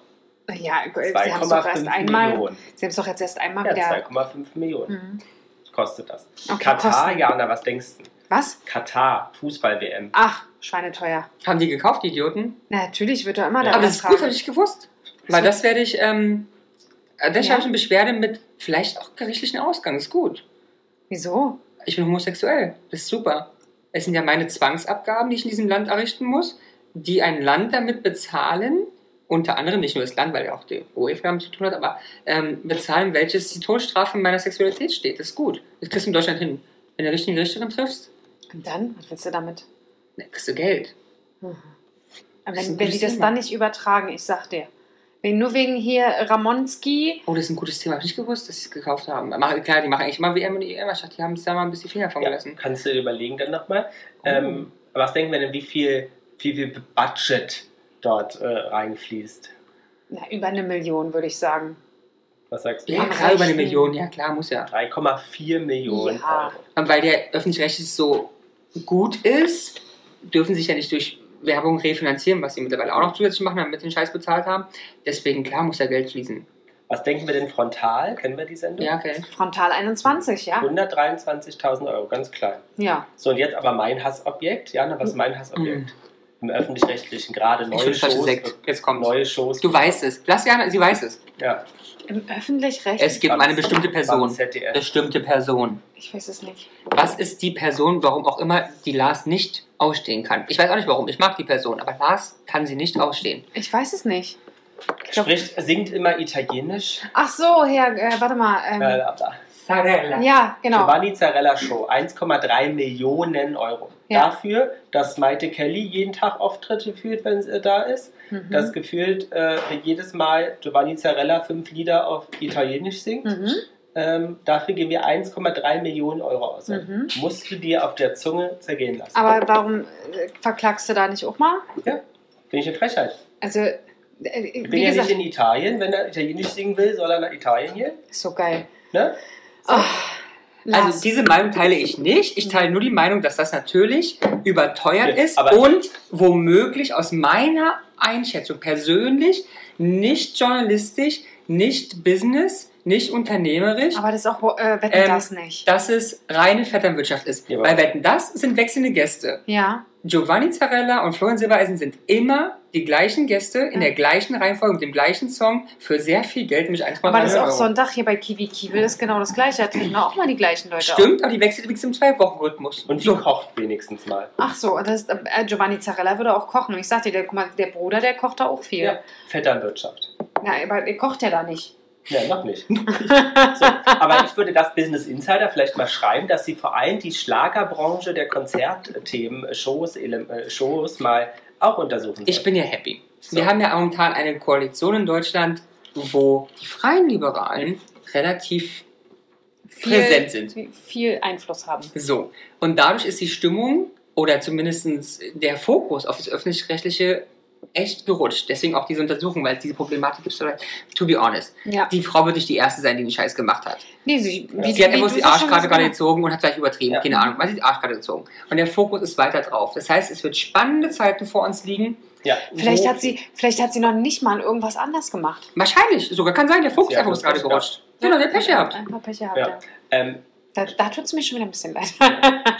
Speaker 3: Ja, äh, sie haben es doch erst
Speaker 1: 2,5
Speaker 3: einmal.
Speaker 1: Millionen.
Speaker 3: Sie haben es doch jetzt erst einmal
Speaker 1: Ja,
Speaker 3: wieder.
Speaker 1: 2,5 Millionen
Speaker 3: Mhm.
Speaker 1: kostet das.
Speaker 3: Okay,
Speaker 1: Katar,
Speaker 3: Kosten.
Speaker 1: Jana, was denkst du?
Speaker 3: Was?
Speaker 1: Katar, Fußball-WM.
Speaker 3: Ach, schweineteuer.
Speaker 2: Haben die gekauft, die Idioten?
Speaker 3: Na, natürlich wird er immer
Speaker 1: Ja.
Speaker 3: daran
Speaker 2: Aber das ist gut,
Speaker 3: fragen.
Speaker 2: habe ich gewusst. Weil das werde ich, ähm, äh, das
Speaker 3: Ja.
Speaker 2: habe ich eine Beschwerde mit vielleicht auch gerichtlichen Ausgang. Ist gut.
Speaker 3: Wieso?
Speaker 2: Ich bin homosexuell. Das ist super. Es sind ja meine Zwangsabgaben, die ich in diesem Land errichten muss, die ein Land damit bezahlen, unter anderem nicht nur das Land, weil ja auch die UEFA damit zu tun hat, aber ähm, bezahlen, welches die Todesstrafe meiner Sexualität steht. Das ist gut. Das kriegst du in Deutschland hin. Wenn du die richtige Richterin triffst,
Speaker 3: Und dann? Was willst du damit?
Speaker 2: dann kriegst du Geld.
Speaker 3: Mhm.
Speaker 2: Das ist
Speaker 3: Wenn,
Speaker 2: ein
Speaker 3: wenn
Speaker 2: gutes
Speaker 3: die das
Speaker 2: Thema.
Speaker 3: dann nicht übertragen, ich sag dir. Wegen, nur wegen hier Ramonski.
Speaker 2: Oh, das ist ein gutes Thema. Hab ich nicht gewusst, dass sie es gekauft haben. Mach- Klar, die machen eigentlich immer WM und EM. Ich dachte, die haben es da mal ein bisschen Finger von
Speaker 1: Ja,
Speaker 2: gelassen. Oh.
Speaker 1: kannst du dir überlegen dann nochmal. Ähm, was denken wir denn, wie viel, wie viel Budget dort äh, reinfließt?
Speaker 3: Na, über eine Million, würde ich sagen.
Speaker 1: Was sagst du?
Speaker 2: Ja,
Speaker 3: Am
Speaker 2: klar, über eine
Speaker 3: reichsten.
Speaker 2: Million. Ja, klar, muss ja.
Speaker 1: 3,4 Millionen
Speaker 3: Ja.
Speaker 1: Euro.
Speaker 2: Und weil der öffentlich-rechtlich so gut ist, dürfen sich ja nicht durch Werbung refinanzieren, was sie mittlerweile auch noch zusätzlich machen, damit sie den Scheiß bezahlt haben. Deswegen, klar, muss da Geld fließen.
Speaker 1: Was denken wir denn frontal? Kennen wir die Sendung?
Speaker 2: Ja, okay.
Speaker 3: Frontal 21, ja?
Speaker 1: 123.000 Euro, ganz klein.
Speaker 3: Ja.
Speaker 1: So, und jetzt aber mein Hassobjekt. Jana, was ist mein Hassobjekt? Im Öffentlich-Rechtlichen, gerade
Speaker 2: Hm. Ich bin
Speaker 1: neue
Speaker 2: schon
Speaker 1: Shows.
Speaker 2: Sekt. Jetzt kommt's.
Speaker 1: Neue Shows.
Speaker 2: Du weißt es. Lass Jana, sie weiß es.
Speaker 1: Ja.
Speaker 3: Im Öffentlich-Recht?
Speaker 2: Es gibt
Speaker 1: Beim-
Speaker 2: eine bestimmte
Speaker 1: beim
Speaker 2: Person.
Speaker 1: ZDF.
Speaker 2: Bestimmte Person.
Speaker 3: Ich weiß es nicht.
Speaker 2: Was ist die Person, warum auch immer die Lars nicht ausstehen kann? Ich weiß auch nicht warum. Ich mag die Person, aber Lars kann sie nicht ausstehen.
Speaker 3: Ich weiß es nicht. glaub-
Speaker 1: Spricht, singt immer Italienisch.
Speaker 3: Ach so, Herr, äh, warte mal. Ähm,
Speaker 1: Äh,
Speaker 2: Sarella.
Speaker 3: ja, genau.
Speaker 1: Giovanni Zarella Show, 1,3 Millionen Euro.
Speaker 3: Ja.
Speaker 1: Dafür, dass Maite Kelly jeden Tag Auftritte führt, wenn sie äh, da ist.
Speaker 3: Mhm.
Speaker 1: Dass gefühlt äh, jedes Mal Giovanni Zarella fünf Lieder auf Italienisch singt.
Speaker 3: Mhm.
Speaker 1: Ähm, dafür geben wir 1,3 Millionen Euro aus.
Speaker 3: Mhm.
Speaker 1: Musst du dir auf der Zunge zergehen lassen.
Speaker 3: Aber warum äh, verklagst du da nicht auch mal?
Speaker 1: Bin ich eine Frechheit.
Speaker 3: Also, äh, wie
Speaker 1: Ich bin ja
Speaker 3: gesagt,
Speaker 1: nicht in Italien. Wenn er Italienisch singen will, soll er nach Italien gehen.
Speaker 3: ist so geil.
Speaker 1: Ne?
Speaker 3: Ach,
Speaker 2: Also
Speaker 3: Lars.
Speaker 2: diese Meinung teile ich nicht. Ich teile nur die Meinung, dass das natürlich überteuert
Speaker 1: Ja,
Speaker 2: ist
Speaker 1: aber-
Speaker 2: und womöglich aus meiner Einschätzung persönlich nicht journalistisch, nicht business, nicht unternehmerisch,
Speaker 3: aber das ist auch äh, wetten
Speaker 2: Ähm,
Speaker 3: das nicht.
Speaker 2: dass es reine Vetternwirtschaft ist.
Speaker 1: Ja, aber-
Speaker 2: Bei Wetten, das sind wechselnde Gäste.
Speaker 3: ja,
Speaker 2: Giovanni Zarella und Florian Silbereisen sind immer die gleichen Gäste in
Speaker 3: Ja.
Speaker 2: der gleichen Reihenfolge mit dem gleichen Song für sehr viel Geld, nämlich 1,3
Speaker 3: aber das ist auch
Speaker 2: Euro.
Speaker 3: Sonntag hier bei Kiwi Kiwi ist genau das gleiche. Da treten auch mal die gleichen Leute auf.
Speaker 2: Stimmt, aber die wechselt übrigens im Zwei-Wochen-Rhythmus.
Speaker 1: Und sie
Speaker 2: so.
Speaker 1: kocht wenigstens mal.
Speaker 3: Ach so, das ist, äh, Giovanni Zarella würde auch kochen. Und ich sagte dir, guck mal, der Bruder, der kocht da auch viel.
Speaker 1: Ja. Vetternwirtschaft.
Speaker 3: Na, aber der kocht ja da nicht.
Speaker 1: Ja, noch nicht. So, aber ich würde das Business Insider vielleicht mal schreiben, dass sie vor allem die Schlagerbranche der Konzertthemen, Shows, Ele- äh, Shows mal auch untersuchen.
Speaker 2: Ich bin ja happy.
Speaker 1: So.
Speaker 2: Wir haben ja momentan eine Koalition in Deutschland, wo die Freien Liberalen relativ
Speaker 3: Viel,
Speaker 2: präsent sind.
Speaker 3: Viel Einfluss haben.
Speaker 2: So. Und dadurch ist die Stimmung oder zumindest der Fokus auf das Öffentlich-Rechtliche echt gerutscht. Deswegen auch diese Untersuchung, weil es diese Problematik gibt. Vielleicht, to be honest,
Speaker 3: Ja.
Speaker 2: die Frau wird nicht die Erste sein, die den Scheiß gemacht hat.
Speaker 3: Nee, sie, wie,
Speaker 2: Sie hat
Speaker 3: wie
Speaker 2: einfach
Speaker 3: du
Speaker 2: die
Speaker 3: so schon
Speaker 2: Arschkarte
Speaker 3: gesagt
Speaker 2: gerade
Speaker 3: hast.
Speaker 2: gezogen und hat gleich übertrieben.
Speaker 1: Ja.
Speaker 2: Keine Ahnung, weil sie die Arschkarte gezogen. Und der Fokus ist weiter drauf. Das heißt, es wird spannende Zeiten vor uns liegen.
Speaker 1: ja.
Speaker 3: Vielleicht
Speaker 2: Wo-
Speaker 3: hat, sie, vielleicht hat sie noch nicht mal irgendwas anders gemacht.
Speaker 2: Wahrscheinlich, sogar kann sein, der Fuchs
Speaker 1: Ja,
Speaker 2: einfach ist gerade
Speaker 1: das
Speaker 2: gerutscht. Genau, der Pech gehabt.
Speaker 3: Einfach Pech gehabt,
Speaker 1: Ja.
Speaker 3: ja.
Speaker 1: ähm,
Speaker 3: Da, da tut es mir schon wieder ein bisschen leid.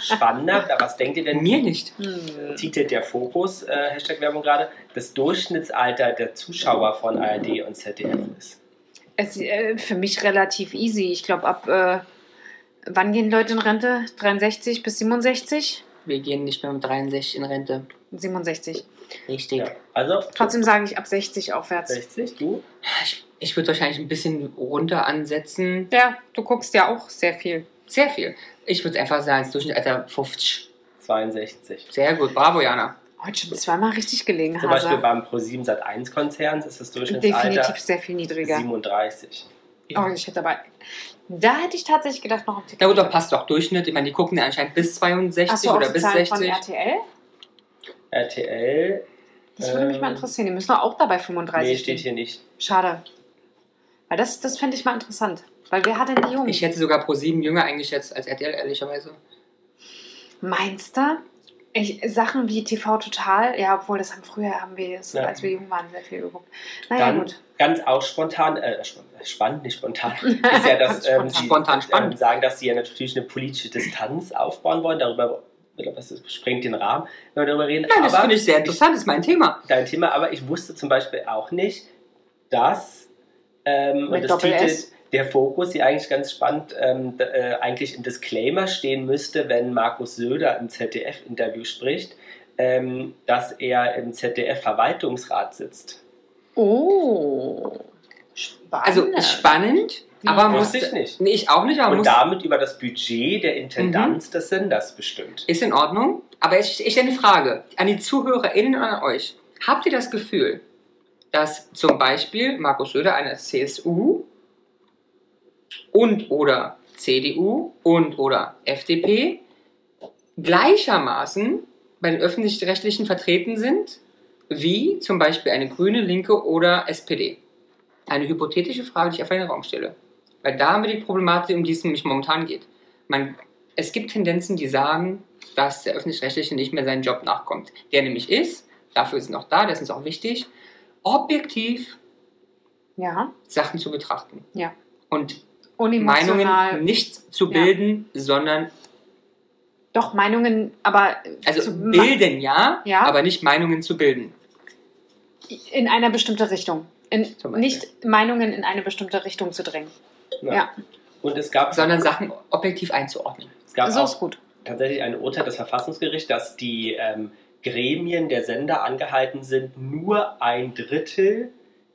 Speaker 1: spannender, aber was denkt ihr denn?
Speaker 2: Mir nicht.
Speaker 3: Hm.
Speaker 1: Titel der Fokus, äh, Hashtag Werbung gerade, das Durchschnittsalter der Zuschauer von ARD und ZDF ist.
Speaker 3: Es, äh, für mich relativ easy. Ich glaube, ab äh, wann gehen Leute in Rente? 63 bis 67?
Speaker 2: Wir gehen nicht mehr mit 63 in Rente.
Speaker 3: 67.
Speaker 2: Richtig.
Speaker 1: Ja. Also
Speaker 3: Trotzdem sage ich ab 60 aufwärts.
Speaker 1: 60, du?
Speaker 2: Ich, ich würde wahrscheinlich ein bisschen runter ansetzen.
Speaker 3: Ja, du guckst ja auch sehr viel.
Speaker 2: Sehr viel. Ich würde einfach sagen, das Durchschnittsalter 50.
Speaker 1: 62.
Speaker 2: Sehr gut. Bravo, Jana.
Speaker 3: Heute schon zweimal richtig gelegen,
Speaker 1: Zum Beispiel
Speaker 3: Hase.
Speaker 1: beim Pro7 Sat 1 Konzern ist das Durchschnittsalter
Speaker 3: Definitiv sehr viel niedriger.
Speaker 1: 37.
Speaker 3: Oh, ich hätte aber. Da hätte ich tatsächlich gedacht, noch ein Tick.
Speaker 2: Na gut, doch passt doch. Durchschnitt, ich meine, die gucken ja anscheinend bis 62
Speaker 3: Achso,
Speaker 2: oder
Speaker 3: auch die
Speaker 2: bis
Speaker 3: Zahlen von
Speaker 2: 60.
Speaker 3: RTL?
Speaker 1: RTL,
Speaker 3: Das würde mich mal
Speaker 1: Ähm,
Speaker 3: interessieren. Die müssen doch auch dabei 35
Speaker 1: nee, steht
Speaker 3: stehen.
Speaker 1: hier nicht.
Speaker 3: Schade. Weil das, das fände ich mal interessant. Weil wer hat denn die Jungen?
Speaker 2: Ich hätte sogar pro 7 jünger eingeschätzt als RTL, ehrlicherweise.
Speaker 3: Meinst du? Ich, Sachen wie TV Total, ja, obwohl das haben früher haben wir, es,
Speaker 1: Ja.
Speaker 3: als wir jung waren, sehr viel geguckt. Naja,
Speaker 1: Dann-
Speaker 3: gut.
Speaker 1: Ganz auch spontan, äh, spon- spannend, nicht spontan, ist ja, dass
Speaker 3: Ganz
Speaker 1: ähm,
Speaker 3: spontan.
Speaker 1: sie
Speaker 2: Spontan
Speaker 1: ähm,
Speaker 2: spannend.
Speaker 1: sagen, dass sie ja natürlich eine politische Distanz aufbauen wollen. Darüber ich glaub, das sprengt den Rahmen, wenn wir darüber reden.
Speaker 2: Nein, das
Speaker 1: Aber-
Speaker 2: finde ich sehr interessant. Das ist mein Thema.
Speaker 1: dein Thema, aber ich wusste zum Beispiel auch nicht, dass ähm,
Speaker 3: Mit
Speaker 1: und das
Speaker 3: Doppel
Speaker 1: Titel,
Speaker 3: S?
Speaker 1: der Fokus, die eigentlich ganz spannend, ähm, d- äh, eigentlich im Disclaimer stehen müsste, wenn Markus Söder im ZDF-Interview spricht, ähm, dass er im ZDF-Verwaltungsrat sitzt.
Speaker 3: Oh. Spannend.
Speaker 2: Also, ist spannend, aber muss...
Speaker 1: Wusste ich nicht.
Speaker 2: Nee, ich auch nicht, aber
Speaker 1: Und
Speaker 2: muss...
Speaker 1: damit über das Budget der
Speaker 3: Mhm.
Speaker 1: Intendanz des Senders bestimmt.
Speaker 2: Ist in Ordnung. Aber ich, ich stelle eine Frage an die ZuhörerInnen und an euch. Habt ihr das Gefühl, dass zum Beispiel Markus Söder einer CSU und oder CDU und oder FDP gleichermaßen bei den öffentlich-rechtlichen vertreten sind wie zum Beispiel eine Grüne, Linke oder SPD? Eine hypothetische Frage, die ich auf den Raum stelle. Weil da haben wir die Problematik, um die es nämlich momentan geht. Man, es gibt Tendenzen, die sagen, dass der Öffentlich-Rechtliche nicht mehr seinen Job nachkommt. Der nämlich ist, dafür ist er noch da, das ist uns auch wichtig, objektiv
Speaker 3: Ja,
Speaker 2: Sachen zu betrachten.
Speaker 3: Ja.
Speaker 2: Und Meinungen
Speaker 3: unemotional.
Speaker 2: nicht zu
Speaker 3: Ja.
Speaker 2: bilden, sondern,
Speaker 3: Doch, Meinungen, aber
Speaker 2: also
Speaker 3: zu ma-
Speaker 2: bilden ja,
Speaker 3: Ja.
Speaker 2: aber nicht Meinungen zu bilden.
Speaker 3: in einer bestimmte Richtung. In,
Speaker 2: Zum Beispiel.
Speaker 3: nicht Meinungen in eine bestimmte Richtung zu drängen. Ja.
Speaker 1: Und es gab,
Speaker 2: sondern Sachen objektiv einzuordnen.
Speaker 1: es gab
Speaker 3: so
Speaker 1: auch
Speaker 3: ist gut.
Speaker 1: tatsächlich ein Urteil des Verfassungsgerichts, dass die ähm, Gremien der Sender angehalten sind, nur ein Drittel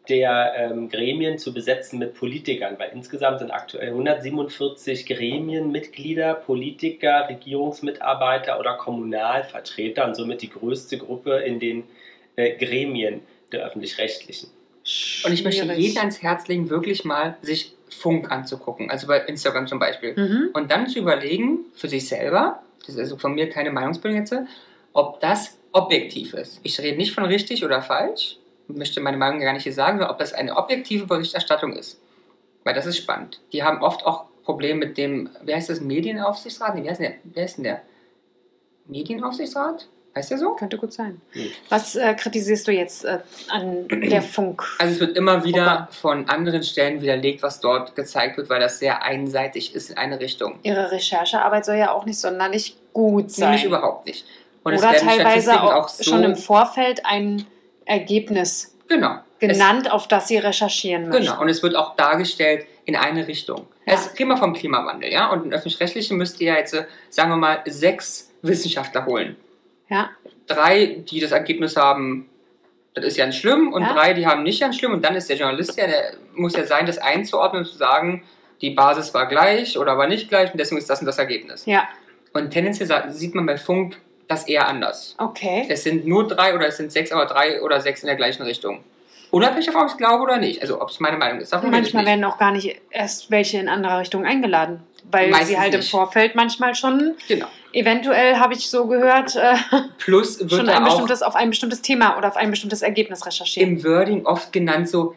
Speaker 1: der ähm, Gremien zu besetzen mit Politikern, weil insgesamt sind aktuell 147 Gremienmitglieder, Politiker, Regierungsmitarbeiter oder Kommunalvertreter und somit die größte Gruppe in den äh, Gremien der öffentlich-rechtlichen.
Speaker 2: Und ich möchte
Speaker 3: Schwierig.
Speaker 2: jeden ans Herz legen, wirklich mal sich Funk anzugucken, also bei Instagram zum Beispiel.
Speaker 3: Mhm.
Speaker 2: Und dann zu überlegen, für sich selber, das ist also von mir keine Meinungsbildung jetzt, ob das objektiv ist. Ich rede nicht von richtig oder falsch, möchte meine Meinung gar nicht hier sagen, sondern ob das eine objektive Berichterstattung ist. Weil das ist spannend. Die haben oft auch Probleme mit dem, wie heißt das, Medienaufsichtsrat? Nee, wie heißt denn der? Wer ist denn der? Medienaufsichtsrat? Heißt der so?
Speaker 3: Könnte gut sein.
Speaker 1: Mhm.
Speaker 3: Was äh, kritisierst du jetzt äh, an der Funk?
Speaker 2: Also es wird immer wieder
Speaker 3: Wobei-
Speaker 2: von anderen Stellen widerlegt, was dort gezeigt wird, weil das sehr einseitig ist in eine Richtung.
Speaker 3: Ihre Recherchearbeit soll ja auch nicht sonderlich gut sein.
Speaker 2: Nämlich überhaupt nicht. Und es
Speaker 3: Oder
Speaker 2: werden
Speaker 3: teilweise
Speaker 2: Statistiken
Speaker 3: auch,
Speaker 2: auch so,
Speaker 3: schon im Vorfeld ein Ergebnis
Speaker 2: genau,
Speaker 3: genannt, auf das sie recherchieren
Speaker 2: Es,
Speaker 3: möchten.
Speaker 2: genau. Und es wird auch dargestellt in eine Richtung.
Speaker 3: Ja.
Speaker 2: Es reden wir vom Klimawandel, ja. Und ein öffentlich-rechtlichen müsst ihr ja jetzt, äh, sagen wir mal, sechs Wissenschaftler holen.
Speaker 3: Ja.
Speaker 2: Drei, die das Ergebnis haben, das ist ja nicht schlimm, und
Speaker 3: Ja.
Speaker 2: drei, die haben nicht ganz schlimm. Und dann ist der Journalist ja, der muss ja sein, das einzuordnen und zu sagen, die Basis war gleich oder war nicht gleich und deswegen ist das und das Ergebnis.
Speaker 3: Ja,
Speaker 2: Und tendenziell sa- sieht man bei Funk das eher anders.
Speaker 3: okay.
Speaker 2: Es sind nur drei oder es sind sechs, aber drei oder sechs in der gleichen Richtung. Unabhängig davon, ob ich glaube oder nicht. Also ob es meine Meinung ist. Davon rede ich
Speaker 3: Manchmal
Speaker 2: nicht.
Speaker 3: werden auch gar nicht erst welche in andere Richtung eingeladen, weil
Speaker 2: Meistens
Speaker 3: sie halt im
Speaker 2: nicht.
Speaker 3: Vorfeld manchmal schon,
Speaker 2: Genau.
Speaker 3: eventuell habe ich so gehört, äh,
Speaker 2: Plus wird
Speaker 3: schon ein
Speaker 2: da auch
Speaker 3: bestimmtes, auf ein bestimmtes Thema oder auf ein bestimmtes Ergebnis recherchieren.
Speaker 2: im Wording oft genannt so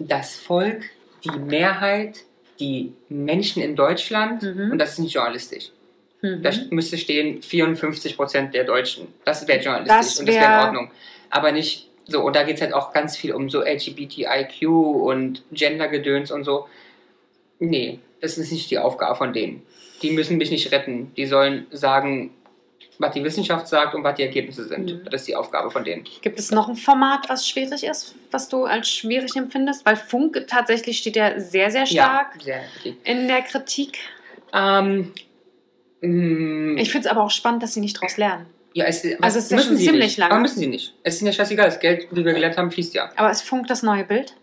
Speaker 2: das Volk, die Mehrheit, die Menschen in Deutschland.
Speaker 3: Mhm.
Speaker 2: Und das ist nicht journalistisch.
Speaker 3: Mhm.
Speaker 2: Da müsste stehen 54 Prozent der Deutschen. Das wäre journalistisch
Speaker 3: Das
Speaker 2: und das wäre
Speaker 3: wär-
Speaker 2: in Ordnung. Aber nicht so. Und da geht es halt auch ganz viel um so LGBTIQ und Gendergedöns und so. Nee, das ist nicht die Aufgabe von denen. Die müssen mich nicht retten. Die sollen sagen, was die Wissenschaft sagt und was die Ergebnisse sind.
Speaker 3: Mhm.
Speaker 2: Das ist die Aufgabe von denen.
Speaker 3: Gibt es noch ein Format, was schwierig ist, was du als schwierig empfindest? Weil Funk tatsächlich steht ja sehr, sehr stark
Speaker 2: Ja, sehr richtig.
Speaker 3: in der Kritik.
Speaker 2: Ähm, mh,
Speaker 3: Ich finde es aber auch spannend, dass sie nicht daraus lernen.
Speaker 2: ja, es,
Speaker 3: Also es ist ja
Speaker 2: müssen
Speaker 3: schon
Speaker 2: sie
Speaker 3: ziemlich
Speaker 2: nicht.
Speaker 3: lange.
Speaker 2: Aber müssen sie nicht. Es ist ihnen ja scheißegal. Das Geld, wie wir gelernt haben, fließt ja.
Speaker 3: Aber ist Funk das neue Bild?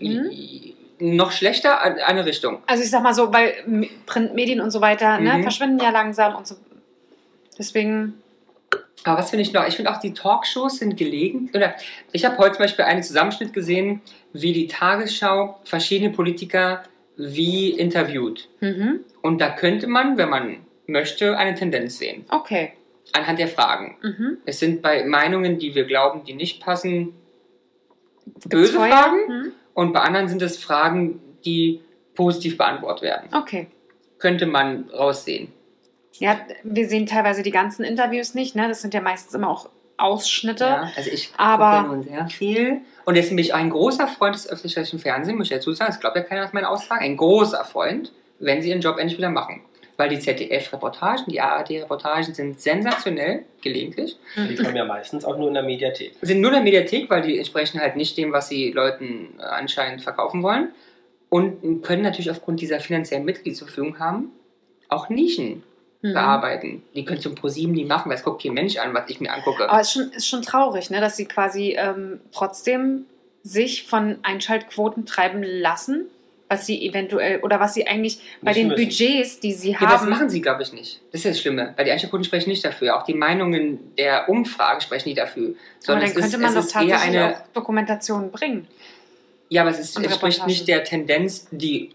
Speaker 3: Mhm.
Speaker 2: I- Noch schlechter, an- eine Richtung.
Speaker 3: Also ich sag mal so, weil M- Printmedien und so weiter ne,
Speaker 2: Mhm.
Speaker 3: verschwinden ja langsam und so. Deswegen,
Speaker 2: Aber was finde ich noch? Ich finde auch, die Talkshows sind gelegen. Oder ich habe heute zum Beispiel einen Zusammenschnitt gesehen, wie die Tagesschau verschiedene Politiker wie interviewt.
Speaker 3: mhm.
Speaker 2: Und da könnte man, wenn man möchte, eine Tendenz sehen.
Speaker 3: okay.
Speaker 2: Anhand der Fragen.
Speaker 3: Mhm.
Speaker 2: Es sind bei Meinungen, die wir glauben, die nicht passen,
Speaker 3: Gibt's
Speaker 2: böse
Speaker 3: Feuer?
Speaker 2: Fragen.
Speaker 3: Mhm.
Speaker 2: Und bei anderen sind es Fragen, die positiv beantwortet werden.
Speaker 3: Okay.
Speaker 2: Könnte man raussehen.
Speaker 3: Ja, wir sehen teilweise die ganzen Interviews nicht, ne? Das sind ja meistens immer auch Ausschnitte.
Speaker 2: Ja, also ich gucke
Speaker 3: Aber-
Speaker 2: ja nun sehr viel. Und deswegen bin ich ein großer Freund des öffentlich-rechtlichen Fernsehens, muss ich dazu sagen. Das glaubt ja keiner, was meine Aussagen. Ein großer Freund, wenn sie ihren Job endlich wieder machen. Weil die ZDF-Reportagen, die ARD-Reportagen sind sensationell, gelegentlich.
Speaker 1: Die kommen ja meistens auch nur in der Mediathek.
Speaker 2: Sind nur in der Mediathek, weil die entsprechen halt nicht dem, was sie Leuten äh, anscheinend verkaufen wollen. Und können natürlich aufgrund dieser finanziellen Mittel, die sie zur Verfügung haben, auch Nischen
Speaker 3: Mhm.
Speaker 2: bearbeiten. Die können zum ProSieben die machen, weil es guckt kein Mensch an, was ich mir angucke.
Speaker 3: Aber es ist schon, ist schon traurig, ne? dass sie quasi ähm, trotzdem sich von Einschaltquoten treiben lassen was sie eventuell oder was sie eigentlich bei
Speaker 1: Nicht
Speaker 3: den
Speaker 1: müssen.
Speaker 3: Budgets, die sie
Speaker 2: Ja, das
Speaker 3: haben.
Speaker 2: machen sie, glaube ich, nicht. Das ist das Schlimme, weil die Einschaltquoten sprechen nicht dafür. Auch die Meinungen der Umfragen sprechen nicht dafür.
Speaker 3: aber
Speaker 2: Sondern
Speaker 3: dann
Speaker 2: es
Speaker 3: könnte
Speaker 2: ist,
Speaker 3: man
Speaker 2: es
Speaker 3: doch
Speaker 2: ist eher
Speaker 3: tatsächlich
Speaker 2: eine
Speaker 3: auch Dokumentationen bringen.
Speaker 2: Ja, aber es, ist,
Speaker 3: Und
Speaker 2: es spricht
Speaker 3: Reportagen.
Speaker 2: nicht der Tendenz, die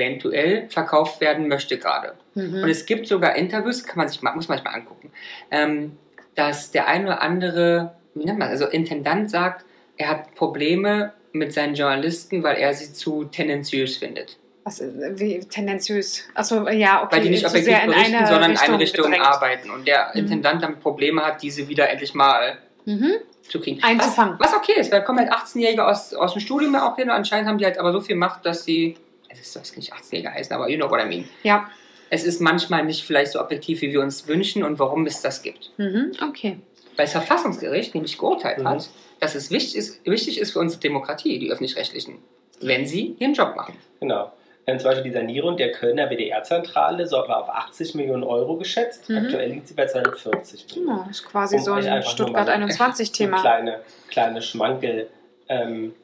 Speaker 2: eventuell verkauft werden möchte gerade.
Speaker 3: Mhm.
Speaker 2: Und es gibt sogar Interviews, kann man sich mal, muss man sich mal angucken, ähm, dass der eine oder andere, wie nennt man, das, also Intendant sagt, er hat Probleme mit seinen Journalisten, weil er sie zu tendenziös findet.
Speaker 3: Was, äh, wie, tendenziös. Achso, ja, okay.
Speaker 2: Weil die nicht
Speaker 3: Äh, zu
Speaker 2: objektiv
Speaker 3: sehr in
Speaker 2: berichten,
Speaker 3: eine
Speaker 2: sondern in eine Richtung
Speaker 3: gedrängt.
Speaker 2: arbeiten. Und der
Speaker 3: Mhm.
Speaker 2: Intendant damit Probleme hat, diese wieder endlich mal
Speaker 3: Mhm.
Speaker 2: zu kriegen.
Speaker 3: Einzufangen.
Speaker 2: Was, was okay ist, weil da kommen halt 18-Jährige aus, aus dem Studium ja auch hin und anscheinend haben die halt aber so viel Macht, dass sie. Es ist, das kann nicht 18-Jährige heißen, aber you know what I mean.
Speaker 3: Ja.
Speaker 2: Es ist manchmal nicht vielleicht so objektiv, wie wir uns wünschen und warum es das gibt.
Speaker 3: Mhm. Okay.
Speaker 2: Weil das Verfassungsgericht nämlich geurteilt
Speaker 1: Mhm.
Speaker 2: hat, dass es wichtig ist, wichtig ist für unsere Demokratie, die Öffentlich-Rechtlichen, wenn sie ihren Job machen.
Speaker 1: Genau. Ähm, zum Beispiel die Sanierung der Kölner WDR-Zentrale so war auf 80 Millionen Euro geschätzt.
Speaker 3: Mhm. Genau,
Speaker 1: Aktuell liegt sie bei 240 Millionen.
Speaker 3: Ja, ist quasi
Speaker 1: Um
Speaker 3: so
Speaker 1: euch einfach
Speaker 3: ein
Speaker 1: nur mal
Speaker 3: Stuttgart
Speaker 1: so- So
Speaker 3: 21-Thema.
Speaker 1: Kleine, kleine Schmankel ähm,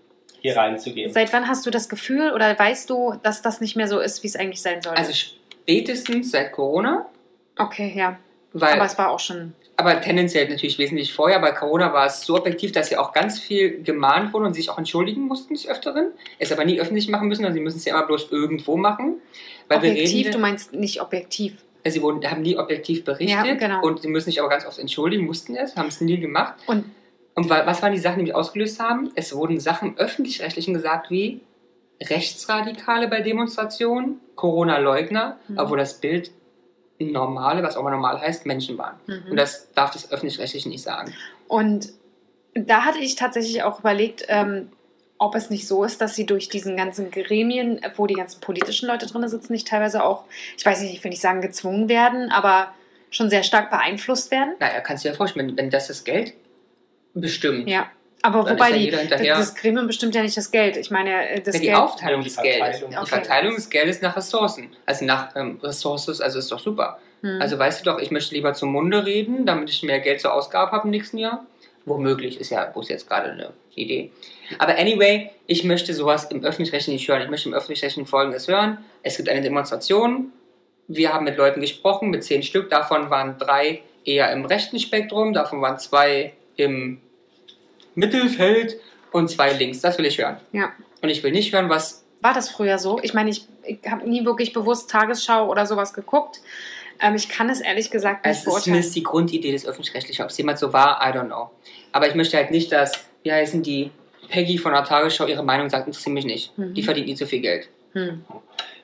Speaker 1: hier reinzugeben.
Speaker 3: Seit wann hast du das Gefühl oder weißt du, dass das nicht mehr so ist, wie es eigentlich sein sollte?
Speaker 2: Also spätestens seit Corona,
Speaker 3: okay, ja.
Speaker 2: weil
Speaker 3: Aber es war auch schon.
Speaker 2: Aber tendenziell natürlich wesentlich vorher. Bei Corona war es so objektiv, dass sie auch ganz viel gemahnt wurden und sich auch entschuldigen mussten des Öfteren. Es aber nie öffentlich machen müssen, also sie müssen es ja immer bloß irgendwo machen. Weil
Speaker 3: objektiv,
Speaker 2: wir
Speaker 3: du
Speaker 2: reden,
Speaker 3: meinst nicht objektiv.
Speaker 2: also sie wurden, haben nie objektiv berichtet
Speaker 3: Ja, genau.
Speaker 2: und sie müssen sich aber ganz oft entschuldigen, mussten es, haben es nie gemacht.
Speaker 3: Und
Speaker 2: Und wa- was waren die Sachen, die mich ausgelöst haben? Es wurden Sachen öffentlich-rechtlichen gesagt wie Rechtsradikale bei Demonstrationen, Corona-Leugner,
Speaker 3: Mhm.
Speaker 2: obwohl das Bild normale, was auch immer normal heißt, Menschen waren.
Speaker 3: Mhm.
Speaker 2: Und das darf das öffentlich-rechtliche nicht sagen.
Speaker 3: Und da hatte ich tatsächlich auch überlegt, ähm, ob es nicht so ist, dass sie durch diesen ganzen Gremien, wo die ganzen politischen Leute drin sitzen, nicht teilweise auch, ich weiß nicht, ich will nicht sagen gezwungen werden, aber schon sehr stark beeinflusst werden.
Speaker 2: Naja, kannst du dir vorstellen, wenn, wenn das das Geld bestimmt,
Speaker 3: Ja. Aber
Speaker 2: dann
Speaker 3: wobei
Speaker 2: ist ja
Speaker 3: die,
Speaker 2: jeder
Speaker 3: das,
Speaker 2: hinterher.
Speaker 3: das Gremium bestimmt ja nicht das Geld. Ich meine, äh, das
Speaker 2: wenn die
Speaker 3: Geld.
Speaker 2: Aufteilung
Speaker 1: Die
Speaker 2: des Geldes,
Speaker 1: Verteilung.
Speaker 2: die
Speaker 3: Okay.
Speaker 2: Verteilung des Geldes nach Ressourcen, also nach ähm, Ressources, also ist doch super.
Speaker 3: Hm.
Speaker 2: Also weißt du doch, ich möchte lieber zum Munde reden, damit ich mehr Geld zur Ausgabe habe im nächsten Jahr. Womöglich ist ja bloß jetzt gerade eine Idee. Aber anyway, ich möchte sowas im Öffentlich-Rechtlichen nicht hören. Ich möchte im Öffentlich-Rechtlichen Folgendes hören. Es gibt eine Demonstration. Wir haben mit Leuten gesprochen, mit zehn Stück. Davon waren drei eher im rechten Spektrum, davon waren zwei im Mittelfeld und zwei links. Das will ich hören.
Speaker 3: Ja.
Speaker 2: Und ich will nicht hören, was
Speaker 3: War das früher so? Ich meine, ich, ich habe nie wirklich bewusst Tagesschau oder sowas geguckt. Ähm, ich kann es ehrlich gesagt nicht
Speaker 2: Also Es ist
Speaker 3: beurteilen.
Speaker 2: zumindest die Grundidee des Öffentlich-Rechtlichen. Ob es jemals so war, I don't know. Aber ich möchte halt nicht, dass, wie heißen die, Peggy von der Tagesschau ihre Meinung sagt, interessiert mich nicht.
Speaker 3: Mhm.
Speaker 2: Die verdient nie zu viel Geld.
Speaker 3: Hm.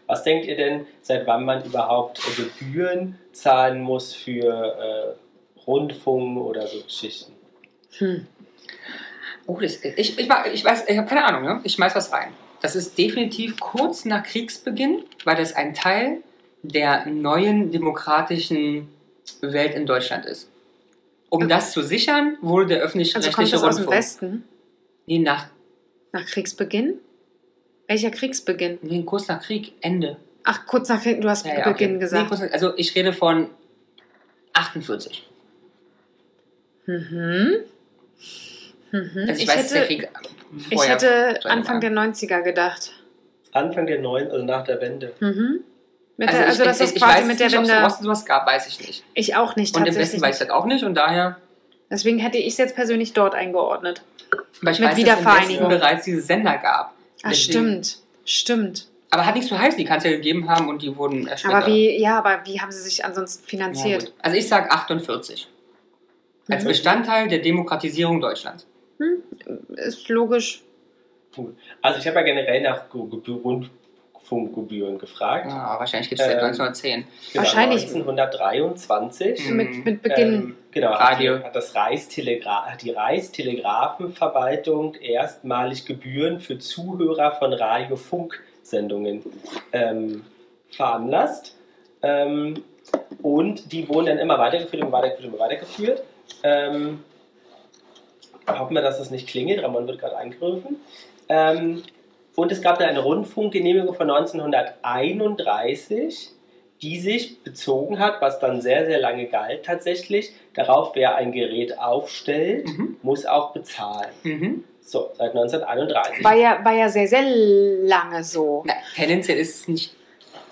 Speaker 1: Was denkt ihr denn, seit wann man überhaupt äh, Gebühren zahlen muss für äh, Rundfunk oder so Geschichten?
Speaker 3: Hm.
Speaker 2: Oh, das, ich, ich, war- ich weiß, ich habe keine Ahnung, ne? ich schmeiß was rein. Das ist definitiv kurz nach Kriegsbeginn, weil das ein Teil der neuen demokratischen Welt in Deutschland ist. Um das zu sichern, wurde der
Speaker 3: Also
Speaker 2: öffentlich-rechtliche
Speaker 3: kommt das aus dem
Speaker 2: Rundfunk.
Speaker 3: Westen
Speaker 2: Nee, nach,
Speaker 3: nach Kriegsbeginn? Welcher Kriegsbeginn?
Speaker 2: nee, kurz nach Krieg, Ende.
Speaker 3: Ach, kurz nach hinten, du hast
Speaker 2: Ja, ja, okay.
Speaker 3: Beginn
Speaker 2: Nee,
Speaker 3: gesagt.
Speaker 2: kurz- also ich rede von 48.
Speaker 3: mhm. Mhm.
Speaker 2: Also ich,
Speaker 3: ich,
Speaker 2: weiß, dass der
Speaker 3: hätte,
Speaker 2: Krieg
Speaker 3: ich
Speaker 2: vorher.
Speaker 3: hätte
Speaker 2: war.
Speaker 3: Anfang der 90er gedacht.
Speaker 1: Anfang der 9, also nach der Wende.
Speaker 3: Mhm. Mit
Speaker 2: also,
Speaker 3: der, also,
Speaker 2: ich,
Speaker 3: dass das
Speaker 2: ich, ich
Speaker 3: quasi
Speaker 2: weiß
Speaker 3: mit der
Speaker 2: nicht, ob es im
Speaker 3: Wende.
Speaker 2: Osten sowas gab, weiß ich nicht.
Speaker 3: Ich auch nicht,
Speaker 2: Und im Westen
Speaker 3: tatsächlich.
Speaker 2: weiß ich das auch nicht und daher,
Speaker 3: Deswegen hätte ich es jetzt persönlich dort eingeordnet.
Speaker 2: weil ich
Speaker 3: Mit
Speaker 2: weiß,
Speaker 3: Wiedervereinigung.
Speaker 2: dass es bereits diese Sender gab.
Speaker 3: Ach,
Speaker 2: Deswegen-
Speaker 3: stimmt. Stimmt.
Speaker 2: Aber hat nichts zu heißen, die kann es ja gegeben haben und die wurden erstellt.
Speaker 3: Aber wie, ja, aber wie haben sie sich ansonsten
Speaker 2: ja,
Speaker 3: finanziert?
Speaker 2: gut. Also ich sage 48. Als
Speaker 3: Mhm. Hm?
Speaker 2: Bestandteil der Demokratisierung Deutschlands.
Speaker 3: Ist logisch.
Speaker 1: Also ich habe ja generell nach Ge- Gebü- Rundfunkgebühren gefragt.
Speaker 2: Ja, Ah, wahrscheinlich gibt es seit
Speaker 1: Ähm,
Speaker 2: 1910.
Speaker 1: Genau,
Speaker 3: Wahrscheinlich.
Speaker 1: 1923.
Speaker 2: Mhm.
Speaker 3: Mit, mit Beginn.
Speaker 1: Ähm, genau,
Speaker 2: Radio.
Speaker 1: Hat, die, hat das Reichstelegra hat die Reichstelegrafenverwaltung erstmalig Gebühren für Zuhörer von Radio-Funk-Sendungen ähm, veranlasst. Ähm, und die wurden dann immer weitergeführt, immer weitergeführt, immer weitergeführt. Ähm, hoffen wir, dass es nicht klingelt. Ramon wird gerade angerufen. Ähm, und es gab dann eine Rundfunkgenehmigung von 1931 die sich bezogen hat, was dann sehr, sehr lange galt tatsächlich, darauf, wer ein Gerät aufstellt,
Speaker 2: Mhm.
Speaker 1: muss auch bezahlen.
Speaker 2: Mhm.
Speaker 1: So, seit 1931.
Speaker 3: War ja, war ja sehr, sehr lange so.
Speaker 2: Na, tendenziell ist es nicht.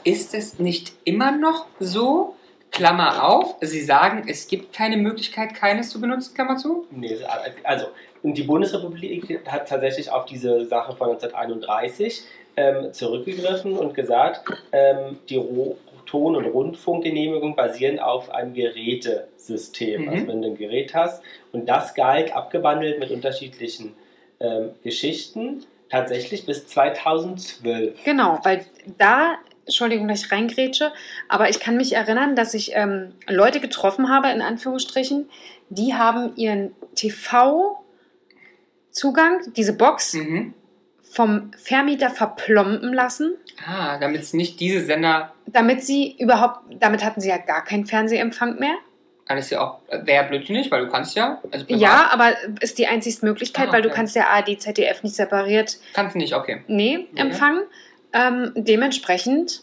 Speaker 2: Ist es nicht immer noch so? Klammer auf. Sie sagen, es gibt keine Möglichkeit, keines zu benutzen. Klammer zu.
Speaker 1: Nee, also und die Bundesrepublik hat tatsächlich auf diese Sache von 1931 ähm, zurückgegriffen und gesagt, ähm, die Ro Ton- und Rundfunkgenehmigung basieren auf einem Gerätesystem.
Speaker 2: Mhm.
Speaker 1: Also wenn du ein Gerät hast und das galt abgewandelt mit unterschiedlichen ähm, Geschichten tatsächlich bis 2012.
Speaker 3: Genau, weil da, Entschuldigung, dass ich reingrätsche, aber ich kann mich erinnern, dass ich ähm, Leute getroffen habe, in Anführungsstrichen, die haben ihren TV-Zugang, diese Box,
Speaker 2: Mhm.
Speaker 3: vom Vermieter verplompen lassen,
Speaker 2: Ah, damit es nicht diese Sender.
Speaker 3: damit sie überhaupt, damit hatten sie ja gar keinen Fernsehempfang mehr.
Speaker 2: Alles ah, ja auch. Wäre ja blödsinnig, weil du kannst ja. Also privat
Speaker 3: Ja, aber ist die einzigste Möglichkeit,
Speaker 2: Ah,
Speaker 3: weil du
Speaker 2: okay.
Speaker 3: kannst ja ARD, ZDF nicht separiert
Speaker 2: Kannst du nicht, okay.
Speaker 3: nee,
Speaker 2: Ja.
Speaker 3: empfangen. Ähm, dementsprechend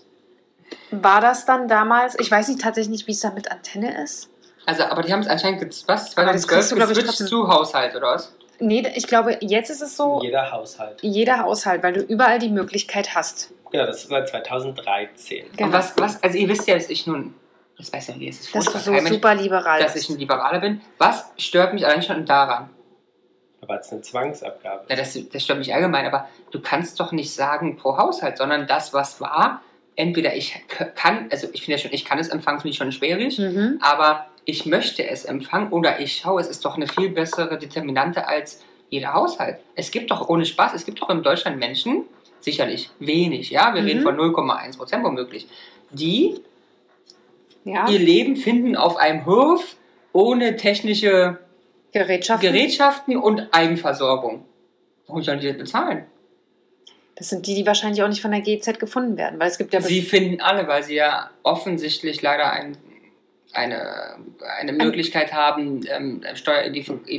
Speaker 3: war das dann damals, ich weiß nicht tatsächlich nicht, wie es da mit Antenne ist.
Speaker 2: Also, aber die haben es anscheinend gez- was,
Speaker 3: Aber das
Speaker 2: 2012
Speaker 3: kriegst du, glaub ich,
Speaker 2: geswitcht
Speaker 3: trotzdem.
Speaker 2: zu Haushalt, oder was?
Speaker 3: Nee, ich glaube, jetzt ist es so,
Speaker 1: Jeder Haushalt.
Speaker 3: jeder Haushalt, weil du überall die Möglichkeit hast.
Speaker 1: Genau, das ist seit 2013.
Speaker 3: Genau.
Speaker 2: Und was, was, also ihr wisst ja, dass ich nun, das weiß ja, wie es ist,
Speaker 3: dass du
Speaker 2: furchtbar,
Speaker 3: so
Speaker 2: kein Mensch,
Speaker 3: super liberal
Speaker 2: dass ich
Speaker 3: bist.
Speaker 2: ein Liberaler bin. Was stört mich allein schon daran?
Speaker 1: Aber es ist eine Zwangsabgabe.
Speaker 2: Na, das, das stört mich allgemein, aber du kannst doch nicht sagen pro Haushalt, sondern das, was war, entweder ich k- kann, also ich finde ja schon, ich kann es empfangen, finde ich schon schwierig,
Speaker 3: Mhm.
Speaker 2: aber ich möchte es empfangen oder ich schaue, es ist doch eine viel bessere Determinante als jeder Haushalt. Es gibt doch ohne Spaß, es gibt doch in Deutschland Menschen, sicherlich wenig, ja, wir
Speaker 3: Mhm.
Speaker 2: reden von 0,1 Prozent womöglich, die
Speaker 3: Ja,
Speaker 2: ihr Leben finden auf einem Hof ohne technische
Speaker 3: Gerätschaften.
Speaker 2: Gerätschaften und Eigenversorgung. Warum sollen die das bezahlen?
Speaker 3: Das sind die, die wahrscheinlich auch nicht von der GEZ gefunden werden, weil es gibt ja
Speaker 2: sie finden alle, weil sie ja offensichtlich leider ein, eine, eine Möglichkeit haben, ähm,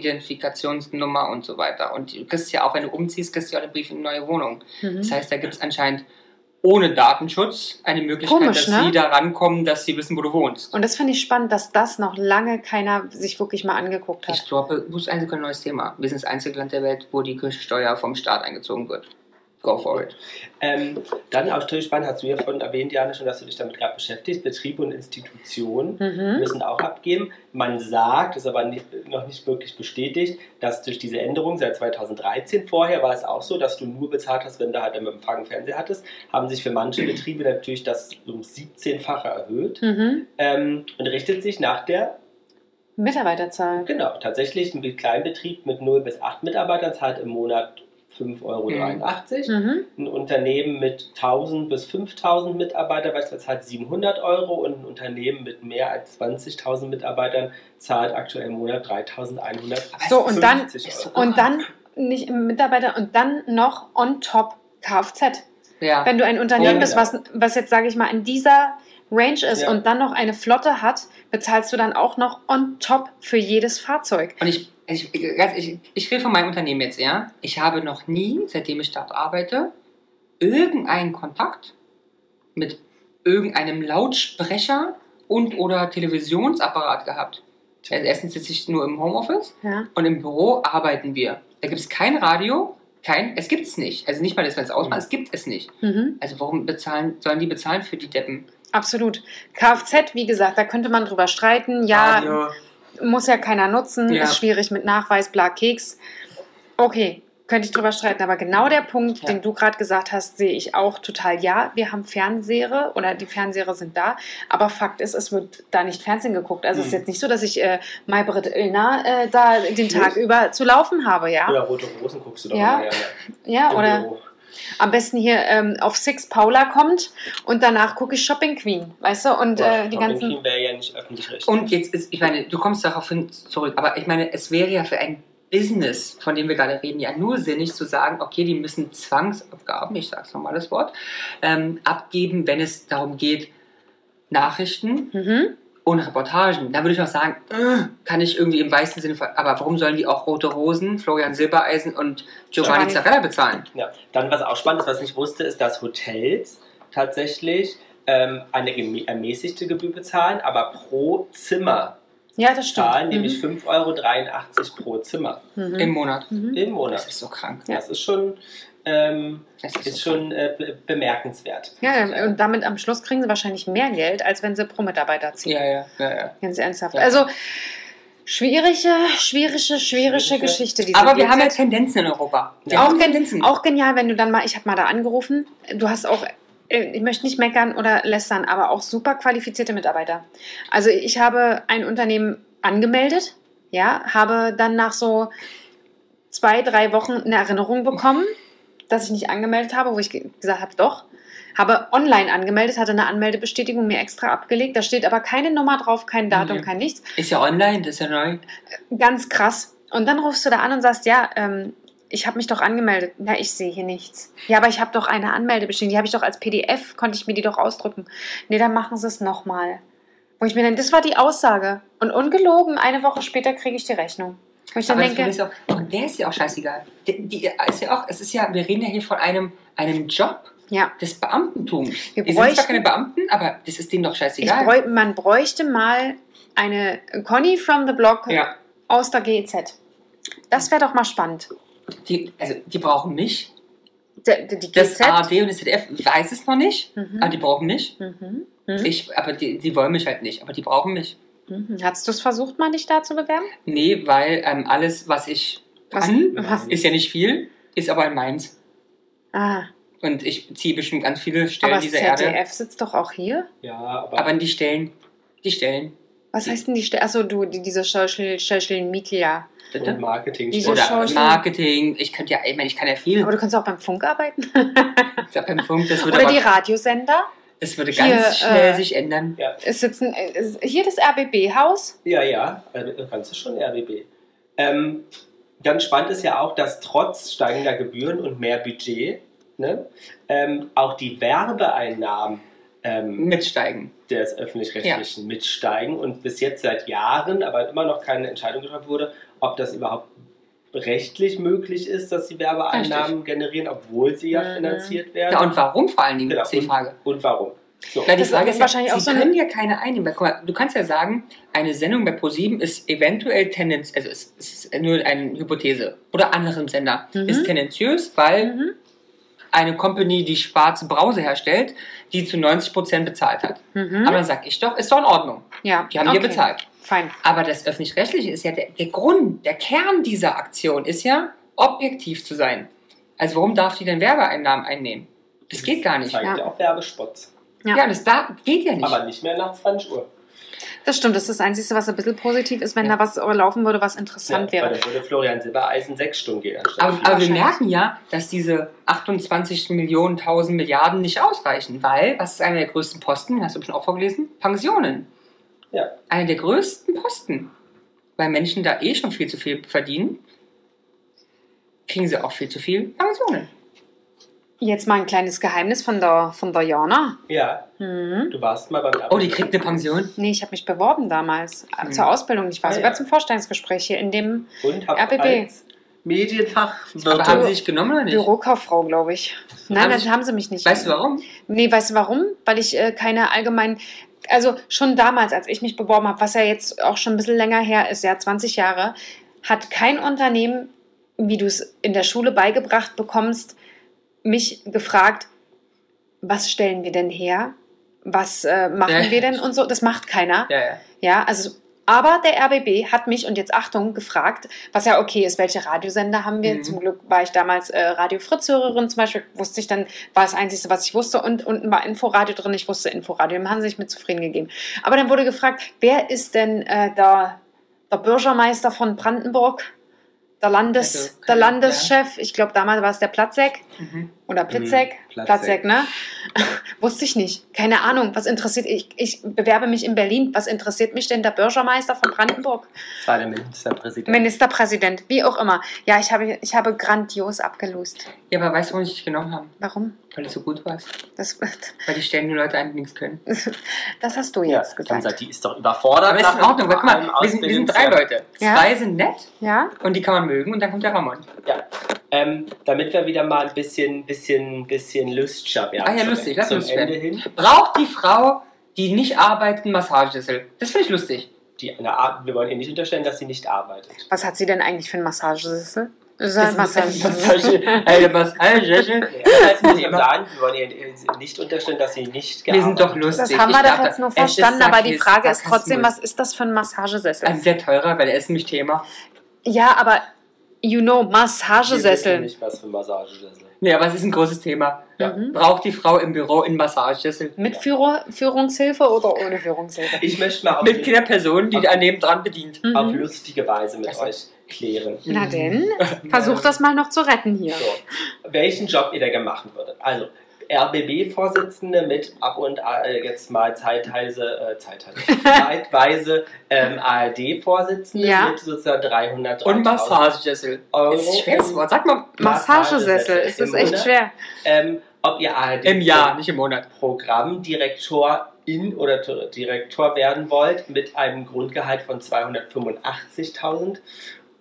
Speaker 2: Steueridentifikationsnummer und so weiter. Und du kriegst ja auch, wenn du umziehst, kriegst du ja auch einen Brief in eine neue Wohnung.
Speaker 3: Mhm.
Speaker 2: Das heißt, da gibt es anscheinend ohne Datenschutz eine Möglichkeit,
Speaker 3: Komisch,
Speaker 2: dass
Speaker 3: ne?
Speaker 2: sie da rankommen, dass sie wissen, wo du wohnst.
Speaker 3: Und das fand ich spannend, dass das noch lange keiner sich wirklich mal angeguckt
Speaker 2: Ich
Speaker 3: hat.
Speaker 2: droppe, du bist ein sogar neues Thema. Wir sind das einzige Land der Welt, wo die Kirchensteuer vom Staat eingezogen wird. Go for it.
Speaker 1: Ähm, dann auch natürlich spannend, hast du ja vorhin erwähnt, Jana, schon, dass du dich damit gerade beschäftigst. Betriebe und Institutionen
Speaker 3: Mhm.
Speaker 1: müssen auch abgeben. Man sagt, ist aber nicht, noch nicht wirklich bestätigt, dass durch diese Änderung seit 2013, vorher war es auch so, dass du nur bezahlt hast, wenn du halt im Empfang Fernseher hattest, haben sich für manche Betriebe natürlich das um 17-fache erhöht
Speaker 3: Mhm.
Speaker 1: ähm, und richtet sich nach der
Speaker 3: Mitarbeiterzahl.
Speaker 1: Genau, tatsächlich ein Kleinbetrieb mit 0 bis 8 Mitarbeitern zahlt im Monat 5,83 Euro.
Speaker 3: Mhm.
Speaker 1: Ein Unternehmen mit 1000 bis 5000 Mitarbeitern beispielsweise zahlt 700 Euro und ein Unternehmen mit mehr als 20.000 Mitarbeitern zahlt aktuell im Monat 3100
Speaker 3: So, und dann,
Speaker 1: 50
Speaker 2: ist so-
Speaker 1: Euro.
Speaker 3: und dann nicht im Mitarbeiter und dann noch on top Kfz.
Speaker 2: Ja.
Speaker 3: Wenn du ein Unternehmen
Speaker 1: Oh,
Speaker 3: bist,
Speaker 1: ja.
Speaker 3: was, was jetzt, sage ich mal, in dieser Range ist
Speaker 1: Ja.
Speaker 3: und dann noch eine Flotte hat, bezahlst du dann auch noch on top für jedes Fahrzeug.
Speaker 2: Und ich, ich, ganz- ich, ich rede von meinem Unternehmen jetzt, ja. Ich habe noch nie, seitdem ich dort arbeite, irgendeinen Kontakt mit irgendeinem Lautsprecher und oder Televisionsapparat gehabt. Also Erstens sitze ich nur im Homeoffice
Speaker 3: Ja.
Speaker 2: und im Büro arbeiten wir. Da gibt es kein Radio, kein, es gibt es nicht. Also nicht mal, dass man es ausmacht, es gibt es nicht.
Speaker 3: Mhm.
Speaker 2: Also warum bezahlen, sollen die bezahlen für die Deppen?
Speaker 3: Absolut. Kfz, wie gesagt, da könnte man drüber streiten. Ja,
Speaker 2: Radio.
Speaker 3: muss ja keiner nutzen,
Speaker 2: Ja.
Speaker 3: ist schwierig mit Nachweis, bla, Keks. Okay, könnte ich drüber streiten, aber genau der Punkt,
Speaker 2: Ja.
Speaker 3: den du gerade gesagt hast, sehe ich auch total. Ja, wir haben Fernseher oder die Fernseher sind da, aber Fakt ist, es wird da nicht Fernsehen geguckt. Also es ist
Speaker 1: Mhm.
Speaker 3: jetzt nicht so, dass ich äh, Maybrit Illner äh, da den Tag über zu laufen habe, ja?
Speaker 1: Oder rote Rosen guckst du doch
Speaker 3: Ja.
Speaker 1: mal gerne.
Speaker 3: Ja,
Speaker 1: im
Speaker 3: oder
Speaker 1: Büro.
Speaker 3: am besten hier ähm, auf Six Paula kommt und danach gucke ich Shopping Queen, weißt du? Und
Speaker 1: Oder
Speaker 3: äh, die
Speaker 1: Shopping
Speaker 3: ganzen...
Speaker 1: Queen wäre ja nicht öffentlich rechtlich.
Speaker 2: Und jetzt ist, ich meine, du kommst darauf hin zurück, aber ich meine, es wäre ja für ein Business, von dem wir gerade reden, ja nur sinnig zu sagen, okay, die müssen Zwangsabgaben, ich sag's nochmal das Wort, ähm, abgeben, wenn es darum geht, Nachrichten
Speaker 3: Mhm.
Speaker 2: und Reportagen. Da würde ich auch sagen, äh, kann ich irgendwie im weißen Sinne, ver- aber warum sollen die auch Rote Rosen, Florian Silbereisen und Giovanni
Speaker 3: Giovanni.
Speaker 2: Zarella bezahlen?
Speaker 1: Ja, dann was auch spannend ist, was ich nicht wusste, ist, dass Hotels tatsächlich ähm, eine gem- ermäßigte Gebühr bezahlen, aber pro Zimmer
Speaker 3: Ja, das stimmt.
Speaker 1: zahlen,
Speaker 3: Mhm.
Speaker 1: nämlich 5,83 Euro pro Zimmer
Speaker 3: Mhm.
Speaker 2: Im Monat.
Speaker 3: Mhm.
Speaker 1: im
Speaker 2: Das
Speaker 1: Monat.
Speaker 2: ist so krank.
Speaker 3: Ja.
Speaker 1: Das ist schon, ähm,
Speaker 2: Das
Speaker 1: ist
Speaker 2: so
Speaker 1: schon äh, be- bemerkenswert.
Speaker 3: Ja, und damit am Schluss kriegen sie wahrscheinlich mehr Geld, als wenn sie pro Mitarbeiter
Speaker 2: krank.
Speaker 3: ziehen.
Speaker 2: Ja, ja, ja, ja.
Speaker 3: Ganz ernsthaft.
Speaker 2: Ja.
Speaker 3: Also, schwierige, schwierige, schwierige
Speaker 1: Schwierige.
Speaker 3: Geschichte. Diese
Speaker 2: Aber wir
Speaker 3: GZ.
Speaker 2: haben ja Tendenzen in Europa. Wir
Speaker 1: Ja.
Speaker 2: haben
Speaker 3: Auch-
Speaker 2: Tendenzen.
Speaker 3: Auch genial, wenn du dann mal, ich habe mal da angerufen, du hast auch, äh, ich möchte nicht meckern oder lästern, aber auch super qualifizierte Mitarbeiter. Also ich habe ein Unternehmen angemeldet, ja, habe dann nach so zwei, drei Wochen eine Erinnerung bekommen, dass ich nicht angemeldet habe, wo ich ge- gesagt habe, doch. Habe online angemeldet, hatte eine Anmeldebestätigung mir extra abgelegt. Da steht aber keine Nummer drauf, kein Datum,
Speaker 2: Nee.
Speaker 3: kein nichts
Speaker 2: Ist ja online, das ist ja neu.
Speaker 3: ganz krass. Und dann rufst du da an und sagst, ja, ähm, ich habe mich doch angemeldet. Na, ich sehe hier nichts. Ja, aber ich habe doch eine Anmeldebestätigung. Die habe ich doch als PDF, konnte ich mir die doch ausdrucken. Nee, dann machen sie es nochmal. Wo ich mir dann, das war die Aussage. Und ungelogen, eine Woche später kriege ich die Rechnung. Wo ich dann
Speaker 2: Aber das
Speaker 3: denke,
Speaker 2: Problem ist auch, und der ist ja auch scheißegal. Die, die ist ja auch, es ist ja, wir reden ja hier von einem, einem Job
Speaker 3: ja,
Speaker 2: des Beamtentums.
Speaker 3: Wir
Speaker 2: die sind zwar
Speaker 3: bräuchten-
Speaker 2: keine Beamten, aber das ist denen doch
Speaker 3: ich
Speaker 2: scheißegal.
Speaker 3: bräu man bräuchte mal eine Conny from the Block
Speaker 2: ja,
Speaker 3: aus der GEZ. Das wäre doch mal spannend.
Speaker 2: die, also die brauchen mich.
Speaker 3: Die, die, die
Speaker 2: Das
Speaker 3: GEZ.
Speaker 2: ARD und das ZDF weiß es noch nicht,
Speaker 3: Mhm.
Speaker 2: aber die brauchen mich.
Speaker 3: Mhm. Mhm.
Speaker 2: Ich, aber die, die wollen mich halt nicht, aber die brauchen mich.
Speaker 3: Mhm. Hast du es versucht, mal dich da zu bewerben?
Speaker 2: Nee, weil ähm, alles, was ich
Speaker 3: Was-
Speaker 2: kann,
Speaker 3: was-
Speaker 2: ist ja nicht viel, ist aber in Mainz.
Speaker 3: Ah.
Speaker 2: Und ich ziehe bestimmt ganz viele Stellen
Speaker 3: Aber das
Speaker 2: dieser
Speaker 3: ZDF
Speaker 2: Erde.
Speaker 3: sitzt doch auch hier.
Speaker 1: Ja, aber,
Speaker 2: Aber die Stellen, die Stellen.
Speaker 3: Was heißt denn die Stelle? Achso, du, die, diese Social, Social Media.
Speaker 1: und um Marketing
Speaker 3: Diese
Speaker 1: schon.
Speaker 3: Show-
Speaker 2: Oder
Speaker 3: Social-
Speaker 2: Marketing, ich könnte ja, ich meine, ich kann ja viel.
Speaker 3: Aber du kannst auch beim Funk arbeiten.
Speaker 2: Ich glaub, beim Funk, das würde,
Speaker 3: Oder die
Speaker 2: aber,
Speaker 3: Radiosender.
Speaker 2: das würde
Speaker 3: hier,
Speaker 2: ganz schnell
Speaker 3: äh,
Speaker 2: sich ändern.
Speaker 3: Es sitzen äh, es- hier das RBB-Haus.
Speaker 1: Ja, ja, also das kannst du schon RBB. Ähm, ganz spannend ist ja auch, dass trotz steigender Gebühren und mehr Budget ne, ähm, auch die Werbeeinnahmen ähm,
Speaker 2: Mitsteigen.
Speaker 1: des Öffentlich-Rechtlichen mitsteigen und bis jetzt seit Jahren, aber immer noch keine Entscheidung getroffen wurde, ob das überhaupt rechtlich möglich ist, dass die Werbeeinnahmen generieren, obwohl sie ja
Speaker 3: Mhm.
Speaker 1: finanziert
Speaker 2: Ja,
Speaker 1: werden.
Speaker 2: und warum vor allen Dingen,
Speaker 1: Genau.
Speaker 2: ist die Frage.
Speaker 1: und warum? So.
Speaker 2: Na, die
Speaker 3: Das
Speaker 2: Frage
Speaker 3: ist
Speaker 2: ist ja,
Speaker 3: wahrscheinlich
Speaker 2: sie
Speaker 3: auch so eine-
Speaker 2: können ja keine einnehmen. Guck mal, du kannst ja sagen, eine Sendung bei ProSieben ist eventuell tendenz, also es es ist nur eine Hypothese oder anderen Sender,
Speaker 3: Mhm.
Speaker 2: ist tendenziös, weil
Speaker 3: Mhm.
Speaker 2: eine Company, die schwarze Brause herstellt, die zu 90% bezahlt hat.
Speaker 3: Mhm.
Speaker 2: Aber dann sag ich doch, ist doch in Ordnung.
Speaker 3: ja.
Speaker 2: Die haben hier bezahlt.
Speaker 3: Fein.
Speaker 2: Aber das Öffentlich-Rechtliche ist ja der, der Grund, der Kern dieser Aktion ist ja, objektiv zu sein. Also warum darf die denn Werbeeinnahmen einnehmen? Das geht gar nicht.
Speaker 1: Zeigt
Speaker 3: ja.
Speaker 1: ja auch Werbespots.
Speaker 3: Ja.
Speaker 2: Ja, das da geht ja nicht.
Speaker 1: Aber nicht mehr nach 20 Uhr.
Speaker 3: Das stimmt. Das ist das Einzige, was ein bisschen positiv ist, wenn
Speaker 2: Ja.
Speaker 3: da was laufen würde, was interessant
Speaker 1: Ja, weil
Speaker 3: wäre.
Speaker 1: dann würde Florian Silbereisen sechs Stunden gehen. anstatt
Speaker 2: Aber,
Speaker 1: vier.
Speaker 2: aber wir
Speaker 3: Wahrscheinlich.
Speaker 2: merken ja, dass diese 28 Millionen, 1000 Milliarden nicht ausreichen, weil, was ist einer der größten Posten? Hast du bestimmt auch vorgelesen? Pensionen.
Speaker 1: Ja.
Speaker 2: Einer der größten Posten. Weil Menschen da eh schon viel zu viel verdienen, kriegen sie auch viel zu viel Pensionen.
Speaker 3: Jetzt mal ein kleines Geheimnis von der, von der Jana.
Speaker 1: Ja,
Speaker 3: Mhm.
Speaker 1: du warst mal beim
Speaker 2: Oh, die kriegt eine Pension.
Speaker 3: Nee, ich habe mich beworben damals. äh,
Speaker 2: Mhm.
Speaker 3: Zur Ausbildung. Ich war
Speaker 1: Ah,
Speaker 3: sogar
Speaker 1: ja.
Speaker 3: zum Vorstellungsgespräch hier in dem
Speaker 1: und hab als
Speaker 3: RBB.
Speaker 2: Aber haben sie
Speaker 1: Medienfachwirtin.
Speaker 2: sich genommen oder nicht?
Speaker 3: Bürokauffrau, glaube ich. Nein,
Speaker 2: Haben
Speaker 3: das
Speaker 2: Sie-
Speaker 3: haben sie mich nicht.
Speaker 2: Weißt du warum?
Speaker 3: Nee, weißt du warum? Weil ich äh, keine allgemeinen, also schon damals, als ich mich beworben habe, was ja jetzt auch schon ein bisschen länger her ist, ja 20 Jahre, hat kein Unternehmen, wie du es in der Schule beigebracht bekommst, mich gefragt, was stellen wir denn her? Was äh, machen
Speaker 2: Ja.
Speaker 3: wir denn und so? Das macht keiner.
Speaker 2: Ja, ja.
Speaker 3: Ja, also, aber der RBB hat mich, und jetzt Achtung, gefragt, was ja okay ist, welche Radiosender haben wir?
Speaker 2: Mhm.
Speaker 3: Zum Glück war ich damals äh, Radio Fritz-Hörerin zum Beispiel, wusste ich dann, war das Einzige, was ich wusste, und unten war Inforadio drin, ich wusste Inforadio, dem haben sie sich mit zufrieden gegeben. Aber dann wurde gefragt, wer ist denn äh, der, der Bürgermeister von Brandenburg? Der, Landes,
Speaker 2: Also,
Speaker 3: der
Speaker 2: keine-
Speaker 3: Landeschef, ich glaube, damals war es der Platzek
Speaker 2: Mhm.
Speaker 3: oder Plitzek.
Speaker 1: Mhm,
Speaker 3: Platzek,
Speaker 1: Platzek.
Speaker 3: ne? Wusste ich nicht. Keine Ahnung. Was interessiert ich? Ich bewerbe mich in Berlin. Was interessiert mich denn der Bürgermeister von Brandenburg?
Speaker 1: Das war der Ministerpräsident.
Speaker 3: Ministerpräsident, wie auch immer. Ja, ich habe, ich habe grandios abgelost.
Speaker 2: Ja, aber weißt du, warum sie dich genommen haben?
Speaker 3: Warum?
Speaker 2: Weil du so gut warst.
Speaker 3: Das,
Speaker 2: Weil die stellen nur Leute ein, die nichts können.
Speaker 3: das hast du
Speaker 1: ja,
Speaker 3: jetzt
Speaker 1: dann sagt,
Speaker 3: gesagt.
Speaker 1: die ist doch überfordert.
Speaker 2: Aber ist in
Speaker 1: nach
Speaker 2: Ordnung, weil guck mal,
Speaker 1: einem
Speaker 2: wir sind, wir sind drei
Speaker 1: Ausbildungsjahr.
Speaker 2: Leute.
Speaker 3: Ja.
Speaker 2: Zwei sind nett
Speaker 3: Ja?
Speaker 2: und die kann man mögen und dann kommt der Ramon.
Speaker 1: Ja. ähm, damit wir wieder mal ein bisschen, bisschen, bisschen lüstschab werden.
Speaker 2: Ah ja,
Speaker 1: zum-
Speaker 2: lustig, lass
Speaker 1: zum
Speaker 2: lustig
Speaker 1: Ende hin.
Speaker 2: Braucht die Frau, die nicht arbeitet, einen Massagesessel? Das finde ich lustig.
Speaker 1: Die, eine Art, wir wollen ihr nicht unterstellen, dass sie nicht arbeitet.
Speaker 3: Was hat sie denn eigentlich für einen Massagesessel? Das ist
Speaker 2: Das
Speaker 3: halt
Speaker 2: ist ein
Speaker 3: Massagesessel.
Speaker 2: Massage. Eine Massagesessel.
Speaker 1: Nee, das muss ich sagen, wir wollen ihr nicht unterstellen, dass sie nicht
Speaker 2: Wir sind
Speaker 1: gearbeitet
Speaker 2: doch lustig.
Speaker 3: Das haben wir
Speaker 2: Ich
Speaker 3: doch
Speaker 2: dachte,
Speaker 3: jetzt nur
Speaker 2: es ist
Speaker 3: verstanden, aber die
Speaker 2: Sarkis-
Speaker 3: Frage ist trotzdem,
Speaker 2: Sarkasmus.
Speaker 3: was ist das für ein Massagesessel?
Speaker 2: Ein sehr teurer, weil er ist nämlich Thema.
Speaker 3: ja, aber you know,
Speaker 1: Wir wissen
Speaker 3: Massagesessel.
Speaker 1: nicht, was für Massagesessel.
Speaker 2: Nee, aber es ist ein großes Thema.
Speaker 1: Ja.
Speaker 3: Mhm.
Speaker 2: Braucht die Frau im Büro einen Massagesessel?
Speaker 3: Mit Führer, Führungshilfe oder ohne Führungshilfe?
Speaker 1: Ich möchte mal auf,
Speaker 2: Mit keiner Person, die daneben dran bedient.
Speaker 1: auf
Speaker 3: Mhm.
Speaker 1: lustige Weise mit
Speaker 2: Also-
Speaker 1: euch klären.
Speaker 3: Na denn, versuch das mal noch zu retten hier.
Speaker 1: So, welchen Job ihr da gemacht würdet? Also, RBB-Vorsitzende mit ab und äh, jetzt mal zeitweise, äh, zeitweise, zeitweise ähm, ARD-Vorsitzende
Speaker 3: Ja.
Speaker 1: mit sozusagen 300
Speaker 2: Und Massagesessel.
Speaker 1: Euro.
Speaker 2: Ist ein schweres Wort. Sag mal
Speaker 3: Massagesessel, es ist
Speaker 1: im
Speaker 3: echt
Speaker 1: Monat.
Speaker 3: schwer.
Speaker 1: Ähm, ob ihr ARD
Speaker 2: im Jahr, nicht im Monat.
Speaker 1: Programmdirektor in oder T- Direktor werden wollt mit einem Grundgehalt von 285.000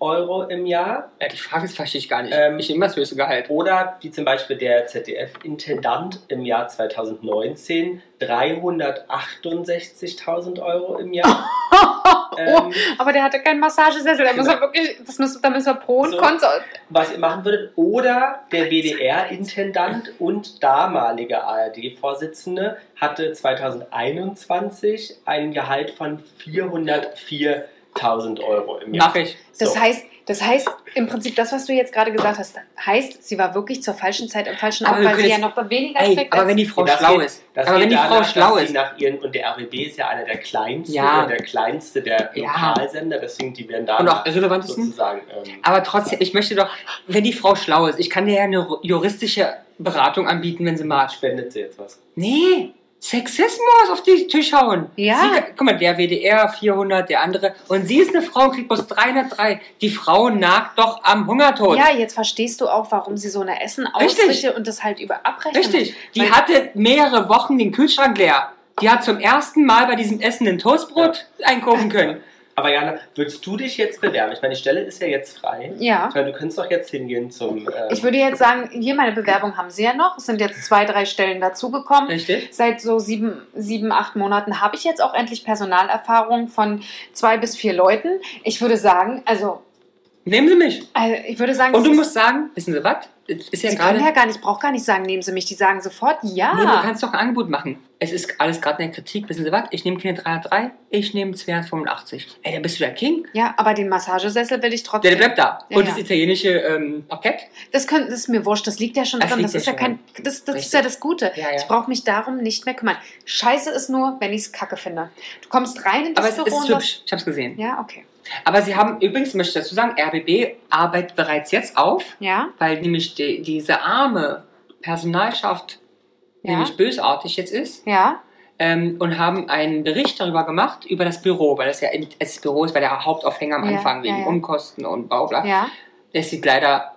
Speaker 1: Euro im Jahr
Speaker 2: Ja, die Frage ist, verstehe ich gar nicht.
Speaker 1: Ähm,
Speaker 2: ich nehme das höchste Gehalt.
Speaker 1: oder wie zum Beispiel der ZDF-Intendant im Jahr 2019 368.000 Euro im Jahr. ähm,
Speaker 3: Aber der hatte keinen Massagesessel. Da muss er wirklich, das müssen, da müssen wir Pro und
Speaker 1: So.
Speaker 3: Kontra.
Speaker 1: was ihr machen würdet. Oder der WDR-Intendant und damalige ARD-Vorsitzende hatte 2021 ein Gehalt von 404.000 Euro im Jahr.
Speaker 2: Mach ich.
Speaker 3: Das
Speaker 1: So.
Speaker 3: heißt, das heißt im Prinzip das, was du jetzt gerade gesagt hast, heißt, sie war wirklich zur falschen Zeit am falschen
Speaker 2: Aber
Speaker 3: Ort,
Speaker 2: wir
Speaker 3: weil
Speaker 2: können
Speaker 3: sie ja
Speaker 2: jetzt-
Speaker 3: noch weniger
Speaker 2: Ey,
Speaker 3: kriegt
Speaker 2: aber
Speaker 3: als-
Speaker 2: wenn die Frau
Speaker 1: Das
Speaker 2: schlau
Speaker 1: geht-
Speaker 2: ist.
Speaker 1: Das
Speaker 2: Aber wenn
Speaker 1: geht
Speaker 2: die Frau
Speaker 1: danach,
Speaker 2: schlau
Speaker 1: dass
Speaker 2: ist.
Speaker 1: Sie nach ihren, und der RBB ist ja einer der kleinsten,
Speaker 2: Ja.
Speaker 1: und der kleinste der
Speaker 2: Ja.
Speaker 1: Lokalsender, deswegen die werden da
Speaker 2: Und auch irrelevantesten.
Speaker 1: sozusagen. Ähm,
Speaker 2: Aber trotzdem, ich möchte doch, wenn die Frau schlau ist, ich kann dir ja eine ru- juristische Beratung anbieten, wenn sie mag.
Speaker 1: spendet sie jetzt was.
Speaker 2: Nee, Sexismus auf den Tisch hauen.
Speaker 3: Ja.
Speaker 2: Sie, guck mal, der WDR 400, der andere. Und sie ist eine Frau und kriegt bloß 303. Die Frau nagt doch am Hungertod.
Speaker 3: Ja, jetzt verstehst du auch, warum sie so eine Essen
Speaker 2: Richtig.
Speaker 3: ausrichtet und das halt über abrechnet.
Speaker 2: Richtig. Die
Speaker 3: Weil-
Speaker 2: hatte mehrere Wochen den Kühlschrank leer. Die hat zum ersten Mal bei diesem Essen ein Toastbrot einkaufen können.
Speaker 1: Aber Jana, würdest du dich jetzt bewerben? Ich meine, die Stelle ist ja jetzt frei.
Speaker 3: Ja.
Speaker 1: Ich meine, du könntest doch jetzt hingehen zum. ähm,
Speaker 3: Ich würde jetzt sagen, hier meine Bewerbung haben sie ja noch. Es sind jetzt zwei, drei Stellen dazugekommen.
Speaker 2: Richtig?
Speaker 3: Seit so sieben, sieben, acht Monaten habe ich jetzt auch endlich Personalerfahrung von zwei bis vier Leuten. Ich würde sagen, also,
Speaker 2: Nehmen Sie mich.
Speaker 3: also ich würde sagen,
Speaker 2: Und du
Speaker 3: es
Speaker 2: musst sagen, wissen Sie was? Es Ist
Speaker 3: ist,
Speaker 2: ja
Speaker 3: sie
Speaker 2: gerade.
Speaker 3: können ja gar nicht, braucht gar nicht sagen, nehmen sie mich. Die sagen sofort ja.
Speaker 2: Nee, du kannst doch ein Angebot machen. Es ist alles gerade eine Kritik. Wissen Sie was? Ich nehme keine 303, ich nehme 285. Ey, da bist du der King.
Speaker 3: ja, aber den Massagesessel will ich trotzdem.
Speaker 2: Der, der bleibt da.
Speaker 3: Ja,
Speaker 2: Und
Speaker 3: ja.
Speaker 2: das italienische ähm, Parkett,
Speaker 3: Das, können, das ist mir wurscht, das liegt ja schon
Speaker 2: Das
Speaker 3: drin.
Speaker 2: liegt
Speaker 3: Das ist
Speaker 2: ja
Speaker 3: ja
Speaker 2: schon
Speaker 3: kein. Das, das
Speaker 2: Richtig.
Speaker 3: ist ja das Gute.
Speaker 2: Ja, ja.
Speaker 3: Ich brauche mich darum nicht mehr kümmern. Scheiße ist nur, wenn ich es kacke finde. Du kommst rein in das
Speaker 2: aber es
Speaker 3: Büro
Speaker 2: ist
Speaker 3: und das,
Speaker 2: hübsch. Ich habe es gesehen.
Speaker 3: Ja, okay.
Speaker 2: Aber sie haben, übrigens möchte ich dazu sagen, RBB arbeitet bereits jetzt auf,
Speaker 3: Ja,
Speaker 2: weil nämlich die, diese arme Personalschaft
Speaker 3: Ja.
Speaker 2: nämlich bösartig jetzt ist.
Speaker 3: ja.
Speaker 2: ähm, und haben einen Bericht darüber gemacht, über das Büro, weil das ja in- also das Büro ist, weil der Hauptaufhänger am
Speaker 3: Ja,
Speaker 2: Anfang wegen
Speaker 3: ja, ja.
Speaker 2: Umkosten und bla bla.
Speaker 3: Ja,
Speaker 2: Das sieht leider,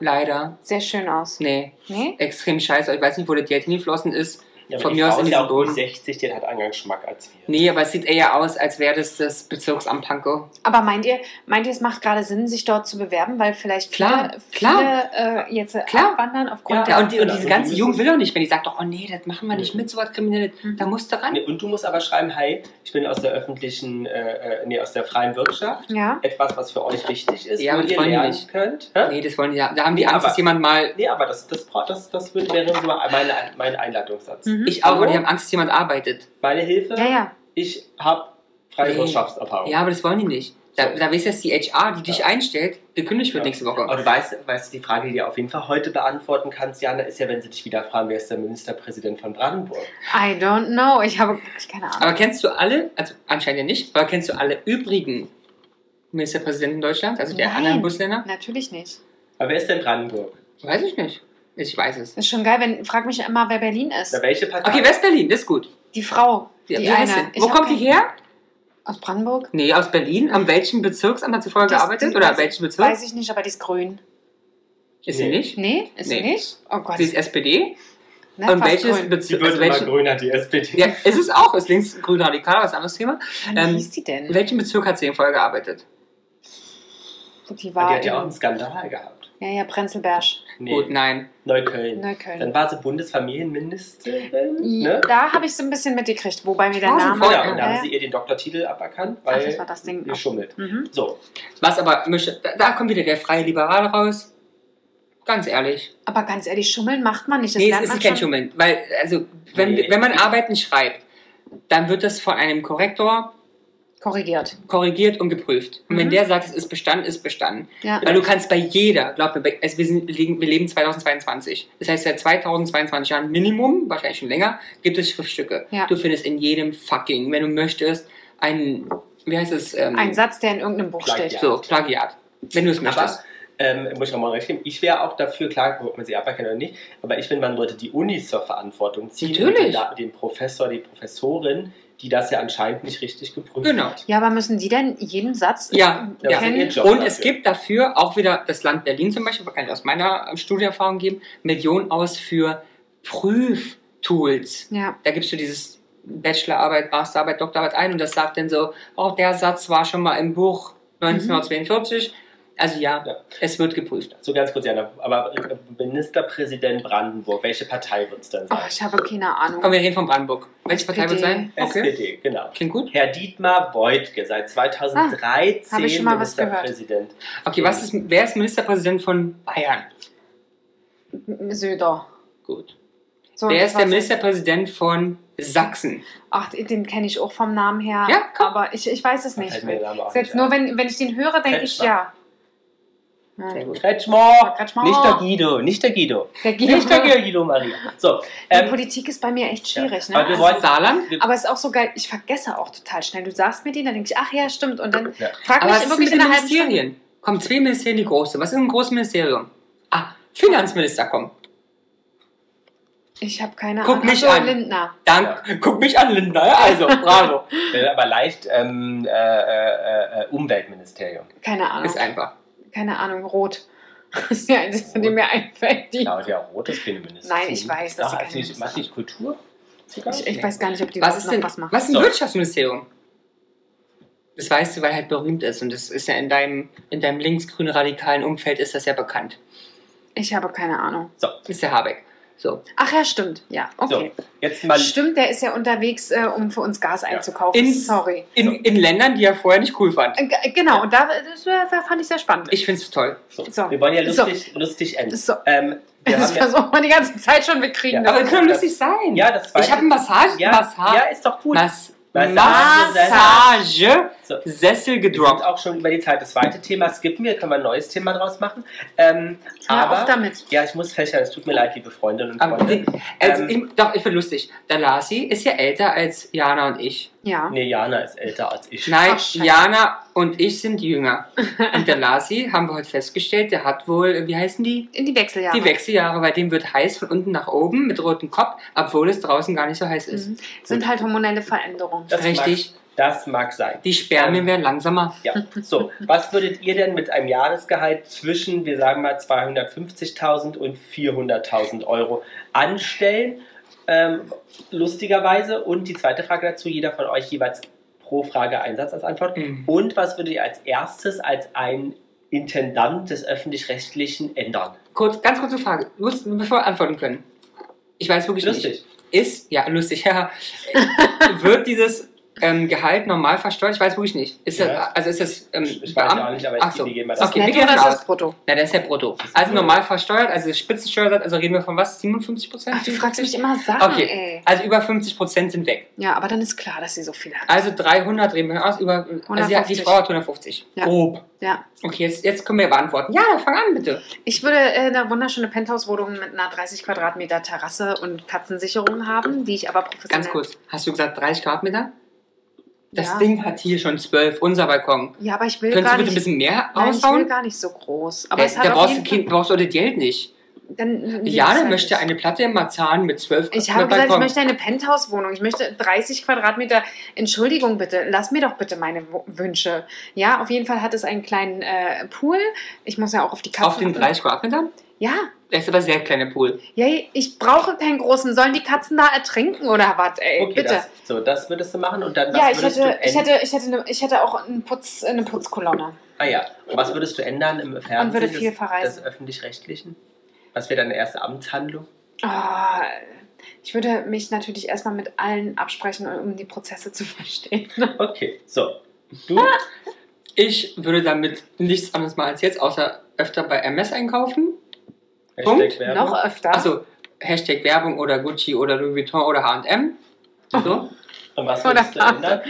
Speaker 2: leider,
Speaker 3: sehr schön aus.
Speaker 2: nee,
Speaker 3: Nee?
Speaker 2: extrem scheiße. Ich weiß nicht, wo das Geld hingeflossen ist.
Speaker 1: Ja, aber
Speaker 2: Von
Speaker 1: die
Speaker 2: mir aus
Speaker 1: Frau
Speaker 2: in
Speaker 1: ist ja
Speaker 2: diesem
Speaker 1: auch gut
Speaker 2: Boden.
Speaker 1: 60, die hat anderen Geschmack als wir.
Speaker 2: Nee, aber es sieht eher aus, als wäre das das Bezirksamt Pankow.
Speaker 3: Aber meint ihr, meint ihr, es macht gerade Sinn, sich dort zu bewerben, weil vielleicht
Speaker 2: Klar,
Speaker 3: viele,
Speaker 2: klar.
Speaker 3: viele äh, jetzt
Speaker 2: Klar.
Speaker 3: abwandern
Speaker 2: Ja,
Speaker 3: aufgrund der.
Speaker 2: und, die, und
Speaker 1: Ja,
Speaker 2: diese
Speaker 1: und
Speaker 2: ganze
Speaker 1: die
Speaker 2: Jugend
Speaker 1: müssen-
Speaker 2: will doch nicht, wenn die sagt doch, oh nee, das machen wir nicht mit, so was Kriminelles.
Speaker 3: Mhm.
Speaker 2: Da musst du ran.
Speaker 1: Nee, Und du musst aber schreiben, hey, ich bin aus der öffentlichen, äh, äh, nee, aus der freien Wirtschaft.
Speaker 3: Ja,
Speaker 1: Etwas, was für euch wichtig ist,
Speaker 2: Ja,
Speaker 1: wo
Speaker 2: aber das
Speaker 1: ihr
Speaker 2: wollen die
Speaker 1: lernen
Speaker 2: nicht.
Speaker 1: könnt. Hä?
Speaker 2: Nee, das wollen die, da haben die
Speaker 1: Nee,
Speaker 2: Angst,
Speaker 1: aber-
Speaker 2: dass jemand mal,
Speaker 1: Nee, aber das, das, das, das wird, wäre so meine, mein Einleitungssatz.
Speaker 3: Mhm.
Speaker 2: ich auch, aber die
Speaker 1: Hallo?
Speaker 2: haben Angst, dass jemand arbeitet.
Speaker 1: Meine Hilfe,
Speaker 3: ja, ja.
Speaker 1: ich habe freie
Speaker 2: Nee.
Speaker 1: Wirtschaftserfahrung.
Speaker 2: Ja, aber das wollen die nicht. Da,
Speaker 1: So.
Speaker 2: da weißt du, dass die HR, die dich
Speaker 1: Ja.
Speaker 2: einstellt, gekündigt wird
Speaker 1: Ja. Also-
Speaker 2: nächste Woche.
Speaker 1: Aber du weißt, weißt, du, die Frage, die du auf jeden Fall heute beantworten kannst, Jana, ist ja, wenn sie dich wieder fragen, wer ist der Ministerpräsident von Brandenburg?
Speaker 3: I don't know. Ich habe wirklich keine Ahnung.
Speaker 2: Aber kennst du alle, also anscheinend ja nicht, aber kennst du alle übrigen Ministerpräsidenten Deutschlands, also der
Speaker 3: Nein.
Speaker 2: anderen Bundesländer?
Speaker 3: Natürlich nicht.
Speaker 1: Aber wer ist denn Brandenburg?
Speaker 2: Weiß ich nicht. Ich weiß es.
Speaker 3: Ist schon geil, wenn. Frag mich immer, wer Berlin ist.
Speaker 1: Na, welche Partei?
Speaker 2: Okay, West-Berlin, das ist gut.
Speaker 3: Die Frau. Die,
Speaker 2: Ja, wie heißt
Speaker 3: eine.
Speaker 2: denn?
Speaker 3: Ich
Speaker 2: Wo
Speaker 3: hab
Speaker 2: kommt die
Speaker 3: kein-
Speaker 2: her?
Speaker 3: Aus Brandenburg?
Speaker 2: Nee, aus Berlin. An welchem Bezirksamt hat sie vorher
Speaker 3: Das-
Speaker 2: gearbeitet?
Speaker 3: das
Speaker 2: Oder
Speaker 3: weiß
Speaker 2: an welchem
Speaker 3: Ich Weiß
Speaker 2: Bezirk?
Speaker 3: ich nicht, aber die ist grün.
Speaker 2: Ist sie
Speaker 1: Nee.
Speaker 2: nicht?
Speaker 3: Nee, ist sie
Speaker 2: Nee.
Speaker 3: nicht? Oh Gott.
Speaker 2: Sie ist SPD.
Speaker 3: Na,
Speaker 2: Und
Speaker 3: fast
Speaker 2: welches
Speaker 3: grün.
Speaker 1: Die
Speaker 2: Bezirk?
Speaker 1: wird
Speaker 2: Also
Speaker 1: immer
Speaker 2: welchen,
Speaker 1: grüner, die SPD.
Speaker 2: ja, ist es auch. Ist links grün-radikal, aber ist ein anderes Thema.
Speaker 3: Wann
Speaker 2: ähm,
Speaker 3: hieß die denn?
Speaker 2: In welchem Bezirk hat sie vorher gearbeitet?
Speaker 3: Die
Speaker 1: Die
Speaker 3: war
Speaker 1: hat ja auch
Speaker 3: in-
Speaker 1: einen Skandal gehabt.
Speaker 3: Ja, ja, Prenzlberg,
Speaker 1: Nee,
Speaker 2: Gut, nein.
Speaker 1: Neukölln.
Speaker 3: Neukölln.
Speaker 1: Dann war sie Bundesfamilienministerin, ne?
Speaker 3: Da habe ich so ein bisschen mitgekriegt, wobei mir der
Speaker 2: Ah,
Speaker 3: Name.
Speaker 2: super.
Speaker 1: Genau,
Speaker 2: Ja,
Speaker 1: und da haben sie ihr den Doktortitel aberkannt,
Speaker 3: Ach, das war
Speaker 1: weil
Speaker 3: das Ding.
Speaker 1: geschummelt.
Speaker 3: Mhm.
Speaker 1: So,
Speaker 2: Was aber, möchte- da, da kommt wieder der freie Liberal raus. Ganz ehrlich.
Speaker 3: Aber ganz ehrlich, Schummeln macht man nicht. Das
Speaker 2: nee, es
Speaker 3: lernt
Speaker 2: ist
Speaker 3: man
Speaker 2: kein
Speaker 3: schon.
Speaker 2: Schummeln. Weil, also, wenn,
Speaker 1: Nee.
Speaker 2: wenn man Arbeiten schreibt, dann wird das von einem Korrektor
Speaker 3: Korrigiert.
Speaker 2: korrigiert und geprüft. Und
Speaker 3: Mhm.
Speaker 2: wenn der sagt, es ist bestanden, ist bestanden.
Speaker 3: Ja.
Speaker 2: Weil du kannst bei jeder, glaub mir, bei- also wir, sind, wir legen- wir leben 2022. Das heißt, seit 2022 Jahren Minimum, wahrscheinlich schon länger, gibt es Schriftstücke.
Speaker 3: Ja.
Speaker 2: Du findest in jedem fucking, wenn du möchtest, ein, wie heißt es? Ähm,
Speaker 3: Ein Satz, der in irgendeinem Buch
Speaker 1: Plagiat.
Speaker 3: steht.
Speaker 2: So, Plagiat. Wenn du es
Speaker 1: aber
Speaker 2: möchtest.
Speaker 1: ähm, muss ich nochmal recht geben, ich wäre auch dafür, klar, ob man sie aberkennt oder nicht, aber ich finde, man sollte die Unis zur Verantwortung ziehen
Speaker 2: Natürlich.
Speaker 1: und den, den Professor, die Professorin, die das ja anscheinend nicht richtig geprüft
Speaker 2: Genau.
Speaker 1: hat.
Speaker 3: Ja, aber müssen die denn jeden Satz
Speaker 2: Ja,
Speaker 1: Das
Speaker 2: ja.
Speaker 1: ist ihr
Speaker 3: kennen?
Speaker 1: Job
Speaker 2: Und es
Speaker 1: dafür.
Speaker 2: gibt dafür auch wieder das Land Berlin zum Beispiel, kann ich aus meiner ähm, Studieerfahrung geben, Millionen aus für Prüftools.
Speaker 3: Ja,
Speaker 2: Da gibst du dieses Bachelorarbeit, Masterarbeit, Doktorarbeit ein und das sagt dann so, oh, der Satz war schon mal im Buch 1942. Also ja,
Speaker 1: Ja.
Speaker 2: es wird geprüft.
Speaker 1: So ganz kurz, Jana, aber äh, Ministerpräsident Brandenburg, welche Partei wird es dann
Speaker 3: oh,
Speaker 1: sein?
Speaker 3: ich habe keine Ahnung.
Speaker 2: Aber wir reden von Brandenburg. Welche Partei wird
Speaker 3: SPD.
Speaker 2: sein? Okay.
Speaker 1: SPD, genau.
Speaker 2: Klingt gut.
Speaker 1: Herr Dietmar Woidke, seit 2013
Speaker 3: Ah, hab ich schon mal was gehört.
Speaker 1: Ministerpräsident.
Speaker 2: Okay, was ist, wer ist Ministerpräsident von Bayern?
Speaker 3: Söder.
Speaker 2: Gut.
Speaker 3: So,
Speaker 2: wer
Speaker 3: das
Speaker 2: ist der
Speaker 3: war's.
Speaker 2: Ministerpräsident von Sachsen?
Speaker 3: Ach, den kenne ich auch vom Namen her.
Speaker 2: Ja, komm.
Speaker 3: aber ich, ich weiß es
Speaker 1: Da
Speaker 3: nicht.
Speaker 1: fällt mir der Name auch
Speaker 3: Selbst
Speaker 1: nicht
Speaker 3: nur
Speaker 1: ein.
Speaker 3: wenn, wenn ich den höre, denke ich ja.
Speaker 2: Sehr
Speaker 3: Hm.
Speaker 2: gut.
Speaker 1: Kretschmer!
Speaker 3: Kretschmer.
Speaker 1: Nicht der Guido, nicht der Guido.
Speaker 3: Der Guido.
Speaker 1: Nicht der Guido, Maria. So,
Speaker 3: die
Speaker 1: ähm,
Speaker 3: Politik ist bei mir echt schwierig.
Speaker 1: Ja. Aber wir
Speaker 2: Das
Speaker 3: Ne? Also,
Speaker 1: wollen-
Speaker 2: ist Saarland?
Speaker 3: aber es ist auch so geil, ich vergesse auch total schnell. Du sagst mir die, dann denke ich, ach ja, stimmt. Und dann
Speaker 1: Ja.
Speaker 3: frag
Speaker 2: Aber
Speaker 3: mich
Speaker 2: was ist
Speaker 3: wirklich
Speaker 2: mit
Speaker 3: in
Speaker 2: den
Speaker 3: einer halben Stunde.
Speaker 2: Ministerien? Kommen zwei Ministerien, die große. Was ist ein großes Ministerium? Ah, Finanzminister, komm.
Speaker 3: Ich habe keine
Speaker 2: Guck
Speaker 3: Ahnung.
Speaker 2: mich
Speaker 3: Ach so,
Speaker 2: an.
Speaker 3: Lindner.
Speaker 2: Dank. Guck mich an, Linda. ja? Also, bravo.
Speaker 1: äh, aber leicht ähm, äh, äh, äh, Umweltministerium.
Speaker 3: Keine Ahnung.
Speaker 2: Ist einfach.
Speaker 3: Keine Ahnung, rot. Das ist der einzige, der
Speaker 1: Rot.
Speaker 3: mir einfällt. Die
Speaker 1: Genau, ja auch rotes Feministium.
Speaker 3: Nein, ich weiß,
Speaker 1: dass
Speaker 3: dass sie
Speaker 1: Ach,
Speaker 3: keine
Speaker 1: ist nicht,
Speaker 3: Minister
Speaker 1: was nicht Kultur? Ist egal.
Speaker 3: ich, ich weiß gar nicht, ob die
Speaker 2: Was
Speaker 3: was
Speaker 2: ist
Speaker 3: noch
Speaker 2: denn
Speaker 3: was machen.
Speaker 2: was ist ein
Speaker 1: So.
Speaker 2: Wirtschaftsministerium? Das weißt du, weil halt berühmt ist. Und das ist ja in deinem, in deinem linksgrün radikalen Umfeld ist das ja bekannt.
Speaker 3: Ich habe keine Ahnung.
Speaker 2: Ist der Habeck. So.
Speaker 3: Ach ja, stimmt. Ja, okay.
Speaker 1: So, jetzt mal
Speaker 3: Stimmt, der ist ja unterwegs, äh, um für uns Gas einzukaufen.
Speaker 2: In-
Speaker 3: Sorry.
Speaker 2: In, in Ländern, die er vorher nicht cool fand.
Speaker 3: Äh, g- Genau, und da das, äh, fand ich sehr spannend.
Speaker 2: Ich find's toll.
Speaker 1: So,
Speaker 3: So.
Speaker 1: Wir wollen ja
Speaker 3: So.
Speaker 1: lustig, lustig enden.
Speaker 3: So.
Speaker 1: Ähm, wir
Speaker 3: das
Speaker 1: haben ja,
Speaker 3: versucht man die ganze Zeit schon, wir kriegen
Speaker 1: Ja.
Speaker 2: Aber wir
Speaker 3: das.
Speaker 2: können lustig sein.
Speaker 1: ja, das
Speaker 2: ich habe einen Massage.
Speaker 1: ja,
Speaker 2: Massage.
Speaker 1: ja, ist doch gut.
Speaker 2: Mas
Speaker 1: Massage.
Speaker 2: Massage.
Speaker 1: So, wir
Speaker 2: Sessel
Speaker 1: sind
Speaker 2: gedroppt.
Speaker 1: auch schon über die Zeit. Das zweite Thema skippen wir, können wir ein neues Thema draus machen. Ähm,
Speaker 3: Hör auf
Speaker 1: aber,
Speaker 3: damit.
Speaker 1: ja, ich muss fächern, es tut mir leid, liebe Freundinnen und
Speaker 2: Aber
Speaker 1: Freunde.
Speaker 2: die, also
Speaker 1: Ähm.
Speaker 2: ich, doch, ich finde lustig. Der Lasi ist ja älter als Jana und ich.
Speaker 3: Ja.
Speaker 1: Nee, Jana ist älter als ich.
Speaker 2: Nein,
Speaker 3: Ach, scheiße.
Speaker 2: Jana und ich sind jünger. Und der Lasi, haben wir heute festgestellt, der hat wohl, wie heißen die?
Speaker 3: In die Wechseljahre.
Speaker 2: Die Wechseljahre, bei dem wird heiß von unten nach oben mit rotem Kopf, obwohl es draußen gar nicht so heiß ist.
Speaker 3: Mhm. Sind halt hormonelle Veränderungen.
Speaker 1: Das
Speaker 2: Richtig,
Speaker 1: Mag, das mag sein.
Speaker 2: die Spermien
Speaker 1: Ähm.
Speaker 2: werden langsamer.
Speaker 1: Ja. So, was würdet ihr denn mit einem Jahresgehalt zwischen, wir sagen mal, 250.000 und 400.000 Euro anstellen? Ähm, lustigerweise. Und die zweite Frage dazu, jeder von euch jeweils pro Frage einen Satz als Antwort.
Speaker 2: Mhm.
Speaker 1: Und was würdet ihr als erstes als ein Intendant des Öffentlich-Rechtlichen ändern?
Speaker 2: Kurz, ganz kurze Frage, Lust, bevor wir antworten können. Ich weiß wirklich nicht.
Speaker 1: Lustig.
Speaker 2: Ist, ja, lustig, ja. wird dieses ähm, Gehalt normal versteuert? Ich weiß wirklich nicht. Ist das,
Speaker 1: Ja.
Speaker 2: also ist das ähm,
Speaker 1: Ich ich weiß ja auch nicht, aber ich
Speaker 2: Ach so.
Speaker 1: gehe mal
Speaker 2: Okay, wir
Speaker 3: Netto
Speaker 2: gehen
Speaker 3: oder ist
Speaker 2: raus.
Speaker 3: das brutto?
Speaker 2: Na, das ist ja brutto. Also normal versteuert, also Spitzensteuersatz, also reden wir von was? 57 Prozent?
Speaker 3: Ach, du fragst mich immer Sachen,
Speaker 2: Okay.
Speaker 3: ey.
Speaker 2: Also über 50 Prozent sind weg.
Speaker 3: Ja, aber dann ist klar, dass sie so viel hat.
Speaker 2: Also 300 reden wir aus, über, also die, hat- die
Speaker 3: 150.
Speaker 2: Frau hat 150.
Speaker 3: Ja.
Speaker 2: Grob.
Speaker 3: Ja.
Speaker 2: Okay, jetzt, jetzt können wir beantworten. Ja, dann fang an, bitte.
Speaker 3: Ich würde äh, eine wunderschöne Penthouse-Wohnung mit einer 30 Quadratmeter Terrasse und Katzensicherung haben, die ich aber professionell...
Speaker 2: Ganz kurz, hast du gesagt 30 Quadratmeter? Das
Speaker 3: Ja.
Speaker 2: Ding hat hier schon 12, unser Balkon.
Speaker 3: Ja, aber ich will
Speaker 2: Könntest du
Speaker 3: gar
Speaker 2: bitte ein
Speaker 3: nicht...
Speaker 2: bisschen mehr
Speaker 3: Nein, ich will
Speaker 2: ausbauen?
Speaker 3: gar nicht so groß. Aber
Speaker 2: Da,
Speaker 3: es hat
Speaker 2: da
Speaker 3: auf
Speaker 2: brauchst du,
Speaker 3: jeden
Speaker 2: kein, brauchst du das Geld nicht.
Speaker 3: Fall- dann, nee, das
Speaker 2: Jana
Speaker 3: halt
Speaker 2: möchte
Speaker 3: nicht.
Speaker 2: eine Platte im Marzahn mit 12
Speaker 3: Ich habe gesagt, ich
Speaker 2: Balkon.
Speaker 3: möchte eine Penthouse-Wohnung. Ich möchte 30 Quadratmeter. Entschuldigung bitte, lass mir doch bitte meine Wo- Wünsche. Ja, auf jeden Fall hat es einen kleinen äh, Pool. Ich muss ja auch auf die Katzen.
Speaker 2: Auf den 30 Quadratmetern?
Speaker 3: Ja,
Speaker 2: Der ist aber sehr kleiner Pool.
Speaker 3: ja, ich brauche keinen großen. Sollen die Katzen da ertrinken oder was, ey?
Speaker 1: Okay,
Speaker 3: bitte.
Speaker 1: das, so, das würdest du machen und dann was
Speaker 3: Ja, ich
Speaker 1: würdest
Speaker 3: hätte,
Speaker 1: du
Speaker 3: ich
Speaker 1: ändern?
Speaker 3: hätte, ich hätte, eine, ich hätte auch einen Putz, eine Putzkolonne.
Speaker 1: Ah ja. Und was würdest du ändern im Fernsehen?
Speaker 3: würde viel
Speaker 1: des-
Speaker 3: verreisen.
Speaker 1: Des Öffentlich-Rechtlichen? Was wäre deine erste Amtshandlung?
Speaker 3: Ah, ich würde mich natürlich erstmal mit allen absprechen, um die Prozesse zu verstehen.
Speaker 1: Okay, so. Du?
Speaker 3: Ah,
Speaker 2: Ich würde damit nichts anderes machen als jetzt, außer öfter bei MS einkaufen.
Speaker 1: Hashtag Werbung.
Speaker 3: Noch öfter.
Speaker 2: Also Hashtag Werbung oder Gucci oder Louis Vuitton oder H&M. So.
Speaker 1: Und was
Speaker 3: Oder-
Speaker 1: würdest du ändern?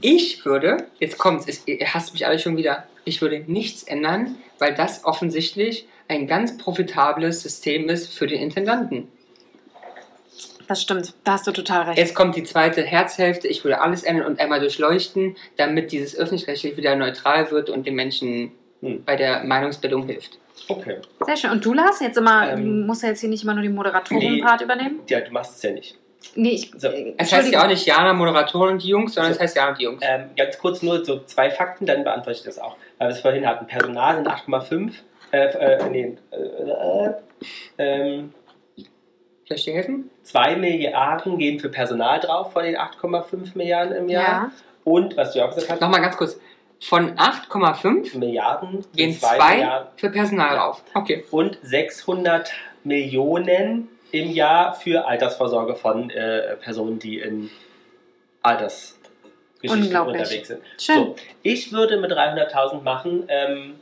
Speaker 2: Ich würde, jetzt kommt's, es, ihr hasst mich alle schon wieder, ich würde nichts ändern, weil das offensichtlich ein ganz profitables System ist für den Intendanten.
Speaker 3: das stimmt. Da hast du total recht.
Speaker 2: Jetzt kommt die zweite Herzhälfte, ich würde alles ändern und einmal durchleuchten, damit dieses öffentlich-rechtlich wieder neutral wird und den Menschen
Speaker 1: Hm.
Speaker 2: bei der Meinungsbildung hilft.
Speaker 1: Okay.
Speaker 3: Sehr schön. Und du, Lars, jetzt immer,
Speaker 1: Ähm,
Speaker 3: du musst ja jetzt hier nicht immer nur den Moderatoren-Part übernehmen.
Speaker 1: Ja, du machst es ja nicht.
Speaker 3: Nee, ich.
Speaker 1: So.
Speaker 3: äh,
Speaker 2: Es heißt
Speaker 3: Entschuldigung.
Speaker 2: ja auch nicht Jana, Moderatorin und die Jungs, sondern
Speaker 1: So.
Speaker 2: es heißt Jana und die Jungs.
Speaker 1: Ähm, ganz kurz nur so zwei Fakten, dann beantworte ich das auch. Weil wir es vorhin hatten. Personal sind 8,5. Äh, äh, nee. Äh, äh, ähm,
Speaker 2: Vielleicht die helfen?
Speaker 1: 2 Milliarden gehen für Personal drauf von den 8,5 Milliarden im Jahr.
Speaker 3: Ja.
Speaker 1: Und, was du ja auch gesagt hast,
Speaker 2: Nochmal ganz kurz. Von 8,5
Speaker 1: Milliarden sind
Speaker 2: gehen
Speaker 1: zwei
Speaker 2: 2
Speaker 1: Milliarden
Speaker 2: für Personal
Speaker 1: Ja.
Speaker 2: rauf. Okay.
Speaker 1: und 600 Millionen im Jahr für Altersvorsorge von äh, Personen, die in Altersgeschichten
Speaker 3: Unglaublich.
Speaker 1: unterwegs sind.
Speaker 3: Schön.
Speaker 1: So, ich würde mit 300.000 machen ähm,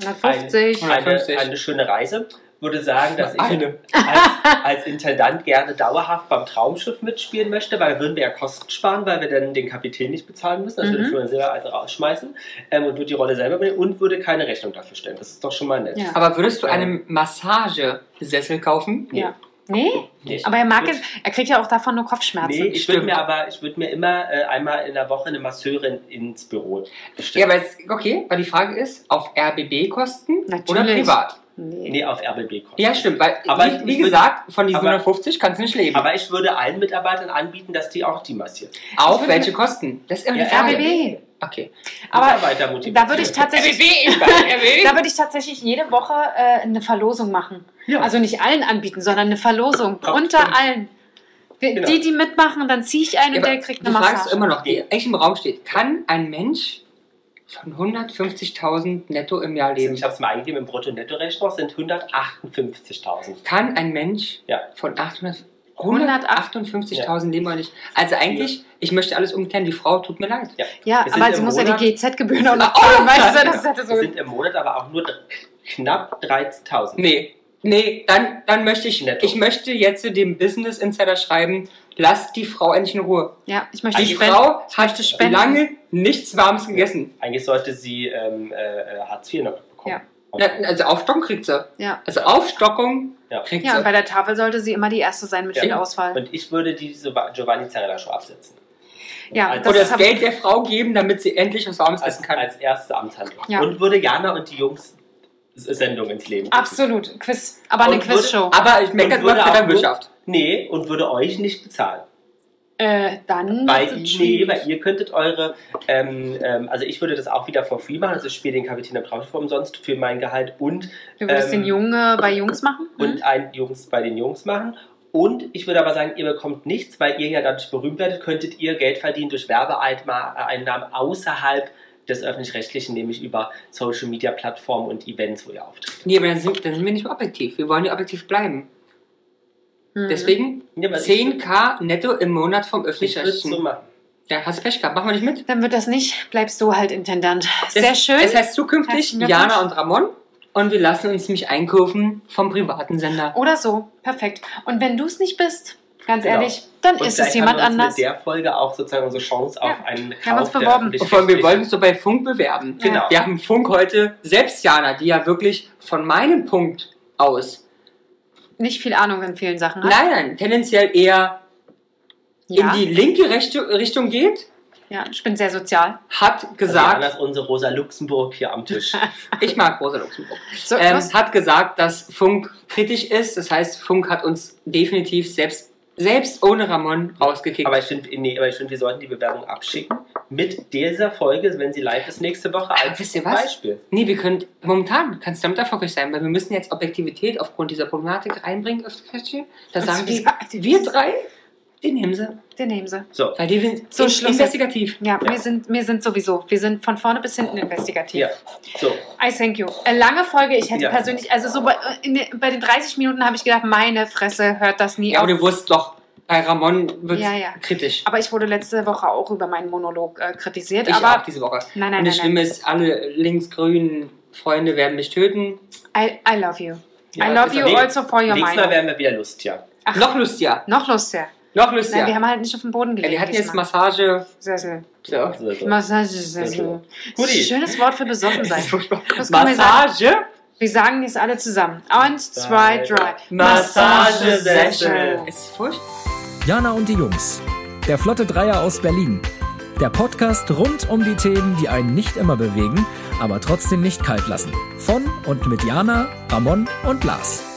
Speaker 3: 150.
Speaker 2: Ein-
Speaker 1: eine,
Speaker 2: 150.
Speaker 1: eine schöne Reise. Würde sagen, dass ich
Speaker 2: Eine.
Speaker 1: als, als Intendant gerne dauerhaft beim Traumschiff mitspielen möchte, weil würden wir ja Kosten sparen, weil wir dann den Kapitän nicht bezahlen müssen, also
Speaker 3: Mhm.
Speaker 1: den Florian Silber also rausschmeißen ähm, und würde die Rolle selber übernehmen und würde keine Rechnung dafür stellen. Das ist doch schon mal nett.
Speaker 3: Ja.
Speaker 2: Aber würdest du
Speaker 1: Ja.
Speaker 2: einen Massagesessel kaufen?
Speaker 1: Nee.
Speaker 3: Ja. Nee,
Speaker 1: Nicht.
Speaker 3: aber er mag
Speaker 1: Würd-
Speaker 3: jetzt, er kriegt ja auch davon nur Kopfschmerzen.
Speaker 1: Nee, ich
Speaker 2: Stimmt.
Speaker 1: würde mir aber, ich würde mir immer äh, einmal in der Woche eine Masseurin ins Büro
Speaker 2: Ja,
Speaker 1: bestellen.
Speaker 2: aber jetzt, okay, weil die Frage ist, auf RBB-Kosten oder
Speaker 3: Natürlich.
Speaker 2: privat?
Speaker 3: Nee.
Speaker 1: nee, auf RBB kommen.
Speaker 2: Ja, stimmt, weil,
Speaker 1: Aber
Speaker 2: wie,
Speaker 1: ich-
Speaker 2: wie
Speaker 1: ich würd-
Speaker 2: gesagt, von diesen
Speaker 1: aber-
Speaker 2: 150 kannst du nicht leben.
Speaker 1: Aber ich würde allen Mitarbeitern anbieten, dass die auch die massieren.
Speaker 2: auf
Speaker 3: würd-
Speaker 2: welche Kosten? Das ist immer die
Speaker 1: Ja,
Speaker 2: Frage.
Speaker 3: RBB.
Speaker 2: Okay.
Speaker 3: Aber
Speaker 1: Mitarbeitermotivation.
Speaker 3: da würde ich tatsächlich, da würde ich tatsächlich jede Woche äh, eine Verlosung machen.
Speaker 1: Ja.
Speaker 3: Also nicht allen anbieten, sondern eine Verlosung
Speaker 1: Ja,
Speaker 3: unter
Speaker 1: stimmt.
Speaker 3: allen. Die,
Speaker 1: Genau.
Speaker 3: die, die mitmachen, dann ziehe ich einen
Speaker 2: Ja,
Speaker 3: und
Speaker 2: aber
Speaker 3: der kriegt
Speaker 2: du
Speaker 3: eine
Speaker 2: fragst
Speaker 3: Massage.
Speaker 2: immer noch, die echt im Raum steht, kann ein Mensch von 150.000 netto im Jahr leben?
Speaker 1: ich habe es mal eingegeben, im Brutto-Netto-Rechnung sind 158.000.
Speaker 2: Kann ein Mensch
Speaker 1: Ja.
Speaker 2: von 800
Speaker 3: 108
Speaker 2: 158.000 leben oder nicht? Also eigentlich, ich möchte alles umkehren. Die Frau tut mir leid.
Speaker 3: Ja,
Speaker 1: Wir sind
Speaker 3: aber sie
Speaker 1: im
Speaker 3: muss ja
Speaker 1: Monat-
Speaker 3: die GZ-Gebühren auch noch zahlen, weißt du? Das hätte so
Speaker 1: Das sind im Monat aber auch nur dr- knapp 13.000.
Speaker 2: Nee, nee, dann, dann möchte ich,
Speaker 1: Netto.
Speaker 2: ich möchte jetzt dem Business Insider schreiben, lasst die Frau endlich in Ruhe.
Speaker 3: Ja, ich möchte
Speaker 2: Die
Speaker 3: spenden.
Speaker 2: Frau
Speaker 3: möchte
Speaker 2: hat
Speaker 3: spenden.
Speaker 2: lange nichts Warmes gegessen.
Speaker 1: Eigentlich sollte sie ähm, äh, äh, Hartz IV noch bekommen.
Speaker 3: Ja.
Speaker 2: Na, Also Aufstockung kriegt sie.
Speaker 3: Ja.
Speaker 2: Also Aufstockung
Speaker 1: Ja.
Speaker 2: kriegt
Speaker 3: ja, und
Speaker 2: sie.
Speaker 3: bei der Tafel sollte sie immer die Erste sein mit
Speaker 1: Ja.
Speaker 3: viel Auswahl.
Speaker 1: Und ich würde diese Ba- Giovanni Zarella Show absetzen.
Speaker 3: Ja,
Speaker 1: als,
Speaker 3: das
Speaker 2: Oder das
Speaker 3: hab-
Speaker 2: Geld der Frau geben, damit sie endlich was Warmes essen
Speaker 1: als,
Speaker 2: kann.
Speaker 1: als erste Amtshandlung.
Speaker 3: Ja.
Speaker 1: Und würde Jana und die Jungs S- Sendung ins Leben rufen.
Speaker 3: Absolut, Quiz. Aber eine
Speaker 1: Und würde-
Speaker 3: Quizshow.
Speaker 2: Aber ich merke
Speaker 1: Und
Speaker 2: das mal
Speaker 1: würde auch
Speaker 2: der
Speaker 1: nur-
Speaker 2: Wirtschaft.
Speaker 1: Nee, und würde euch nicht bezahlen.
Speaker 3: Äh, dann.
Speaker 1: Weil,
Speaker 3: wird's
Speaker 1: nee,
Speaker 3: schwierig.
Speaker 1: weil ihr könntet eure, ähm, ähm, also ich würde das auch wieder for free machen, also ich spiele den Kapitän am Traumschiff umsonst für mein Gehalt und
Speaker 3: Du würdest
Speaker 1: ähm,
Speaker 3: den Junge bei Jungs machen? Hm?
Speaker 1: und ein Jungs bei den Jungs machen. Und ich würde aber sagen, ihr bekommt nichts, weil ihr ja dadurch berühmt werdet, könntet ihr Geld verdienen durch Werbeeinnahmen außerhalb des Öffentlich-Rechtlichen, nämlich über Social-Media-Plattformen und Events, wo ihr auftritt.
Speaker 2: Nee, aber dann sind, dann sind wir nicht mehr objektiv. Wir wollen ja objektiv bleiben.
Speaker 3: Hm.
Speaker 2: Deswegen
Speaker 1: Ja, aber ich-
Speaker 2: 10k netto im Monat vom
Speaker 1: Ich würde es so
Speaker 2: Öffentlich-Rechtlichen.
Speaker 1: machen.
Speaker 2: Ja, hast du Pech gehabt. Machen wir nicht mit.
Speaker 3: Dann wird das nicht, bleibst du halt Intendant. Sehr
Speaker 2: Das-
Speaker 3: schön.
Speaker 2: Das heißt zukünftig
Speaker 3: Herzlichen
Speaker 2: Jana
Speaker 3: Glückwunsch.
Speaker 2: und Ramon und wir lassen uns nämlich einkaufen vom privaten Sender.
Speaker 3: Oder so, perfekt. Und wenn du es nicht bist, ganz
Speaker 1: Genau.
Speaker 3: ehrlich, dann
Speaker 1: Und
Speaker 3: ist es
Speaker 1: vielleicht
Speaker 3: jemand
Speaker 1: haben wir uns
Speaker 3: anders.
Speaker 1: Mit der Folge auch sozusagen unsere Chance auf
Speaker 3: Ja.
Speaker 1: einen Kauf
Speaker 3: haben uns
Speaker 1: der
Speaker 3: beworben.
Speaker 1: Öffentlich-
Speaker 2: Und vor allem, wir wollen uns so bei Funk bewerben.
Speaker 1: Genau.
Speaker 2: Wir haben Funk heute, selbst Jana, die ja wirklich von meinem Punkt aus,
Speaker 3: Nicht viel Ahnung in vielen Sachen. hat.
Speaker 2: nein, nein, tendenziell eher
Speaker 3: ja.
Speaker 2: in die linke Rechte- Richtung geht,
Speaker 3: ja, ich bin sehr sozial.
Speaker 2: hat
Speaker 1: Also Jana
Speaker 2: gesagt,
Speaker 1: ist unsere Rosa Luxemburg hier am Tisch.
Speaker 2: ich mag Rosa Luxemburg,
Speaker 3: So,
Speaker 2: ähm,
Speaker 3: los.
Speaker 2: hat gesagt, dass Funk kritisch ist. Das heißt, Funk hat uns definitiv selbst, selbst ohne Ramon rausgekickt.
Speaker 1: aber, ich finde, nee, aber ich finde, wir sollten die Bewerbung abschicken mit dieser Folge, wenn sie live ist, nächste Woche
Speaker 3: Ah,
Speaker 1: als
Speaker 2: wisst ihr was?
Speaker 1: Beispiel.
Speaker 2: Nee, wir können, momentan kannst du damit erfolgreich sein, weil wir müssen jetzt Objektivität aufgrund dieser Problematik reinbringen, öffentlich-rechtlich. Da
Speaker 3: Das
Speaker 2: sagen
Speaker 3: ist
Speaker 2: die,
Speaker 3: wieder-
Speaker 2: wir drei Den nehmen sie.
Speaker 3: Den nehmen sie.
Speaker 1: So,
Speaker 2: Weil die sind
Speaker 3: So
Speaker 2: so
Speaker 3: schlimm.
Speaker 2: investigativ.
Speaker 3: Ja, Wir, sind, wir sind sowieso. Wir sind von vorne bis hinten investigativ.
Speaker 1: ja. So,
Speaker 3: I thank you. Äh, lange Folge. Ich hätte
Speaker 1: Ja.
Speaker 3: persönlich, also so bei, in, den- bei den 30 Minuten habe ich gedacht, meine Fresse hört das nie
Speaker 2: Ja,
Speaker 3: auf.
Speaker 2: aber du wusstest doch, bei Ramon wird
Speaker 3: Ja, ja.
Speaker 2: kritisch.
Speaker 3: Aber ich wurde letzte Woche auch über meinen Monolog äh, kritisiert.
Speaker 2: Ich
Speaker 3: aber
Speaker 2: auch diese Woche.
Speaker 3: nein, nein,
Speaker 2: Und
Speaker 3: nein.
Speaker 2: das
Speaker 3: nein.
Speaker 2: Schlimme ist, alle linksgrünen Freunde werden mich töten.
Speaker 3: I, I love you.
Speaker 1: Ja,
Speaker 3: I love
Speaker 2: ist
Speaker 3: you
Speaker 1: okay.
Speaker 3: also for your
Speaker 1: nächstes Mal
Speaker 3: mind.
Speaker 1: werden wir wieder Lust, ja.
Speaker 3: Ach.
Speaker 2: Noch lustiger.
Speaker 3: Noch lustiger.
Speaker 2: Noch
Speaker 3: Nein,
Speaker 2: lustiger.
Speaker 3: wir haben halt nicht auf dem Boden
Speaker 2: ja,
Speaker 3: gelegt.
Speaker 2: wir hatten jetzt
Speaker 3: diesmal.
Speaker 2: Massage.
Speaker 3: Sessel.
Speaker 2: So.
Speaker 1: Also, So, so.
Speaker 3: Massagesessel. Das
Speaker 1: Guti.
Speaker 3: ist ein Schönes Wort für besoffen
Speaker 2: Das
Speaker 3: sein.
Speaker 2: ist furchtbar.
Speaker 3: Das können wir sagen.
Speaker 2: Massage?
Speaker 3: Wir sagen jetzt alle zusammen. Eins, zwei, drei.
Speaker 1: Massagesessel.
Speaker 2: Ist furchtbar.
Speaker 4: Jana und die Jungs. Der Flotte Dreier aus Berlin. Der Podcast rund um die Themen, die einen nicht immer bewegen, aber trotzdem nicht kalt lassen. Von und mit Jana, Ramon und Lars.